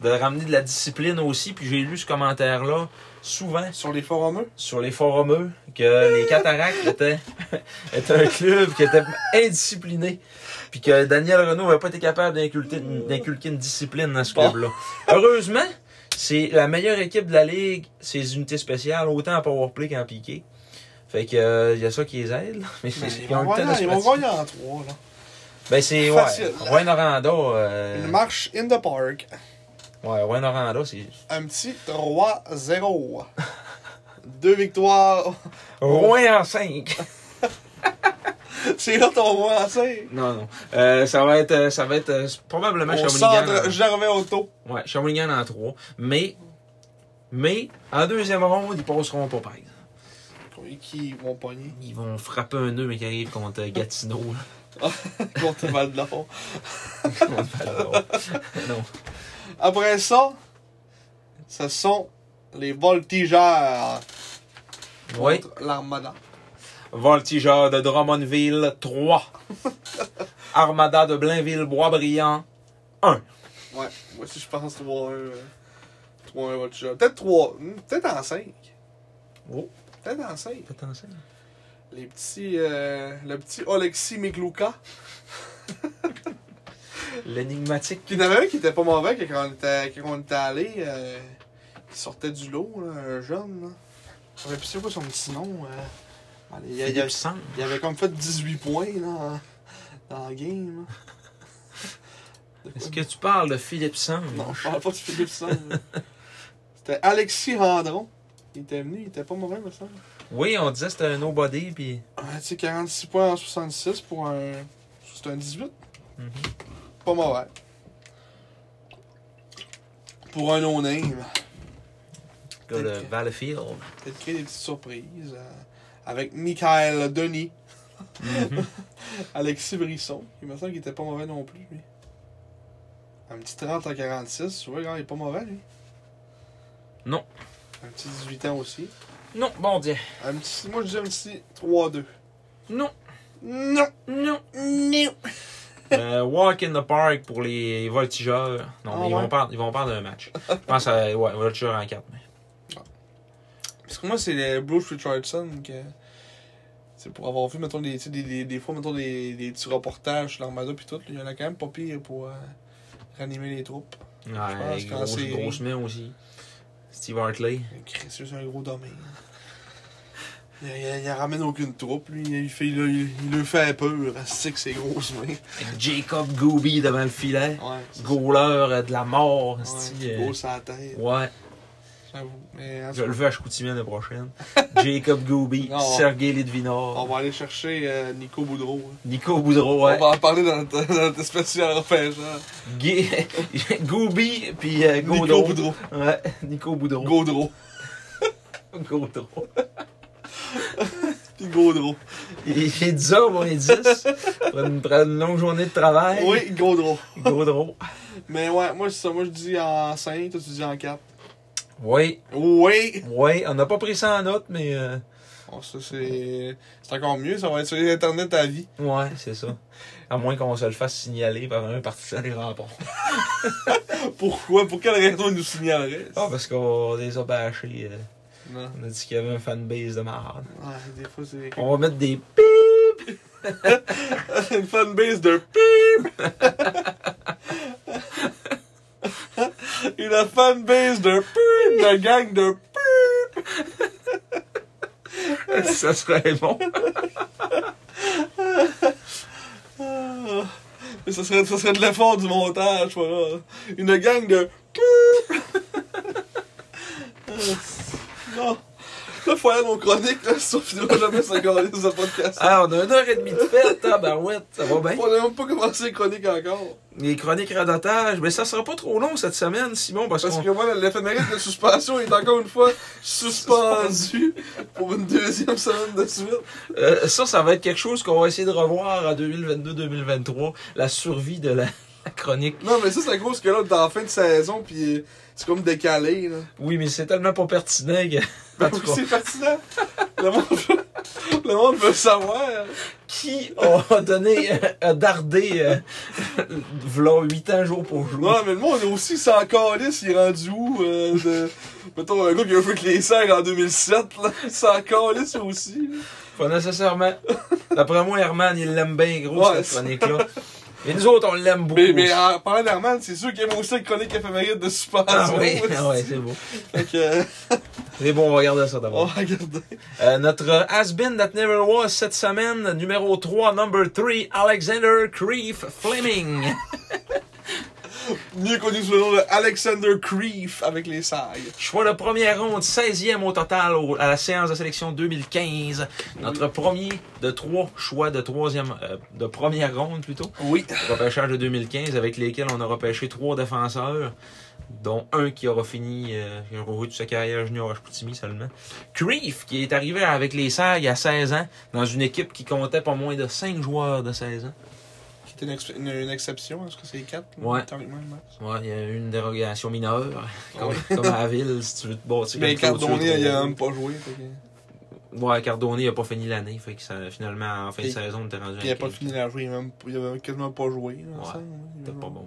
B: de ramener de la discipline aussi. Puis j'ai lu ce commentaire-là souvent
A: Sur les forums,
B: sur les forums que les Cataractes étaient, étaient un club qui était indiscipliné. Puis que Daniel Renault n'avait pas été capable d'inculter- d'inculquer une discipline dans ce club-là. Heureusement, c'est la meilleure équipe de la Ligue, ses unités spéciales, autant en powerplay qu'en piqué. Fait que euh, il y a ça qui les aide. là. Mais
A: Mais
B: c'est-
A: ils
B: ils ont
A: vont
B: le temps de
A: voyer-
B: se
A: ils vont
B: pratiquer.
A: voyer en trois. Là.
B: Ben c'est ouais.
A: Facile.
B: Rouen Oranda. euh,
A: Une marche in the park.
B: ouais, Rouen Oranda, c'est.
A: Un petit 3-0. Deux victoires.
B: Rouen en 5.
A: C'est là ton roi en cinq.
B: non, non. Euh, ça va être. euh, Ça va être euh, probablement
A: Au
B: Shawinigan. hein. euh,
A: centre Gervais Auto.
B: en- Ouais, Shawinigan en 3. Mais. Mais en deuxième ronde, ils passeront pas par exemple.
A: Qui vont pogner
B: Ils vont frapper un nœud mais qui arrive contre Gatineau. là.
A: contre Val d'Or.
B: Contre Val-d'Or. non.
A: Après ça, ce sont les voltigeurs
B: Oui.
A: contre l'Armada.
B: Voltigeur de Drummondville 3. Armada de Blainville-Boisbriand 1.
A: Ouais, moi aussi je pense 3-1. euh, 3-1 voltigeurs. Peut-être 3. hmm, Peut-être en 5.
B: Oh,
A: Peut-être en 5.
B: faites attention.
A: Les petits. euh, le petit Alexis Miklouka.
B: L'énigmatique.
A: Puis il y en avait un qui était pas mauvais que quand on était, quand on était allé, euh, qui sortait du lot, là, un jeune. Là. Je sais plus c'est quoi son petit nom. euh. Allez, il, y a- il y a-
B: Philippe Sand.
A: il avait comme fait 18 points là, en- dans la game. là. De quoi-
B: Est-ce que tu parles de Philippe Sand?
A: Non, je parle pas de Philippe Sand. là. C'était Alexis Randron. Il était venu, il était pas mauvais, me semble.
B: Oui, on disait que c'était un nobody, puis
A: Ah, tu sais, 46 points en 66 pour un. C'est un 18.
B: Mhm.
A: Pas mauvais. Pour un non-name.
B: le gars de
A: Ok.
B: Valleyfield.
A: Peut-être créer des petites surprises. euh, avec Michael Denis, Alexis Brisson, qui me semble qu'il était pas mauvais non plus, lui. Un petit 30 à 46, tu vois, regarde, il est pas mauvais, lui.
B: Non.
A: Un petit 18 ans aussi.
B: Non, bon Dieu.
A: Un petit, moi, je dis un petit 3-2.
B: Non,
A: Non!
B: non.
A: Non!
B: Euh, walk in the park pour les voltigeurs. Non,
A: Ah,
B: mais ils,
A: ouais.
B: vont perdre, ils vont perdre un match. Je pense à ouais, voltigeurs en 4. Mais...
A: Parce que moi, c'est le Bruce Richardson que. C'est pour avoir vu, mettons, des, tu sais, des, des, des fois, mettons, des, des petits reportages sur l'Armada puis tout, là, il y en a quand même pas pire pour euh, ranimer les troupes.
B: Ouais,
A: qu'en
B: grosse,
A: série.
B: grosse main aussi. Steve Hartley.
A: Chris, c'est un gros domaine. Il, il- il ramène aucune troupe, lui. Il, fait, il, il- il le fait peur. C'est que c'est gros, mains.
B: Avec Jacob Gooby devant le filet.
A: Ouais. c'est-
B: Goaler euh, de la mort. esti,
A: Ouais,
B: euh,
A: gros sur la tête,
B: ouais,
A: j'avoue. Mais en tout
B: je
A: cas,
B: le veux à Chicoutimi l'année prochaine. Jacob Gooby,
A: Non.
B: Sergei Litvinov,
A: on va aller chercher euh, Nico Boudreau. hein.
B: Nico Boudreau. ouais.
A: On va en parler dans notre, dans notre spécial repêchage.
B: Gui- Gooby puis euh,
A: Nico
B: Gaudreau.
A: Boudreau.
B: Ouais, Nico Boudreau.
A: Gaudreau.
B: Gaudreau.
A: Puis Gaudreau.
B: Il est 10h moins 10. Pour une, pour une longue journée de travail.
A: Oui, Gaudreau.
B: Gaudreau.
A: Mais ouais, moi, c'est ça. Moi, je dis en 5, toi, tu dis en 4.
B: Oui,
A: Oui!
B: oui. On n'a pas pris ça en note, mais. euh,
A: Bon, ça, c'est c'est encore mieux. Ça va être sur Internet à vie.
B: ouais, c'est ça. À moins qu'on se le fasse signaler par un partisan des remports.
A: Pourquoi? Pour quelle raison ils nous signalerait?
B: Ah, parce qu'on les a bâchés. euh,
A: Non.
B: on a dit qu'il y avait un fanbase de marde.
A: Ouais, des fois, c'est...
B: On va mettre des.
A: une fanbase de pip. une fanbase de pip, de gang de pip.
B: ça serait bon.
A: Ah. Mais ça serait, ça serait de l'effort du montage, voilà. Une gang de pip. Ah, non. Là, faut aller à nos chroniques, là, sauf qu'il va jamais s'accorder ce podcast.
B: Ah, on a une heure et demie de fête, tabarouette. Ça va bien?
A: On n'a même pas commencé les chroniques encore.
B: Les chroniques radotage, mais ça sera pas trop long cette semaine, Simon, parce,
A: Parce
B: qu'on
A: que voilà, l'éphéméride de suspension est encore une fois suspendu pour une deuxième semaine de suite.
B: euh, ça, ça va être quelque chose qu'on va essayer de revoir en 2022-2023, la survie de la, la chronique.
A: Non, mais ça, c'est à cause que là, t'es en fin de saison, pis c'est comme décalé, là. Bah,
B: Oui, mais c'est tellement pas pertinent que... Ben, En tout cas,
A: c'est fascinant. Le monde veut, le monde veut savoir.
B: Qui a donné, euh, a dardé, euh, v'là 8 ans jour pour jour?
A: Non, mais le monde est aussi sans calice, il est rendu où? euh, de- Mettons, un gars qui a joué avec les serres en 2007, là, sans calice aussi. là.
B: Pas nécessairement. D'après moi, Herman, il l'aime bien gros,
A: Ouais,
B: cette
A: c'est-
B: chronique-là. Et nous autres, on l'aime beaucoup.
A: Mais, mais ah,
B: aussi.
A: en parlant d'Herman, c'est sûr qu'il aime aussi le chronique éphéméride de Super
B: Ah
A: Duo,
B: oui,
A: aussi.
B: ah ouais, c'est beau.
A: Fait que, euh,
B: C'est bon, on va regarder ça
A: on
B: d'abord.
A: va regarder.
B: Euh, notre Has-Been That Never Was cette semaine, numéro 3, number 3, Alexander Creef Fleming.
A: Mieux connu sous le nom de Alexander Creef avec les serres.
B: Choix de première ronde, 16e au total au- à la séance de sélection 2015. Notre premier de trois choix de troisième, euh, de première ronde plutôt.
A: Oui.
B: repêchage de 2015 avec lesquels on a repêché trois défenseurs, dont un qui aura fini, euh, qui aura eu toute sa carrière junior à Chicoutimi seulement. Creef, qui est arrivé avec les Serres à 16 ans, dans une équipe qui comptait pas moins de 5 joueurs de 16 ans.
A: Qui était une, ex- une- une exception, est-ce que c'est 4?
B: Ouais. Ouais, il y a eu une dérogation mineure, comme, comme à la ville, si tu veux te bâtir.
A: Mais
B: une clôture
A: Cardonnier,
B: trop
A: Ben, il a
B: haute.
A: même pas joué. fait que-
B: Ouais, Cardone, il a pas fini l'année, fait que ça, finalement, en fin de
A: Et-
B: saison, on était rendu à
A: Puis il a pas
B: quinze.
A: fini la jouer, il a même- il a quasiment pas joué. là,
B: Ouais.
A: ça, il
B: C'était
A: avait-
B: pas bon.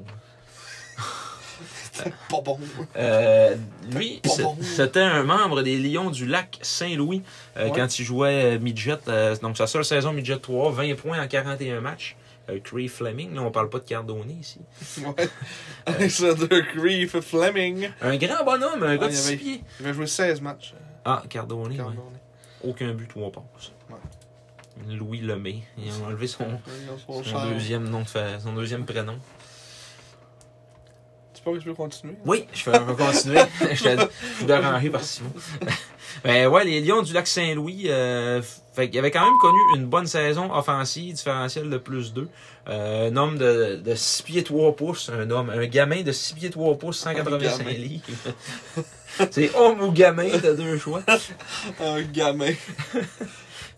A: Pas bon.
B: Euh, lui,
A: Pas
B: c'est-
A: bon.
B: c'était un membre des Lions du lac Saint-Louis euh,
A: Ouais.
B: quand il jouait euh, midget. euh, donc, sa seule saison midget 3, 20 points en 41 matchs. Euh, Cree Fleming, là, on parle pas de Cardone ici.
A: Ouais. Alexander Creef Fleming.
B: Un grand bonhomme, un gars de
A: il y
B: 6
A: avait-
B: pieds.
A: Il avait joué 16 matchs. euh,
B: Ah, Cardone, ouais.
A: Cardonnier.
B: Aucun but, trois passes. Louis Lemay. Ils ont enlevé son,
A: Ils ont son
B: son
A: cher.
B: deuxième nom de fa- son deuxième prénom.
A: Tu penses que je peux continuer?
B: Oui, je vais, je vais continuer. je l'ai- je l'ai arrangé par Simon. Mais Ben ouais, les Lions du lac Saint-Louis, euh, fait qu'ils avaient quand même connu une bonne saison offensive, différentielle de plus 2. un homme de, de 6 pieds 3 pouces, un homme, un gamin de 6 pieds 3 pouces, 185
A: gamin.
B: livres. C'est homme ou gamin, t'as deux choix.
A: Un gamin.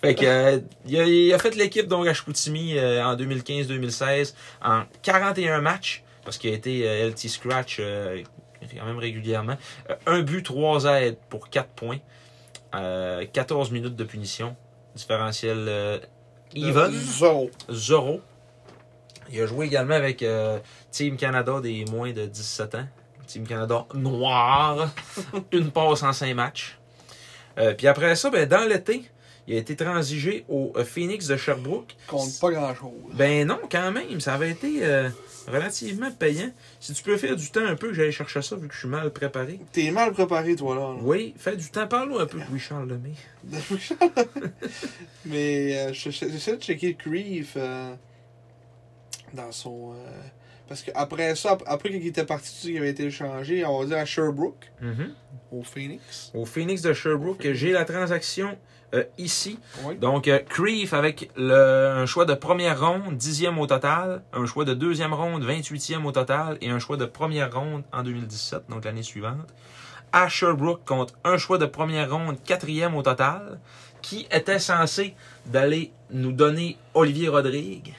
B: Fait que, euh, il, a, il a fait l'équipe donc à Chicoutimi euh, en 2015-2016 en 41 matchs parce qu'il a été euh, LT Scratch euh, quand même régulièrement. Euh, un but, trois aides pour 4 points. Euh, 14 minutes de punition. Différentiel euh, even,
A: Zoro.
B: zéro. Il a joué également avec euh, Team Canada des moins de 17 ans. Team Canada noir. Une passe en 5 matchs. Euh, puis après ça, ben, dans l'été, il a été transigé au euh, Phoenix de Sherbrooke.
A: Compte pas grand chose.
B: Ben non, quand même, ça avait été euh, relativement payant. Si tu peux faire du temps un peu, j'allais chercher ça vu que je suis mal préparé.
A: T'es mal préparé, toi, là. là.
B: Oui, fais du temps. Parle-nous un peu de Louis-Charles Lemay.
A: Mais euh, je- je- j'essaie de checker Creef euh, dans son. euh, parce qu'après ça, ap- après qu'il était parti, tu sais, il avait été échangé, on va dire à Sherbrooke,
B: Mhm.
A: au Phoenix.
B: Au Phoenix de Sherbrooke, j'ai la transaction euh, ici.
A: Oui.
B: Donc, euh, Creef avec le, un choix de première ronde, dixième au total, un choix de deuxième ronde, 28e au total, et un choix de première ronde en 2017, donc l'année suivante. À Sherbrooke compte un choix de première ronde, quatrième au total, qui était censé d'aller nous donner Olivier Rodrigue.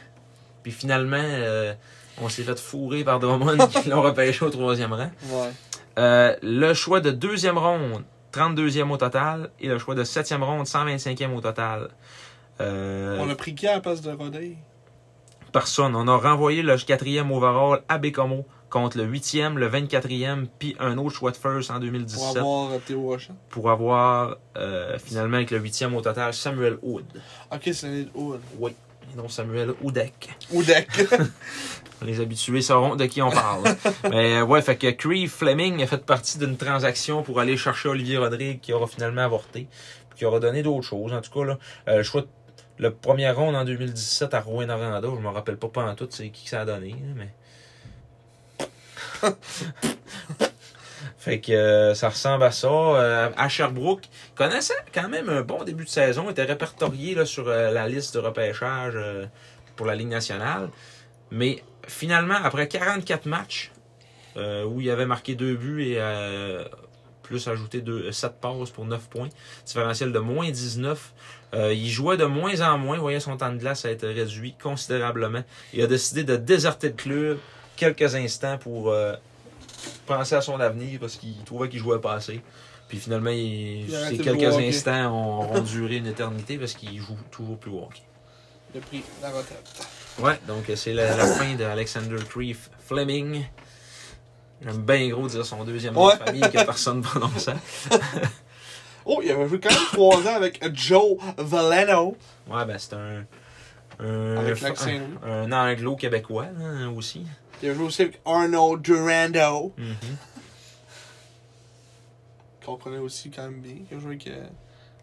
B: Puis finalement, euh, on s'est fait fourrer par Drummond qui l'ont repêché au troisième rang.
A: Ouais.
B: Euh, le choix de deuxième ronde, 32e au total, et le choix de septième ronde, 125e au total. Euh,
A: On a pris qui à la place de Rodé
B: Personne. On a renvoyé le quatrième overall à Bécomo contre le huitième, le 24e, puis un autre choix de first en
A: pour
B: 2017
A: avoir euh, Théo Rochette
B: pour avoir euh, finalement avec le huitième au total Samuel Hood.
A: Ok, c'est l'année de Hood.
B: Oui. Et non, Samuel Houdek.
A: Houdek.
B: Les habitués sauront de qui on parle. Mais euh, ouais, fait que Cree Fleming a fait partie d'une transaction pour aller chercher Olivier Rodrigue qui aura finalement avorté, puis qui aura donné d'autres choses. En tout cas, là, euh, le choix de- le premier round en 2017 à Rouen-Noranda, je me rappelle pas pas en tout c'est qui que ça a donné, hein, mais. fait que euh, ça ressemble à ça. Euh, à Sherbrooke, connaissait quand même un bon début de saison, était répertorié là, sur euh, la liste de repêchage euh, pour la Ligue nationale. Mais finalement, après 44 matchs, euh, où il avait marqué deux buts et euh, plus ajouté deux, 7 passes pour 9 points, différentiel de moins 19, euh, il jouait de moins en moins, voyait son temps de glace a été réduit considérablement. Il a décidé de déserter le club quelques instants pour euh, pensait à son avenir parce qu'il trouvait qu'il jouait pas assez. Puis finalement, il-
A: Il a arrêté
B: ces
A: de
B: quelques
A: jouer au hockey.
B: instants ont, ont duré une éternité parce qu'il joue toujours plus au hockey.
A: Il a pris la retraite.
B: Ouais, donc euh, c'est la, la fin d'Alexander Tree F- Fleming. J'aime bien gros dire son deuxième nom
A: Ouais.
B: de famille que personne ne prononce. hein.
A: Oh, il avait joué quand même 3 ans avec Joe Valeno.
B: Ouais, ben c'est un. Un,
A: Avec l'accent, oui.
B: un, un anglo-québécois hein, aussi.
A: Il a joué aussi avec Arnold Durando.
B: Mhm.
A: Qu'on connaît aussi quand même bien. Il a joué avec euh,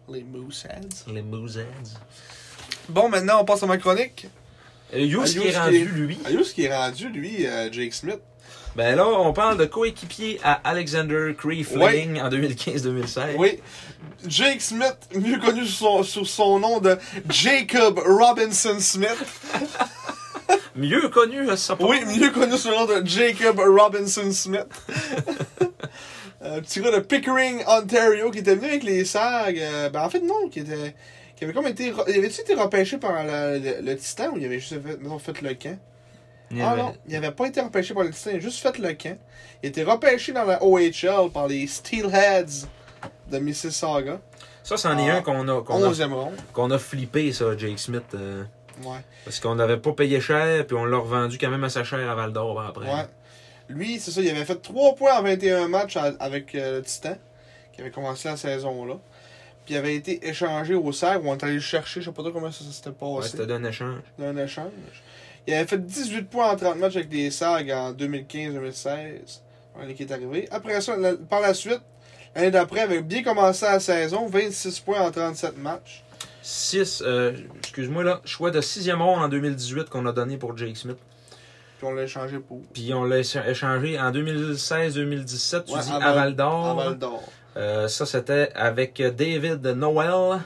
A: les Mooseheads.
B: Les Mooseheads.
A: Bon, maintenant, on passe à ma chronique.
B: Euh, Hughes qui est
A: Hughes
B: rendu,
A: Ah, qui est-
B: lui.
A: Ayous qui est rendu, lui, euh, Jake Smith.
B: Ben là, on parle de coéquipier à Alexander Cree Fleming en 2015-2016.
A: Oui. Jake Smith, mieux connu sous son, sous son nom de Jacob Robinson Smith.
B: Mieux connu, je sais pas.
A: Oui, mieux connu sous le nom de Jacob Robinson Smith. Un petit gars de Pickering, Ontario, qui était venu avec les SAG. euh, ben, en fait, non, qui était. Qui avait comme été. re- Il avait-tu été repêché par la- le, le Titan ou il avait juste fait, mettons, fait le camp?
B: Il y
A: Ah
B: avait-
A: non, il n'avait pas été repêché par le Titan, il a juste fait le camp. Il était repêché dans la OHL par les Steelheads de Mississauga.
B: Ça, c'en est
A: Ah.
B: un qu'on a, qu'on a,
A: 11e rond.
B: qu'on a flippé, ça, Jake Smith. euh,
A: Ouais.
B: parce qu'on n'avait pas payé cher, puis on l'a revendu quand même à sa chère à Val d'Or ben, après.
A: Ouais. Lui, c'est ça, il avait fait 3 points en 21 matchs à- avec euh, le Titan, qui avait commencé la saison là. Puis il avait été échangé au cerf, où on est allé le chercher, je sais pas trop comment ça, ça s'était
B: Ouais,
A: passé,
B: C'était d'un échange.
A: d'un échange. Il avait fait 18 points en 30 matchs avec les SAG en 2015-2016, quand il est arrivé. Après ça, la- par la suite, l'année d'après, il avait bien commencé la saison, 26 points en 37 matchs.
B: 6, euh, excuse-moi là, choix de sixième round en 2018 qu'on a donné pour Jake Smith.
A: Puis on l'a échangé pour
B: Puis on l'a écha- échangé en 2016-2017, tu
A: Ouais,
B: dis
A: à Val-
B: à Val d'Or.
A: Val d'Or.
B: Euh, ça, c'était avec David Noël,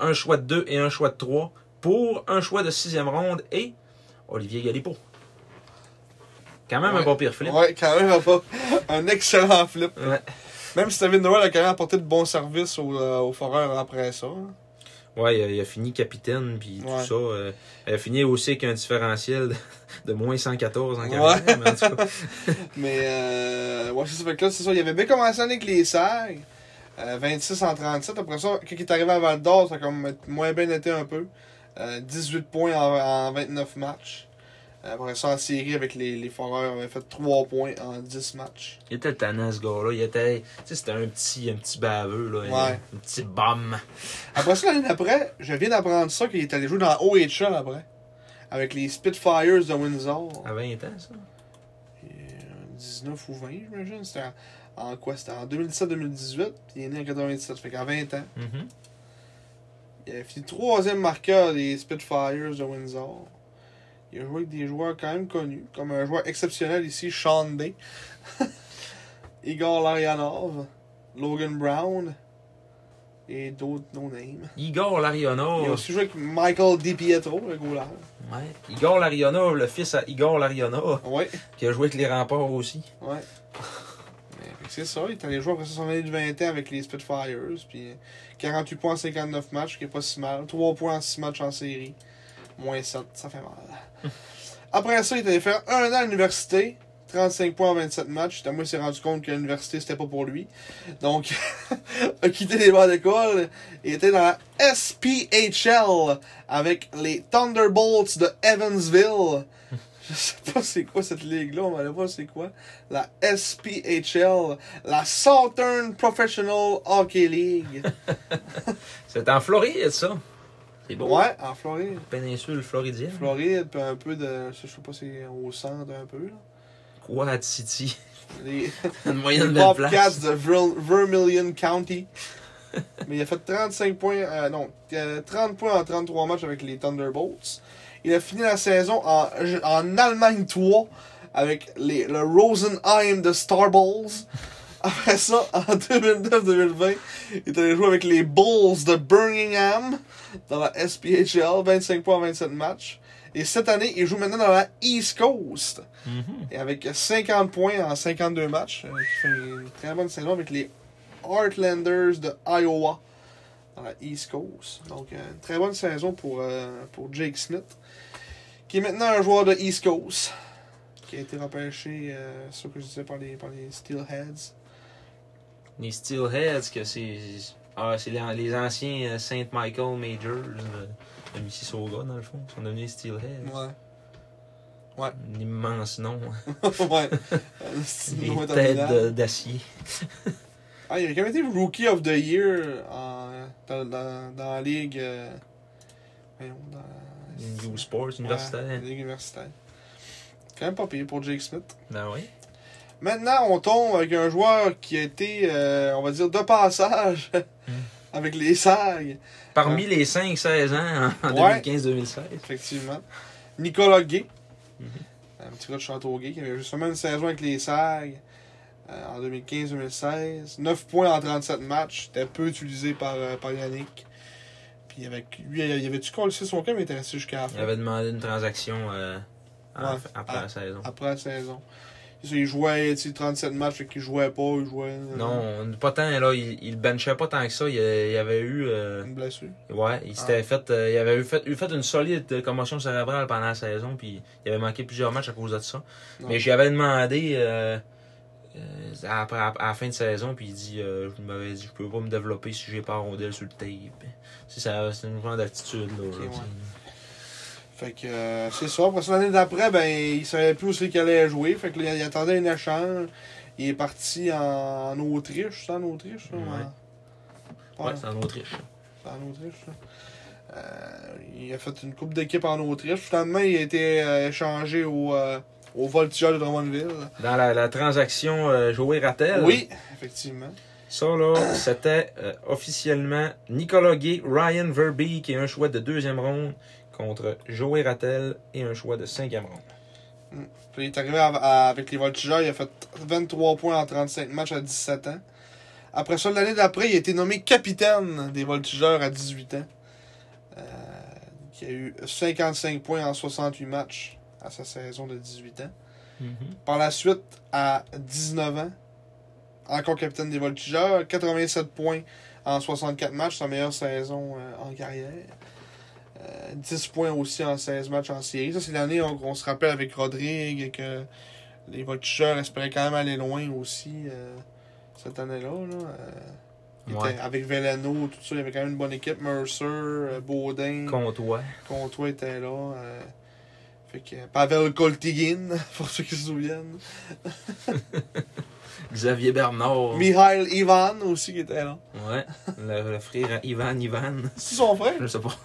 B: un choix de 2 et un choix de 3 pour un choix de sixième ronde et Olivier Galipo. Quand même un
A: Ouais.
B: bon pire flip.
A: Ouais, quand même, pas. un excellent flip.
B: Ouais.
A: Même si David Noël a quand même apporté de bons services aux euh, aux Foreurs après ça. hein.
B: Ouais, il a, il a fini capitaine puis
A: Ouais.
B: tout ça. euh, il a fini aussi avec un différentiel de, de moins 114 en
A: Ouais.
B: carrière. mais en tout cas,
A: Mais, euh, ouais, c'est ça. Fait que là, c'est ça. Il avait bien commencé avec les SAG, euh, 26 en 37. Après ça, quand il est arrivé à Val d'Or, ça a comme moins bien été un peu. Euh, 18 points en, en 29 matchs. Euh, Après ça, en série avec les, les Foreurs, il avait fait 3 points en 10 matchs.
B: il était tannant ce gars-là. Il était. Tu sais, c'était un petit, un petit baveux, là.
A: Ouais.
B: Un petit bum.
A: Après ça, l'année d'après, je viens d'apprendre ça qu'il est allé jouer dans OHL après. Avec les Spitfires de Windsor.
B: À 20 ans, ça.
A: Puis, euh, 19 ou 20, j'imagine. C'était en, en quoi C'était en 2017-2018, puis il est né en 97. Fait qu'en 20 ans,
B: Mhm.
A: il a fini Euh, troisième marqueur des Spitfires de Windsor. Il a joué avec des joueurs quand même connus, comme un joueur exceptionnel ici, Sean Day, Igor Larionov, Logan Brown et d'autres no-names.
B: Igor
A: Il a
B: Larionov.
A: aussi joué avec Michael DiPietro, le goaler.
B: Ouais. Igor Larionov, le fils à Igor Larionov.
A: Ouais.
B: qui a joué avec les remparts aussi.
A: Ouais. Mais fait que c'est ça, il est allé jouer après ça son année de 20 ans avec les Spitfires. Puis euh, 48 points en 59 matchs, ce qui est pas si mal. 3 points en 6 matchs en série. Moins 7, ça fait mal. Après ça, il est allé faire un an à l'université. 35 points en 27 matchs. À moi, il s'est rendu compte que l'université, c'était pas pour lui. Donc, a quitté les bancs d'école. Il était dans la SPHL avec les Thunderbolts de Evansville. Je sais pas c'est quoi cette ligue-là, on va aller voir c'est quoi la SPHL, la Southern Professional Hockey League.
B: C'est en Floride, ça. C'est bon.
A: Ouais, en Floride.
B: Péninsule floridienne.
A: Floride, puis un peu de. Je sais pas, c'est au centre un peu. Là.
B: Quad City.
A: Les, les
B: Une moyenne belle
A: Bobcats
B: place.
A: de Ver- Vermilion County. Mais il a fait 35 points. euh, non, euh, 30 points en 33 matchs avec les Thunderbolts. Il a fini la saison en, en Allemagne 3 avec les, le Rosenheim de Starballs. Après ça, en 2009-2020, il est allé jouer avec les Bulls de Birmingham dans la SPHL, 25 points en 27 matchs. Et cette année, il joue maintenant dans la East Coast.
B: Mhm.
A: Et avec 50 points en 52 matchs, euh, il fait une très bonne saison avec les Heartlanders de Iowa dans la East Coast. Donc, euh, une très bonne saison pour, euh, pour Jake Smith, qui est maintenant un joueur de East Coast. qui a été repêché, euh, ce que je disais, par les, par les Steelheads.
B: Les Steelheads, que c'est. Ah, c'est les, les anciens euh, Saint Michael Majors euh, de Mississauga, dans le fond, qui sont devenus Steelheads.
A: Ouais.
B: Un immense nom. hein.
A: ouais. Euh, c'est
B: Les
A: une loi
B: têtes
A: dominante.
B: de- d'acier.
A: Ah, il a quand même été Rookie of the Year en- dans, dans, dans la ligue. euh, voyons, dans.
B: New Sports universitaire.
A: Ouais, ligue universitaire. Quand même pas payé pour Jake Smith.
B: Ben oui.
A: Maintenant, on tombe avec un joueur qui a été, euh, on va dire, de passage avec les Sags,
B: Parmi les 5-16 ans hein, en
A: Ouais.
B: 2015-2016.
A: effectivement. Nicolas Gay, un petit gars de Châteauguay qui avait justement une saison avec les Sags euh, en 2015-2016. 9 points en 37 matchs. C'était peu utilisé par, euh, par Yannick. Puis avec lui, il avait-tu collé son cas, mais il était resté jusqu'à la
B: Il
A: fin.
B: avait demandé une transaction euh, en-
A: Ouais. Ah.
B: après la saison.
A: Après la saison. Tu sais, Il jouait tu sais, 37 matchs, fait qu'il jouait pas, il jouait.
B: Non, pas tant, là. Il, il benchait pas tant que ça. Il, il avait eu. euh,
A: Une blessure.
B: ouais, il s'était fait. euh, il avait eu fait, eu fait une solide commotion cérébrale pendant la saison, puis il avait manqué plusieurs matchs à cause de ça.
A: Non.
B: Mais j'y avais demandé. euh, euh, après, à la fin de saison, puis il dit euh, Je m'avais dit, je peux pas me développer si j'ai pas la rondelle sur le tape. C'est ça, c'est une genre d'attitude, là. là,
A: ouais.
B: tu sais.
A: Fait que euh, c'est ça. Parce que l'année d'après, ben, il savait plus où c'est qu'il allait jouer. Fait que là, il attendait un échange. Il est parti en, en Autriche. C'est en Autriche, ça,
B: Ouais.
A: en-
B: Ouais, c'est en Autriche.
A: C'est en Autriche, ça. Euh, il a fait une coupe d'équipe en Autriche. Finalement, il a été euh, échangé au, euh, au Voltigeur de Drummondville.
B: Dans la, la transaction euh, Joey Rattel.
A: Oui, effectivement.
B: Ça, là, c'était euh, officiellement Nicolas Gay, Ryan Verby, qui est un choix de deuxième ronde, contre Joey Rattel et un choix de cinquième ronde.
A: Puis il est arrivé à- à- avec les Voltigeurs, il a fait 23 points en 35 matchs à 17 ans. Après ça, l'année d'après, il a été nommé capitaine des Voltigeurs à 18 ans. Euh, qui a eu 55 points en 68 matchs à sa saison de 18 ans. Par la suite, à 19 ans, encore capitaine des Voltigeurs, 87 points en 64 matchs, sa meilleure saison euh, en carrière. Euh, 10 points aussi en 16 matchs en série. Ça, c'est l'année où on se rappelle avec Rodrigue et que les Voltigeurs espéraient quand même aller loin aussi euh, cette année-là. là. Euh, il
B: Ouais.
A: était- avec Velano, tout ça, il y avait quand même une bonne équipe. Mercer, euh, Baudin.
B: Comtois.
A: Contois était là. euh, fait que Pavel Koltigin, pour ceux qui se souviennent.
B: Xavier Bernard.
A: Mihail Ivan aussi qui était là.
B: Ouais. Le, le frère à Ivan Ivan.
A: C'est son frère?
B: Je sais pas.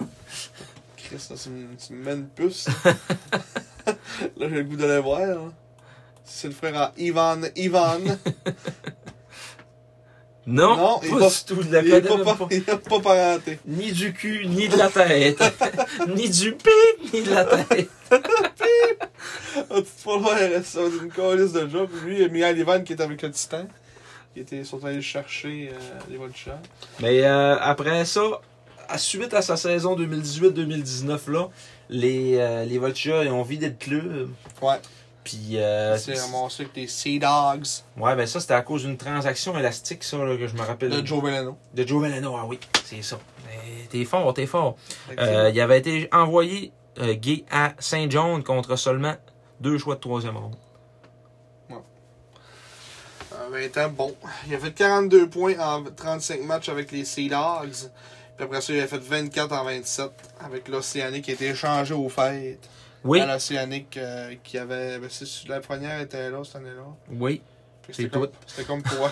A: Chris, là, tu me tu me mets une puce. là, j'ai le goût de le voir. là. C'est le frère à Ivan Ivan.
B: Non,
A: Non, il
B: pas
A: va-
B: du tout. Je la
A: Il est
B: connais
A: pas,
B: même
A: par-
B: pas.
A: il est pas parenté.
B: Ni du cul, ni de la tête. ni du pied, ni de la tête.
A: Ah, tu te fous le ça c'est une colisse de job. Lui, Mihail Ivan qui est avec le Titan. Ils étaient- sont allés chercher euh, les Volchers.
B: Mais euh, après ça, à- suite à sa saison 2018-2019, là, les, euh, les Vultures, ils ont vidé le club.
A: Ouais.
B: Puis, euh,
A: C'est ramassé avec les Sea Dogs
B: ouais, ben ça, c'était à cause d'une transaction élastique, ça, là, que je me rappelle.
A: de Joe Velano.
B: De Joe Valeno, ah oui, c'est ça. Mais T'es fort, t'es fort. Euh, il avait été envoyé euh, gay à Saint John contre seulement deux choix de troisième ronde.
A: À 20 ans, bon. Il a fait 42 points en 35 matchs avec les Sea Dogs. Puis après ça, il a fait 24 en 27 avec l'Océanique qui a été échangé aux fêtes.
B: Oui,
A: À l'Océanique euh, qui avait. ben, c'est- la première était là cette année-là.
B: oui.
A: Fait que C'était
B: C'est
A: comme,
B: tout.
A: c'était comme pour.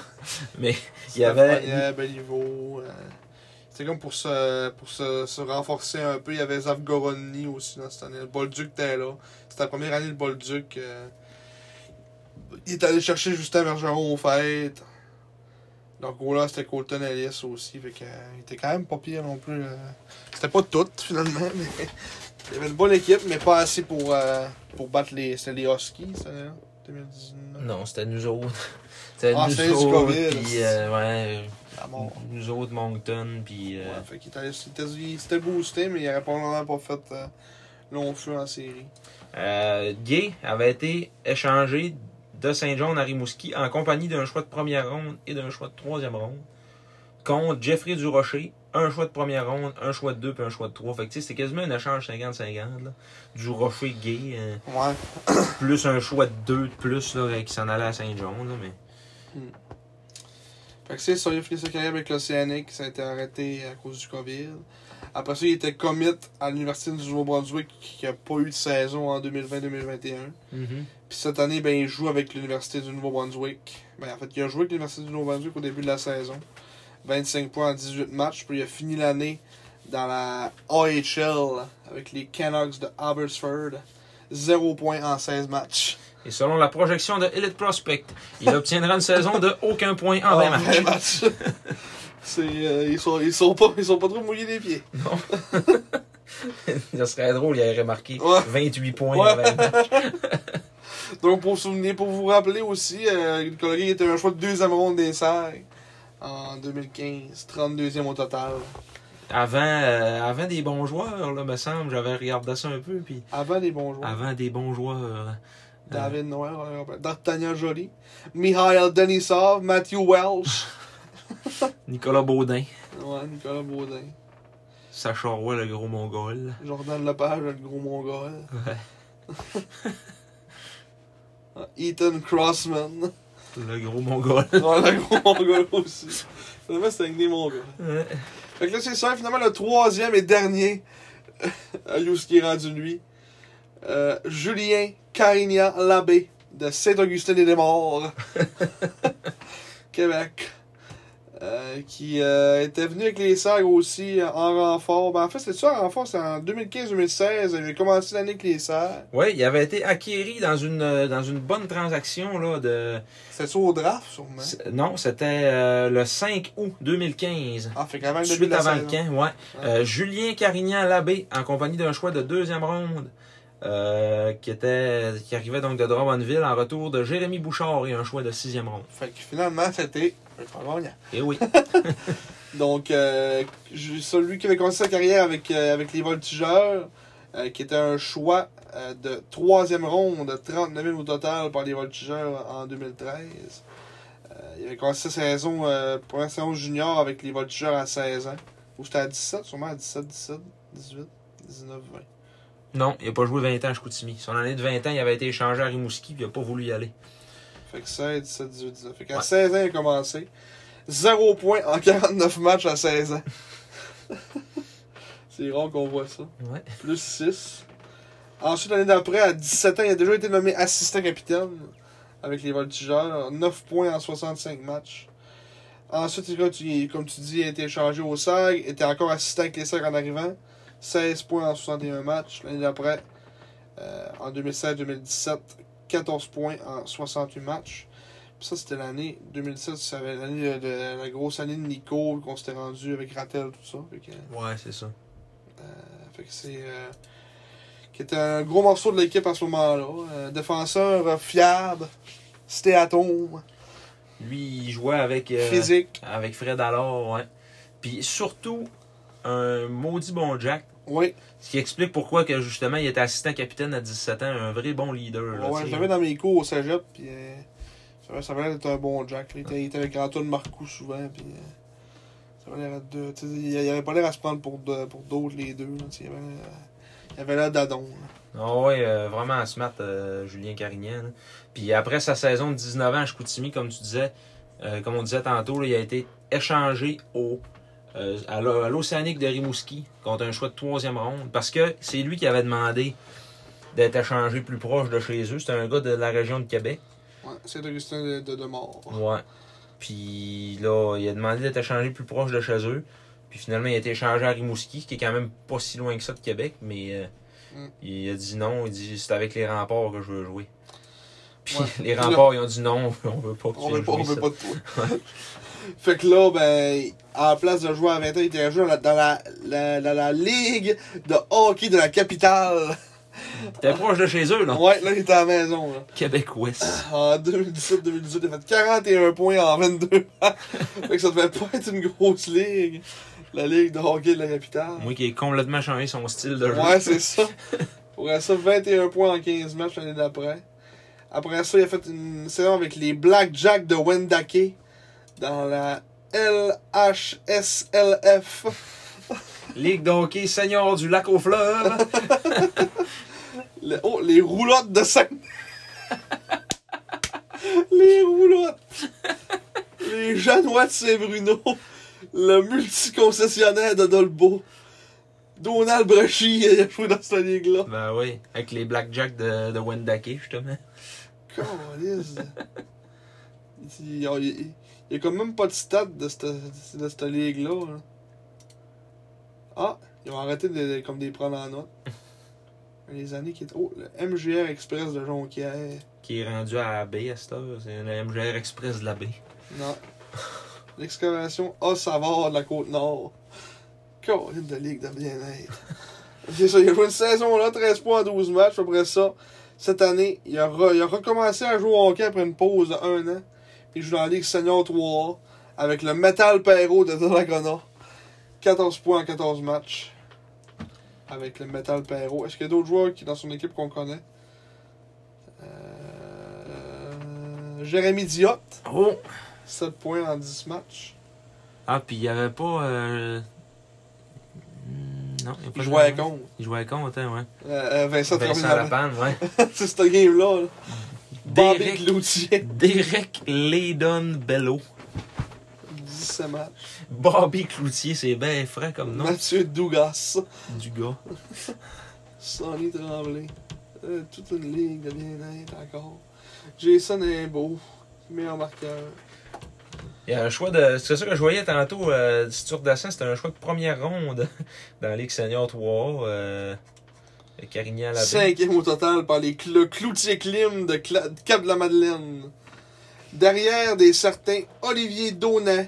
B: Mais il y
A: C'était
B: avait.
A: Lafrenière, Béliveau, euh, c'était comme pour se, pour se, se renforcer un peu. Il y avait Zavgoroni aussi dans cette année. Le Bolduc était là. C'était la première année de Bolduc. euh, il est allé chercher Justin Bergeron aux fêtes. Leur goal-là, c'était Colton Ellis aussi. Fait que, euh, il était quand même pas pire non plus. euh. C'était pas tout, finalement. Mais... Il y avait une bonne équipe, mais pas assez pour, euh, pour battre les, c'était les Huskies, cette année-là, 2019.
B: Non, c'était nous autres. C'était
A: Ah, c'était du
B: nous autres.
A: COVID.
B: Puis, euh, ouais,
A: À mort.
B: Nous autres, Moncton, puis... euh,
A: Ouais, fait qu'il est allé- il était- il s'était boosté, mais il n'aurait probablement pas fait euh, long feu en série.
B: euh, Gay avait été échangé de Saint-John à Rimouski en compagnie d'un choix de première ronde et d'un choix de troisième ronde contre Jeffrey Durocher, un choix de première ronde, un choix de deux, puis un choix de trois. Fait que tu sais, c'était quasiment un échange 50-50, là. Du rocher gay, euh,
A: Ouais.
B: plus un choix de deux de plus, là, qui s'en allait à Saint-John, là, mais.
A: Fait que c'est ça, il a fini sa carrière avec l'Océanique, ça a été arrêté à cause du COVID. Après ça, il était commit à l'Université du Nouveau-Brunswick qui n'a pas eu de saison en 2020-2021.
B: Mhm.
A: Puis cette année, ben, il joue avec l'Université du Nouveau-Brunswick. Ben, en fait, il a joué avec l'Université du Nouveau-Brunswick au début de la saison. 25 points en 18 matchs. Puis il a fini l'année dans la AHL avec les Canucks de Abbotsford. 0 points en 16 matchs.
B: Et selon la projection de Elite Prospect, il obtiendra une saison de aucun point en 20
A: En
B: Ah, matchs.
A: 20 matchs. C'est, euh, ils, sont, ils, sont pas, ils sont pas trop mouillés des pieds.
B: Ça serait drôle, il aurait marqué
A: Ouais.
B: 28 points
A: Ouais.
B: en 20 matchs.
A: Donc, pour, souvenir, pour vous rappeler aussi, euh, Colorado était un choix de deuxième ronde des Serres en 2015, 32e au total.
B: Avant, euh, avant des bons joueurs, là, me semble, j'avais regardé ça un peu, puis
A: Avant les bons joueurs.
B: avant des bons joueurs. euh,
A: David Noël, on le rappelle. D'Artagnan Joly, Mihail Denisov, Matthew Welsh,
B: Nicolas Baudin,
A: ouais, Nicolas Baudin,
B: Sacha Roy, le gros mongol.
A: Jordan Lepage, le gros mongol,
B: Ouais.
A: Ethan Crossman,
B: Le gros mongol.
A: ouais, le gros mongol aussi. Finalement, c'était avec des mongols. Fait que là, c'est ça. Finalement, le troisième et dernier, Ayus qui est rendu lui, euh, Julien Carignan Labbé de Saint-Augustin-des-Morts, Québec, euh, qui euh, était venu avec les Serres aussi euh, en renfort. Ben, en fait, c'est ça, en renfort, c'est en 2015-2016. Il avait commencé l'année avec les Serres.
B: Oui, il avait été acquéri dans une, euh, dans une bonne transaction là, de.
A: C'était ça au draft, sûrement.
B: c'est- Non, c'était euh, le 5 août 2015.
A: Ah, fait qu'avant le début de Ah.
B: Suite
A: la
B: avant le
A: saison.
B: camp, ouais. Euh, Julien Carignan Labbé, en compagnie d'un choix de deuxième ronde, euh, qui était qui arrivait donc de Drummondville en retour de Jérémy Bouchard et un choix de sixième ronde.
A: Fait que finalement, c'était... un pas gagnant.
B: Et oui.
A: Donc, euh, j'ai- celui qui avait commencé sa carrière avec, euh, avec les Voltigeurs, euh, qui était un choix euh, de troisième ronde, 39 000 au total par les Voltigeurs en 2013. Euh, il avait commencé sa saison, euh, première saison junior avec les Voltigeurs à 16 ans. Ou c'était à 17, sûrement à 17, 17, 18, 19, 20.
B: non, il n'a pas joué 20 ans à Chicoutimi. Son année de 20 ans, il avait été échangé à Rimouski, puis il n'a pas voulu y aller.
A: Fait que 16, 17, 18, 19. Fait qu'à
B: Ouais.
A: 16 ans, il a commencé. 0 point en 49 matchs à 16 ans. C'est rare qu'on voit ça.
B: Ouais.
A: plus 6. Ensuite, l'année d'après, à 17 ans, il a déjà été nommé assistant capitaine avec les Voltigeurs. 9 points en 65 matchs. Ensuite, il- comme tu, comme tu dis, il a été échangé au SAG, était encore assistant avec les SAG en arrivant. 16 points en 61 matchs. L'année d'après, euh, en 2016-2017, 14 points en 68 matchs. Puis ça, c'était l'année 2017, c'était l'année de, de- la grosse année de Nico, qu'on s'était rendu avec Rattel, tout ça. Fait que,
B: Ouais, c'est ça.
A: fait que c'est. euh, qui était un gros morceau de l'équipe à ce moment-là. Euh, défenseur euh, fiable, stéatome,
B: Lui, il jouait avec. euh,
A: physique.
B: Avec Fred alors, ouais. Puis surtout, un maudit bon Jack.
A: Oui,
B: Ce qui explique pourquoi que justement il était assistant capitaine à 17 ans, un vrai bon leader. là,
A: ouais, je
B: tu sais.
A: l'avais dans mes cours au cégep, puis euh, ça avait- ça avait l'air d'être un bon Jack. là. Il était, il était avec Antoine Marcoux souvent, puis. euh, ça avait l'air de. tu sais, Il il avait pas l'air à se prendre pour, de- pour d'autres, les deux. là. Tu sais, Il avait, euh, il avait l'air d'adon. là.
B: Ah ouais, euh, vraiment smart, euh, Julien Carignan. là. Puis après sa saison de 19 ans à Chicoutimi, comme tu disais, euh, comme on disait tantôt, là, il a été échangé au euh, à l'O- à l'Océanique de Rimouski contre un choix de troisième ronde. Parce que c'est lui qui avait demandé d'être échangé plus proche de chez eux. C'était un gars de la région de Québec.
A: Ouais, c'est Augustin de, de, de mort.
B: Ouais. Puis là, il a demandé d'être échangé plus proche de chez eux. Puis finalement, il a été échangé à Rimouski, qui est quand même pas si loin que ça de Québec, mais euh,
A: Mm.
B: il a dit non. Il dit c'est avec les remparts que je veux jouer. Puis
A: Ouais.
B: les remparts, ils ont dit non, on veut pas que tu
A: On
B: viennes
A: veut pas,
B: jouer
A: on veut
B: ça.
A: pas de toi. fait que là, ben, en place de jouer à 20 ans, il était joué dans la, dans la, la, la- la ligue de hockey de la capitale.
B: T'es proche de chez eux, là.
A: Ouais, là, il était à la maison. là.
B: Québec Ouest.
A: En 2017-2018, il a fait 41 points en 22 ans. fait que ça devait pas être une grosse ligue. La ligue de hockey de la capitale.
B: Moi qui ai complètement changé son style de jeu.
A: Ouais, c'est ça. Pour ça, 21 points en 15 matchs l'année d'après. Après ça, il a fait une saison avec les Blackjack de Wendake dans la LHSLF.
B: Ligue de hockey senior du lac aux fleuves.
A: Le- oh, les roulottes de saint les roulottes. Les Janois de Saint-Bruno. Le multiconcessionnaire de Dolbeau. Donald Brachy il a joué dans cette ligue-là.
B: ben oui, avec les Blackjack de, de Wendake, justement.
A: Câlisse. Il y a, il y a quand même pas de stade de cette, de cette ligue-là. hein. Ah, ils ont arrêté de, de- comme des prendre en note. Les années qui étaient. Oh, le MGR Express de Jonquière.
B: Qui est rendu à la baie à cette heure. C'est le MGR Express de la baie.
A: Non. Oh, L'excavation A Savard de la Côte-Nord. Colline de Ligue de bien-être. C'est ça, il a joué une saison là, 13 points en 12 matchs. Après ça, cette année, il a, re- il a recommencé à jouer au hockey après une pause de 1 an. Puis il joue dans la Ligue Senior 3 avec le Metal Perro de Dragona. 14 points en 14 matchs. Avec le Metal Perro. Est-ce qu'il y a d'autres joueurs qui, dans son équipe qu'on connaît Euh, Jérémy Diot.
B: Oh!
A: 7 points en 10 matchs.
B: Ah, puis il y avait pas. euh, hmm, Non, il y a pas
A: Il
B: de
A: jouait
B: nom.
A: contre
B: Il jouait contre, hein, ouais.
A: euh, euh, Vincent
B: Vincent
A: Terminator.
B: Lapanne, ouais.
A: C'est ce game-là. là. Bobby
B: Derek-
A: Cloutier.
B: Derek Laydon Bello.
A: 17 matchs.
B: Bobby Cloutier, c'est bien frais comme nom
A: Mathieu Dougas.
B: du gars.
A: Sonny Tremblay. Euh, toute une ligue de bien-être encore. Jason Imbeau. Meilleur marqueur.
B: Il y a un choix de. C'est ça que je voyais tantôt, euh, du Tour d'Assin, c'était un choix de première ronde dans la Ligue Senior 3. Euh, de Carignan la
A: Cinquième au total par les cl- le Cloutier Clim de Cla- de Cap-de-la-Madeleine. Derrière des certains Olivier Donat,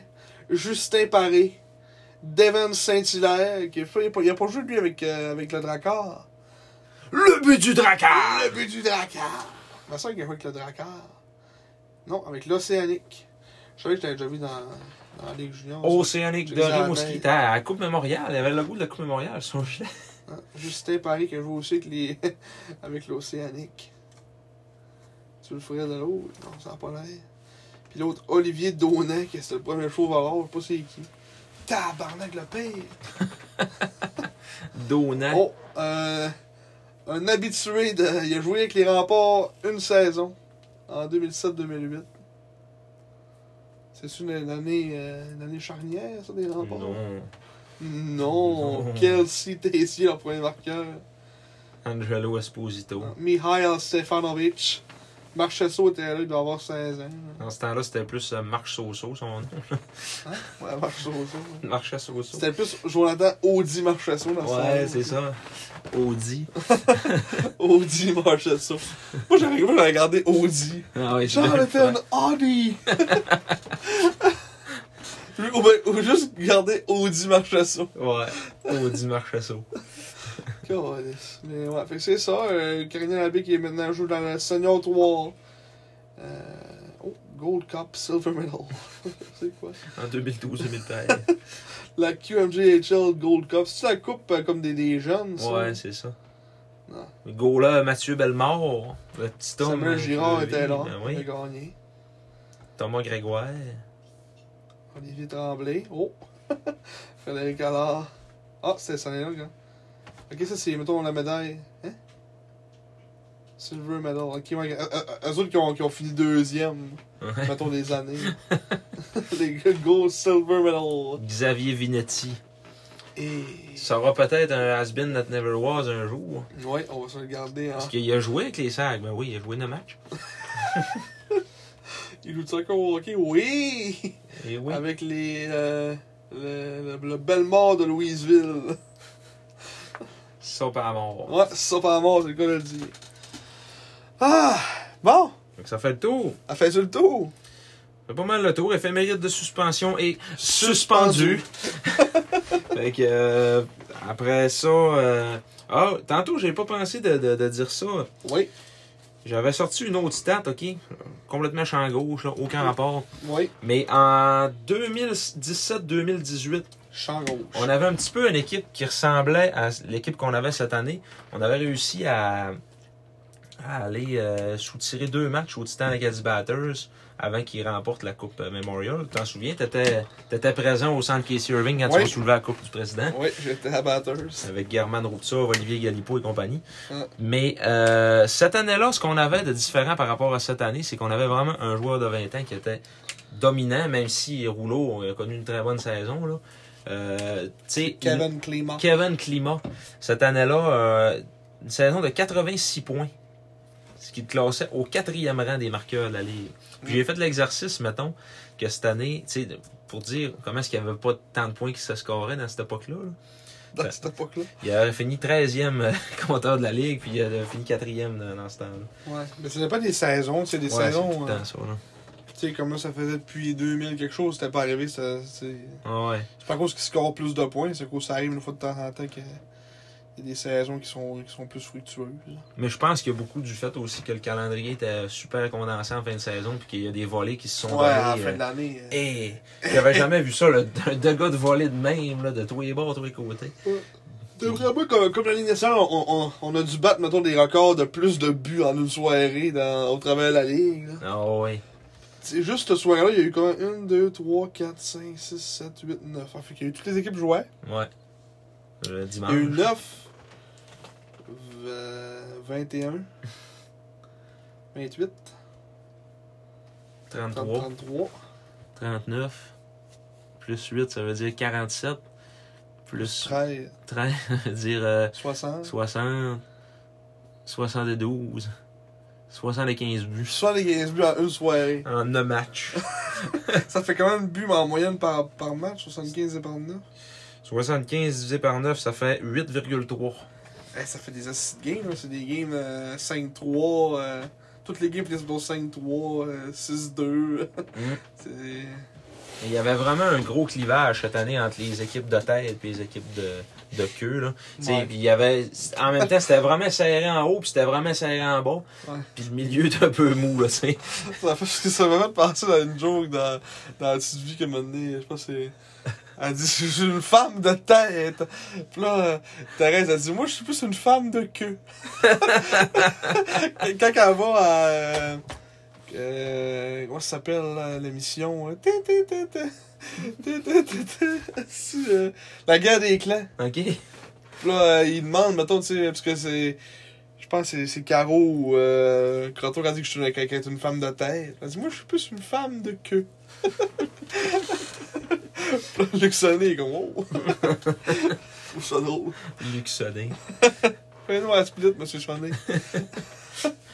A: Justin Paré, Devon Saint-Hilaire, qui est fait- il n'a pas joué lui avec, euh, avec le Dracard.
B: Le but du Dracar!
A: Le but du Drakkar. Ma soeur qui a joué avec le Drakkar. Non, avec l'Océanique. Je savais que je l'avais déjà vu dans, dans la Ligue Junior.
B: Océanique de
A: Exactement.
B: Rimouski. T'as à la Coupe Mémorial. Il y avait le logo de la Coupe Mémorial sur le gilet.
A: Hein? Justin Paris qui a joué aussi avec, les... avec l'Océanique. Tu le ferais de l'autre? Non, ça n'a pas l'air. Puis l'autre, Olivier Donat, qui c'était le premier chauve à avoir, je sais pas c'est qui. Tabarnak le père!
B: Donat.
A: Oh, euh, un habitué de. Il a joué avec les remparts une saison, en 2007-2008. C'est une, une année, euh, une année charnière, ça, des remparts?
B: non.
A: Non,
B: Non.
A: Kelsey Tessier, leur premier marqueur.
B: Angelo Esposito.
A: Mihail Stefanovic. Marchesso était là, il doit avoir 16 ans.
B: Dans ce temps-là, c'était plus euh, Marc Soso, son nom.
A: Ouais, Marchesso, ça. ouais.
B: Marc Soso.
A: C'était plus Jonathan Audi Marchesso dans ce
B: Ouais,
A: temps-là.
B: c'est ça. Audi.
A: Audi Marchesso. Moi, j'avais moi, j'avais regardé Audi.
B: Ah ouais, je l'ai
A: Jonathan
B: fait.
A: Audi! ou, ben, ou juste garder Audi Marchessault.
B: Ouais. Audi Marchesso.
A: Calisse. Mais ouais, fait que c'est ça. Euh, Karine Abbé qui est maintenant joue dans la Senior 3. Euh, oh, Gold Cup, Silver Medal. c'est quoi?
B: En 2012-2013.
A: La QMJHL Gold Cup. C'est la coupe euh, comme des, des jeunes, ça?
B: ouais, c'est ça.
A: Non.
B: Le goaler Mathieu Bellemare. Le petit homme. hein,
A: Samuel Girard était là.
B: Ben
A: Il a
B: oui.
A: gagné.
B: Thomas Grégoire.
A: Olivier Tremblay. Oh! Frédéric Allard. Ah, c'est ça, là, gars. Ok, ça, c'est, mettons, la médaille. Hein? Silver medal. Ok, ouais. euh, euh, Eux autres qui ont, qui ont fini deuxième.
B: Ouais.
A: Mettons des années. Les gars, go silver medal.
B: Xavier Vinetti.
A: Et.
B: Ça aura peut-être un has-been that never was un jour.
A: Ouais, on va se regarder. Hein.
B: Parce qu'il a joué avec les sacs. Ben oui, il a joué 9 matchs.
A: Il joue encore au hockey? Ah Oui!
B: Et oui.
A: Avec les. euh, le, le, le Belmont de Louisville.
B: Ça par mort.
A: Ouais, ça pas mort, c'est le cas de le dire. Ah! Bon!
B: Donc ça fait le tour.
A: Elle fait sur le tour.
B: C'est pas mal le tour. Éphéméride de suspension et suspendu. fait que, euh, après ça. euh, Ah, tantôt, j'ai pas pensé de, de- de dire ça.
A: Oui,
B: J'avais sorti une autre stat, ok? Complètement champ gauche, là, aucun rapport.
A: oui.
B: Mais en 2017-2018,
A: Champ gauche.
B: on avait un petit peu une équipe qui ressemblait à l'équipe qu'on avait cette année. On avait réussi à, à aller euh, soutirer deux matchs au Titan Legacy Batters avant qu'ils remportent la Coupe euh, Memorial. Tu t'en souviens, t'étais étais présent au centre Casey Irving quand
A: Oui.
B: tu as soulevé la Coupe du Président.
A: Oui, j'étais à Batters.
B: Avec German Routsoff, Olivier Galipo et compagnie.
A: Ah.
B: Mais euh, cette année-là, ce qu'on avait de différent par rapport à cette année, c'est qu'on avait vraiment un joueur de 20 ans qui était dominant, même si Rouleau a connu une très bonne saison. Là. Euh, tu sais,
A: Kevin Clément.
B: Kevin Climat, cette année-là, euh, une saison de 86 points. Ce qui te classait au quatrième rang des marqueurs de la Ligue. Puis j'ai fait l'exercice, mettons, que cette année, tu sais, de- pour dire comment est-ce qu'il n'y avait pas tant de points qui se scoraient dans cette époque-là. là.
A: Dans cette époque-là.
B: Il avait fini 13e euh, compteur de la Ligue, puis il avait fini 4e dans, dans ce temps-là.
A: Ouais. Mais c'était pas des saisons, c'est des
B: Ouais, c'est tout
A: saisons.
B: le
A: euh,
B: temps ça, là.
A: Tu sais, comme là, ça faisait depuis 2000 quelque chose, c'était pas arrivé. ça- C'est
B: Ah ouais.
A: c'est pas à cause qu'ils scorent plus de points, c'est à cause que ça arrive une fois de temps en temps qu'il y a des saisons qui sont, qui sont plus fructueuses.
B: Mais je pense qu'il y a beaucoup du fait aussi que le calendrier était super condensé en fin de saison, puis qu'il y a des volets qui se sont
A: Ouais, à la
B: donnés,
A: fin
B: euh,
A: de l'année. euh,
B: Hey, j'avais jamais vu ça, le, un dégât de voler de même, là, de tous les bords, de tous les côtés.
A: C'est vraiment comme, comme la Ligue nationale, on, on, on a dû battre, mettons, des records de plus de buts en une soirée dans, au travers de la Ligue. là.
B: Ah ouais.
A: C'est juste ce soir-là, il y a eu quand même 1, 2, 3, 4, 5, 6, 7, 8, 9. Enfin, fait qu'il y a eu toutes les équipes jouaient.
B: Ouais. Le
A: Il
B: dimanche.
A: y a eu 9, euh, 21, 28, 30,
B: 33,
A: 33.
B: 39, plus 8, ça veut dire 47, plus
A: 13,
B: 13, ça veut dire euh,
A: 60.
B: 60, 72, 75 buts.
A: 75 buts en une soirée.
B: En un match.
A: Ça fait quand même but mais en moyenne par, par match, 75 et par 9.
B: 75 divisé par 9, ça fait 8,3.
A: Eh, ça fait des assises de games, là. c'est des games euh, 5-3. euh, toutes les games finissent par 5-3, euh, 6-2. C'est-
B: Il y avait vraiment un gros clivage cette année entre les équipes de tête et les équipes de, de queue. Là. Tu sais,
A: Ouais.
B: puis il y avait, en même temps, c'était vraiment serré en haut, puis c'était vraiment serré en bas.
A: Ouais.
B: Puis le milieu était un peu mou. Là, tu sais.
A: Ça fait parce que ça m'a fait penser dans une joke dans, dans la petite vie que m'a donné. Je pense que c'est. Elle dit Je suis une femme de tête. Puis là, euh, Thérèse, elle dit Moi, je suis plus une femme de queue. Quand elle va à. euh, euh, comment ça s'appelle là, l'émission euh, tin, tin, tin, tin. Tin, tin, tin, tin. Si, euh, La guerre des clans.
B: OK?
A: Puis là, euh, il demande, mettons, tu sais, parce que c'est. Je pense que c'est- c'est Caro ou euh, Croteau qui a dit que je suis une, qu'elle est une femme de tête. Elle dit Moi, je suis plus une femme de queue. Puis là, Luc Sonnet est comme Oh Je trouve ça drôle.
B: Luc Sodin.
A: Fais-nous un split, monsieur Sonnet.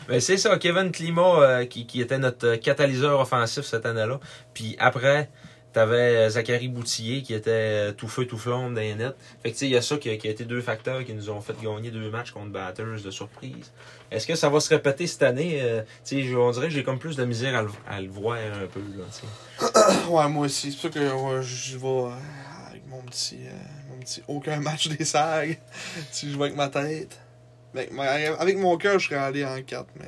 B: Ben, c'est ça, Kevin Climat euh, qui, qui était notre euh, catalyseur offensif cette année-là. Puis après, t'avais euh, Zachary Boutillier qui était euh, tout feu, tout flamme dans les nets. Fait que tu sais, il y a ça qui a, qui a été deux facteurs qui nous ont fait gagner deux matchs contre Batters de surprise. Est-ce que ça va se répéter cette année? Euh, tu sais, je- on dirait que j'ai comme plus de misère à le, à le voir un peu. Là, tu sais.
A: Ouais, moi aussi. C'est pour ça que ouais, je vais euh, avec mon petit, euh, mon petit. Aucun match des sages. si je vais avec ma tête. Avec, ma- avec mon cœur, je serais allé en 4, mais.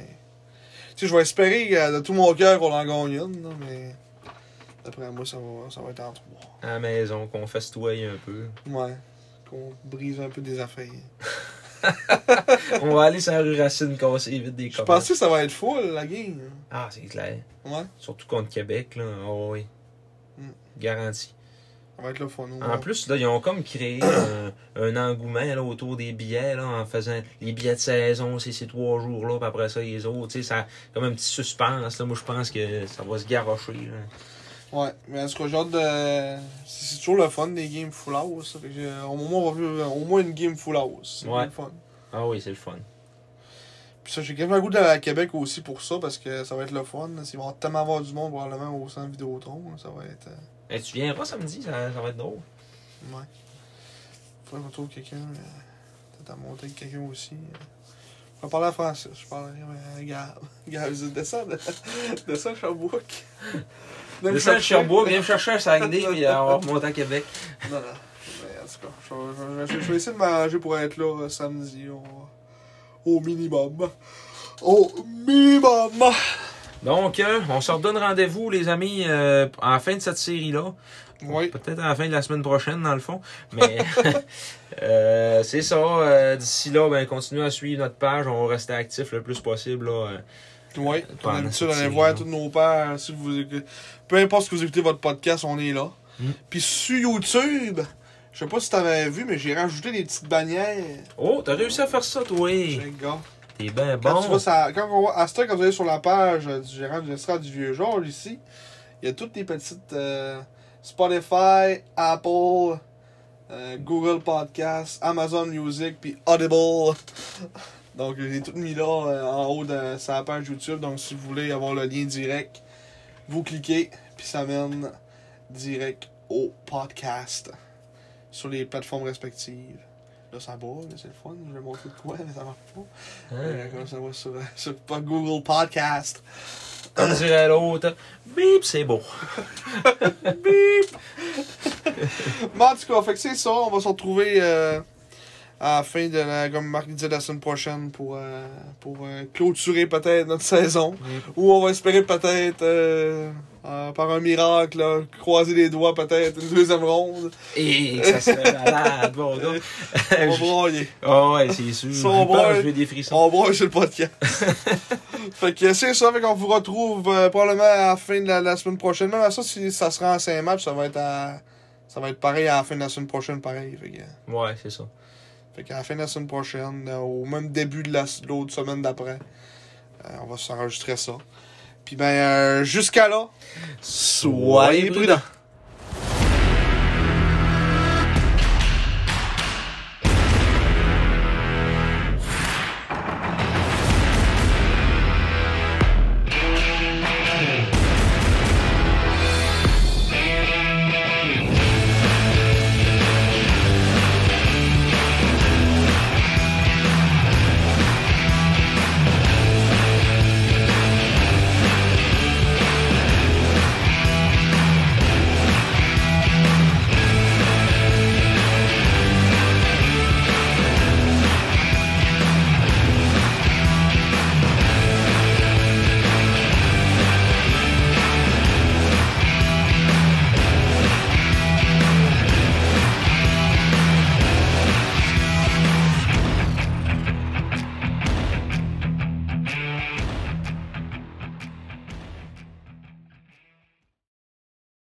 A: Tu sais, je vais espérer euh, de tout mon cœur qu'on en gagne une, là, mais. D'après moi, ça va, ça va être en 3.
B: à la maison, qu'on festoie un peu.
A: Ouais. Qu'on brise un peu des affaires.
B: on va aller sur la rue Racine casser vite des
A: Je
B: copains.
A: pensais que ça va être full, la game.
B: Ah, c'est clair.
A: Ouais.
B: Surtout contre Québec, là. Ah oui.
A: Mm.
B: Garanti.
A: Ça va être le fun. ouais.
B: En plus, là, ils ont comme créé un, un engouement là, autour des billets, là, en faisant les billets de saison, c'est ces trois jours-là, puis après ça, les autres. Tu sais, ça a comme un petit suspense. Là. Moi, je pense que ça va se garrocher. là.
A: Ouais, mais en tout cas, j'ai hâte de. C'est c'est toujours le fun des games full house. ça. Fait que j'ai- Au moment, on va vivre euh, au moins une game full house. C'est
B: Ouais.
A: le fun.
B: Ah oui, c'est le fun.
A: Puis ça, j'ai quand même un goût d'aller à Québec aussi pour ça, parce que ça va être le fun. Ils vont tellement avoir du monde, probablement, au centre Vidéotron. là. Ça va être. euh,
B: Eh, tu viendras samedi, ça, ça va être drôle.
A: ouais. Faudrait qu'on trouve quelqu'un. euh, Peut-être à monter avec quelqu'un aussi. On va parler à Francis. Je parle à Gab. Gab, je dis, descends, de- descends à Sherbrooke. Viens me
B: Le seul
A: chercher.
B: Sherbrooke, viens me chercher à Saguenay, puis euh, on remonte à Québec.
A: Non, non. Mais en tout cas, je, vais- je vais- je vais essayer de m'arranger pour être là euh, samedi. on va- Au minimum. Au minimum.
B: Donc, euh, on se redonne rendez-vous, les amis, euh, en fin de cette série-là.
A: Oui.
B: Peut-être à la fin de la semaine prochaine, dans le fond. Mais euh, c'est ça. euh, D'ici là, ben, continuez à suivre notre page. On va rester actif le plus possible. Là. euh.
A: Oui,
B: Pendant
A: comme d'habitude,
B: cette
A: allez voir
B: série-là.
A: tous nos pères. Si vous écoutez- Peu importe ce que vous écoutez votre podcast, on est là.
B: Mm.
A: Puis sur YouTube, je sais pas si t'avais vu, mais j'ai rajouté des petites bannières.
B: Oh, t'as réussi à faire ça, toi.
A: Check, gars.
B: T'es bien
A: Quand
B: bon.
A: tu vois ça, quand on voit, à ce temps, quand vous allez sur la page euh, du gérant du restaurant du vieux genre ici, il y a toutes les petites euh, Spotify, Apple, euh, Google Podcast, Amazon Music, puis Audible. Donc, je les ai toutes mis là euh, en haut de sa page YouTube. Donc, si vous voulez avoir le lien direct, vous cliquez, puis ça mène direct au podcast sur les plateformes respectives. Là, ça boit, c'est le fun. Je vais montrer de quoi, mais ça marche pas. Euh,
B: Hein?
A: Comme ça, moi, sur, euh, sur pas Google Podcast.
B: On dirait à l'autre. Bip, c'est beau.
A: Mais en tout cas, fait que c'est ça. On va se retrouver euh, à la fin de la, comme Marc disait, la semaine prochaine pour, euh, pour euh, clôturer peut-être notre saison. Ou on va espérer peut-être, euh, euh, par un miracle, là, croiser les doigts peut-être une deuxième ronde.
B: Et ça serait malade, bon gars.
A: On va broyer.
B: Ah ouais, c'est sûr.
A: Ça, on
B: J'ai peur,
A: va-
B: je vais des frissons.
A: On broye sur le podcast. fait que c'est ça. Fait qu'on vous retrouve euh, probablement à la fin de la, la semaine prochaine. Même à ça, si ça sera en 5 matchs, ça va être à- Ça va être pareil à la fin de la semaine prochaine, pareil. Fait que,
B: Ouais, c'est ça.
A: Fait qu'à la fin de la semaine prochaine, euh, au même début de la- de l'autre semaine d'après, euh, on va s'enregistrer ça. Puis ben, euh, jusqu'à là,
B: Soyez prudents.